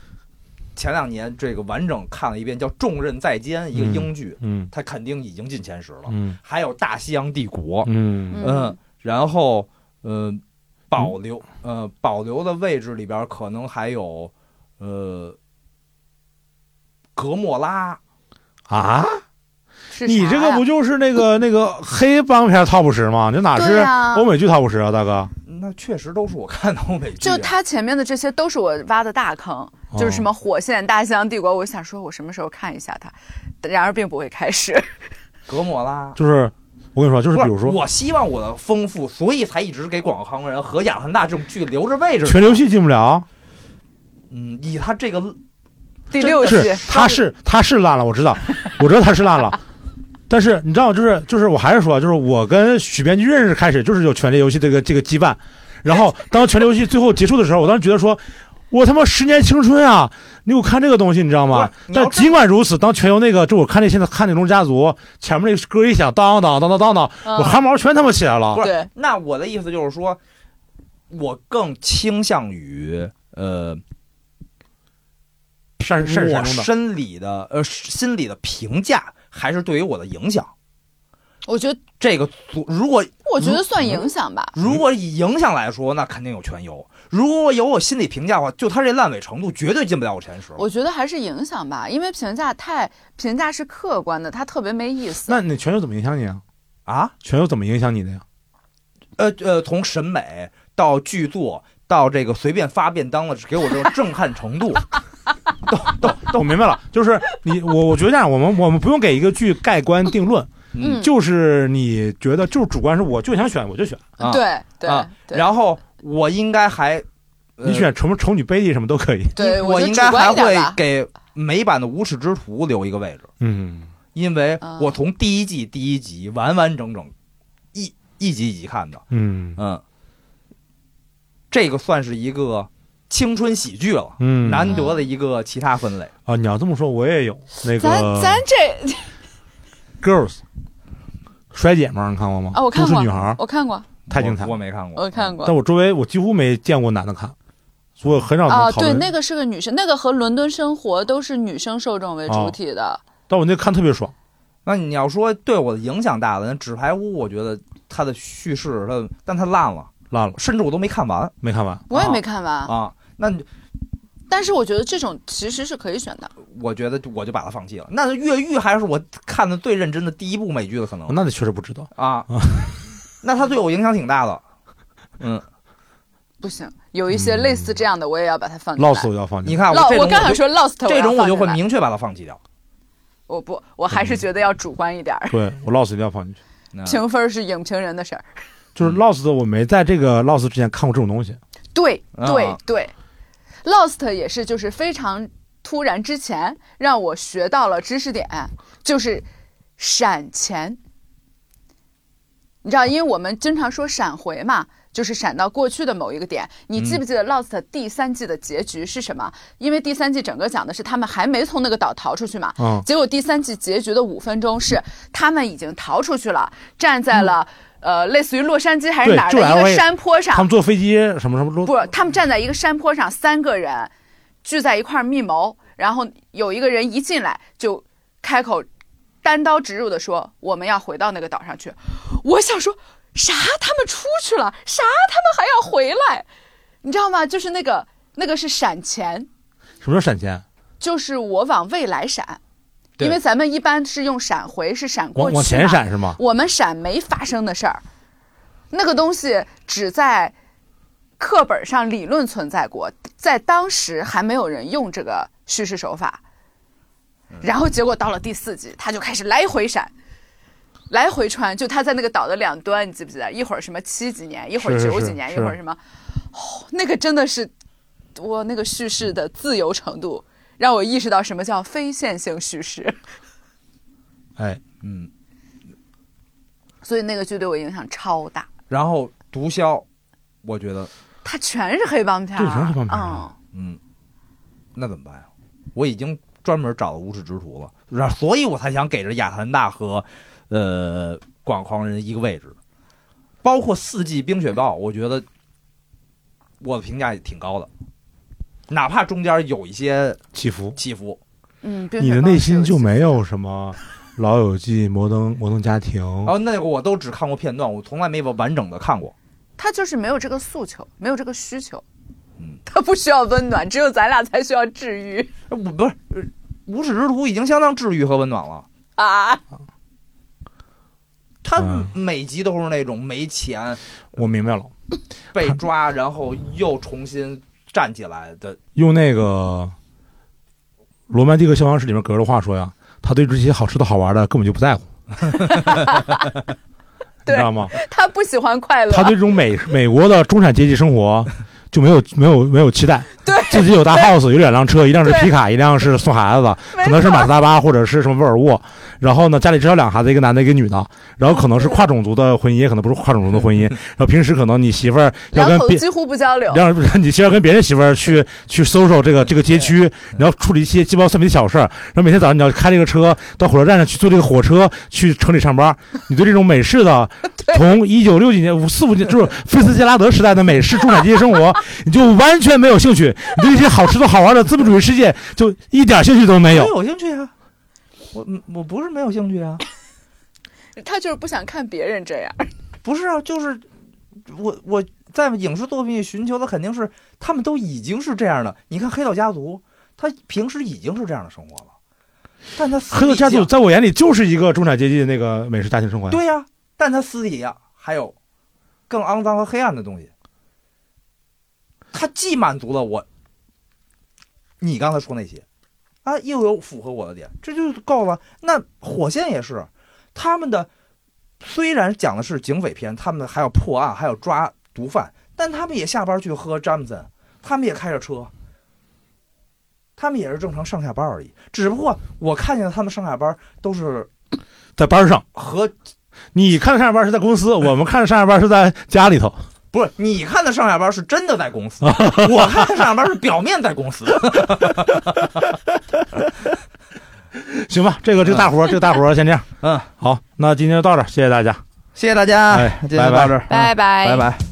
A: 前两年这个完整看了一遍，叫《重任在肩》，一个
B: 嗯
A: 英剧，
B: 嗯
A: 它肯定已经进前十了。
B: 嗯
A: 还有《大西洋帝国》，
B: 嗯
A: 嗯，然后嗯、保留呃保留的位置里边可能还有呃格莫拉。
B: 啊，
C: 是
B: 你
C: 啥
B: 这个
C: 呀
B: 不就是那个那个黑帮片 top 十吗？你哪
C: 对
B: 是
C: 呀
B: 欧美剧 top 十啊，大哥？
A: 那确实都是我看的欧美剧啊、
C: 就他前面的这些都是我挖的大坑，就是
B: 哦
C: 什么火线、大西洋帝国，我想说我什么时候看一下它，然而并不会开 始。
A: 格莫拉。
B: 就是我跟你说，就是
A: 不
B: 比如说《
A: 我希望我的丰富，所以才一直给广告航空人和亚特兰大这种剧留着位置。
B: 全流系》进不了，
A: 嗯，以他这个
C: 第六季
B: 是他是他是烂了，我知道，我知道他是烂了。但是你知道，就是就是，我还是说，就是我跟许编剧认识开始，就是有《权力游戏》这个这个羁绊。然后当《权力游戏》最后结束的时候，我当时觉得说，我他妈十年青春啊！你给我看这个东西，你知道吗
A: 不是？你要
B: 但
A: 这
B: 尽管如此，当全游那个，就我看那现在看那龙家族前面那歌一响，当当当当当当，
C: 嗯
B: 我汗毛全他妈起来了
A: 不。是
C: 对
A: 那我的意思就是说，我更倾向于呃，
B: 善善
A: 我
B: 善中的，
A: 生理的呃心理的评价，还是对于我的影响。
C: 我觉得
A: 这个组如果
C: 我觉得算影响吧。
A: 如果以影响来说，那肯定有全优。如果有我心理评价的话，就他这烂尾程度，绝对进不了我前十。
C: 我觉得还是影响吧，因为评价太评价是客观的，它特别没意思。
B: 那你全游怎么影响你啊？
A: 啊，
B: 全游怎么影响你的呀？
A: 呃呃，从审美到剧作到这个随便发便当了，给我这种震撼程 度，
B: 我明白了，就是你我我觉得这样，我们我们不用给一个剧盖棺定论，
C: 嗯，
B: 就是你觉得就是主观是我就想选我就选，
A: 啊
C: 对对
A: 啊
C: 对
A: 然后我应该还，呃
B: 你选什么丑女贝蒂什么都可以。
C: 对，
A: 我
C: 就
A: 应该
C: 主观
A: 还
C: 一点
A: 会
C: 吧
A: 给美版的《无耻之徒》留一个位置，
B: 嗯，
A: 因为
C: 啊
A: 我从第一季第一集完完整整一一集一集看的，
B: 嗯
A: 嗯，这个算是一个青春喜剧了，
B: 嗯
A: 难得的一个其他分类。
B: 啊，你要这么说，我也有那
C: 咱咱
B: 个
C: 这
B: Girls 摔姐们儿，你看过吗？
C: 啊，我看
B: 都
C: 过
B: 是女孩儿，，
C: 我看过，
B: 太精彩
A: 我，我
B: 了。
A: 没看过，
C: 我看过
B: 但。我周围我几乎没见过男的看，所以我很少
C: 啊，
B: 能讨
C: 对，
B: 论。
C: 那个是个女生，那个和伦敦生活都是女生受众为主
B: 哦
C: 体的。
B: 但我那看特别爽，
A: 那你要说对我的影响大的，那《纸牌屋》，我觉得它的叙事，它的但它烂了，
B: 烂了，
A: 甚至我都没看完
B: 没看完。
C: 我也
A: 啊
C: 没看完，
A: 啊。那你
C: 但是我觉得这种其实是可以选的。
A: 我觉得我就把它放弃了。那《越狱》还是我看的最认真的第一部美剧了，可能
B: 哦那你确实不知道，
A: 啊。那它对我影响挺大的。嗯，
C: 不行，有一些类似这样的，我也要把它放进来。
B: 老死我要放进
A: 你
B: 去。
A: 看
C: 老
A: 这种
C: 我刚
A: 就
C: 想说 Lost，
A: 这种
C: 我
A: 我
C: 要
A: 就
C: 放进
A: 会
C: 来，
A: 明确把它放弃掉。
C: 我不，我还是觉得要主观一点儿。
B: 对我 Lost 一定要放进去。
A: 那
C: 评分是影评人的事儿。
B: 就是
C: 嗯
B: Lost，我没在这个 Lost 之前看过这种东西。
C: 对
A: 啊
C: 对对，Lost 也是就是非常突然之前让我学到了知识点，就是闪钱。你知道，因为我们经常说闪回嘛，就是闪到过去的某一个点。
B: 嗯
C: 你记不记得 Lost 第三季的结局是什么？因为第三季整个讲的是他们还没从那个岛逃出去嘛。
B: 嗯
C: 结果第三季结局的五分钟是他们已经逃出去了，站在了、呃类似于洛杉矶还
B: 嗯
C: 是
B: 对
C: 哪儿的
B: 就来
C: 一
B: 我
C: 个
B: 也
C: 山坡上
B: 他，们坐飞机什么什么都
C: 不，他们站在一个山坡上，三个人聚在一块儿密谋，然后有一个人一进来就开口单刀直入的说：“我们要回到那个岛上去。”我想说，啥？他们出去了？啥？他们还要回来？你知道吗？就是那个那个是闪钱，
B: 什么叫闪钱？
C: 就是我往未来闪，
A: 对
C: 因为咱们一般是用闪回，是闪过
B: 往
C: 去
B: 往前
C: 嘛
B: 闪是吗？
C: 我们闪没发生的事儿，那个东西只在课本上理论存在过，在当时还没有人用这个叙事手法。然后结果到了第四季，他就开始来回闪，来回穿，就他在那个岛的两端，你记不记得？一会儿什么七几年，一会儿
B: 是是
C: 九
B: 是
C: 几年，
B: 是
C: 一会儿什么，哦，那个真的是我那个叙事的自由程度，让我意识到什么叫非线性叙事。
B: 哎，
A: 嗯，
C: 所以那个剧对我影响超大。
A: 然后毒枭，我觉得
C: 它全是黑帮片儿，
B: 对全是黑帮片儿啊
A: 嗯，那怎么办呀？我已经专门找了无耻之徒了，然后所以我才想给这亚特兰大和呃广狂人一个位置，包括四季冰雪暴，我觉得我的评价也挺高的，哪怕中间有一些
B: 起伏。
A: 起伏，
C: 嗯，嗯
B: 你的内心就没有什么《老友记》《摩登摩登家庭》
C: 哦
A: 然哦后那个我都只看过片段，我从来没完整的看过。
C: 他就是没有这个诉求，没有这个需求
A: 嗯，
C: 他不需要温暖，只有咱俩才需要治愈
A: 呃我不是呃无耻之徒已经相当治愈和温暖了。
C: 啊！
A: 他
B: 嗯
A: 每集都是那种没钱
B: 我明白了，
A: 被抓，然后又重新站起来的。
B: 用那个《罗曼蒂克消防士》里面格儿的话说呀，他对这些好吃的好玩的根本就不在乎， 你知道吗？
C: 他不喜欢快乐，
B: 他对这种美美国的中产阶级生 活就没有没有没有期待，
C: 对
B: 自己有大 house，有两辆车，一辆是
C: 对
B: 皮卡，一辆是送孩子的，
C: 没
B: 可能是
C: 错
B: 马自达八或者是什么沃尔沃，然后呢，家里至少两个孩子，一个男的，一个女的，然后可能是跨种族的婚姻，也可能不是跨种族的婚姻，然后平时可能你媳妇儿要
C: 两
B: 跟
C: 口
B: 别
C: 几乎不交流，
B: 让你媳妇儿跟别人媳妇儿 去去 social 这个这个街区，你要处理一些鸡毛蒜皮的小事儿，然后每天早上你要开这个车到火车站上去坐这个火车去城里上班，你对这种美式 的从一九六几年五四五年就是菲茨杰拉德时代的美式中产阶级生活，你就完全没有兴趣，你对一些好吃的好玩的资本主义世界就一点兴趣都没
A: 我
B: 有。
A: 有兴趣啊，我我不是没有兴趣啊，
C: 他就是不想看别人这
B: 嗯
C: 样。
A: 不是啊，就是我我在影视作品里寻求的肯定是他们都已经是这样的。你看《黑道家族》，他平时已经是这样的生活了，但他私
B: 黑色家
A: 底
B: 族
A: 下
B: 在我眼里就是一个中产阶级的那个美式家庭生活呀。
A: 对呀、但他私底下还有更肮脏和黑暗的东西。他既满足了我你刚才说那些，啊，又有符合我的点，这就够了。那火线也是，他们的虽然讲的是警匪片，他们还要破案，还要抓毒贩，但他们也下班去喝詹姆森，他们也开着车，他们也是正常上下班而已。只不过我看见他们上下班都是
B: 在班上，
A: 和
B: 你看上下班是在公司，我们看上下班是在家里头。
A: 不是你看的上下班是真的在公 司，我看的上下班是表面在公司。
B: 行吧，这个这个大活儿，这个大活儿先这样。
A: 嗯，
B: 好，那今天就到这儿，谢谢大家。
A: 谢谢大家，
B: 哎
A: 今天就到这儿，
C: 拜
A: 嗯拜拜。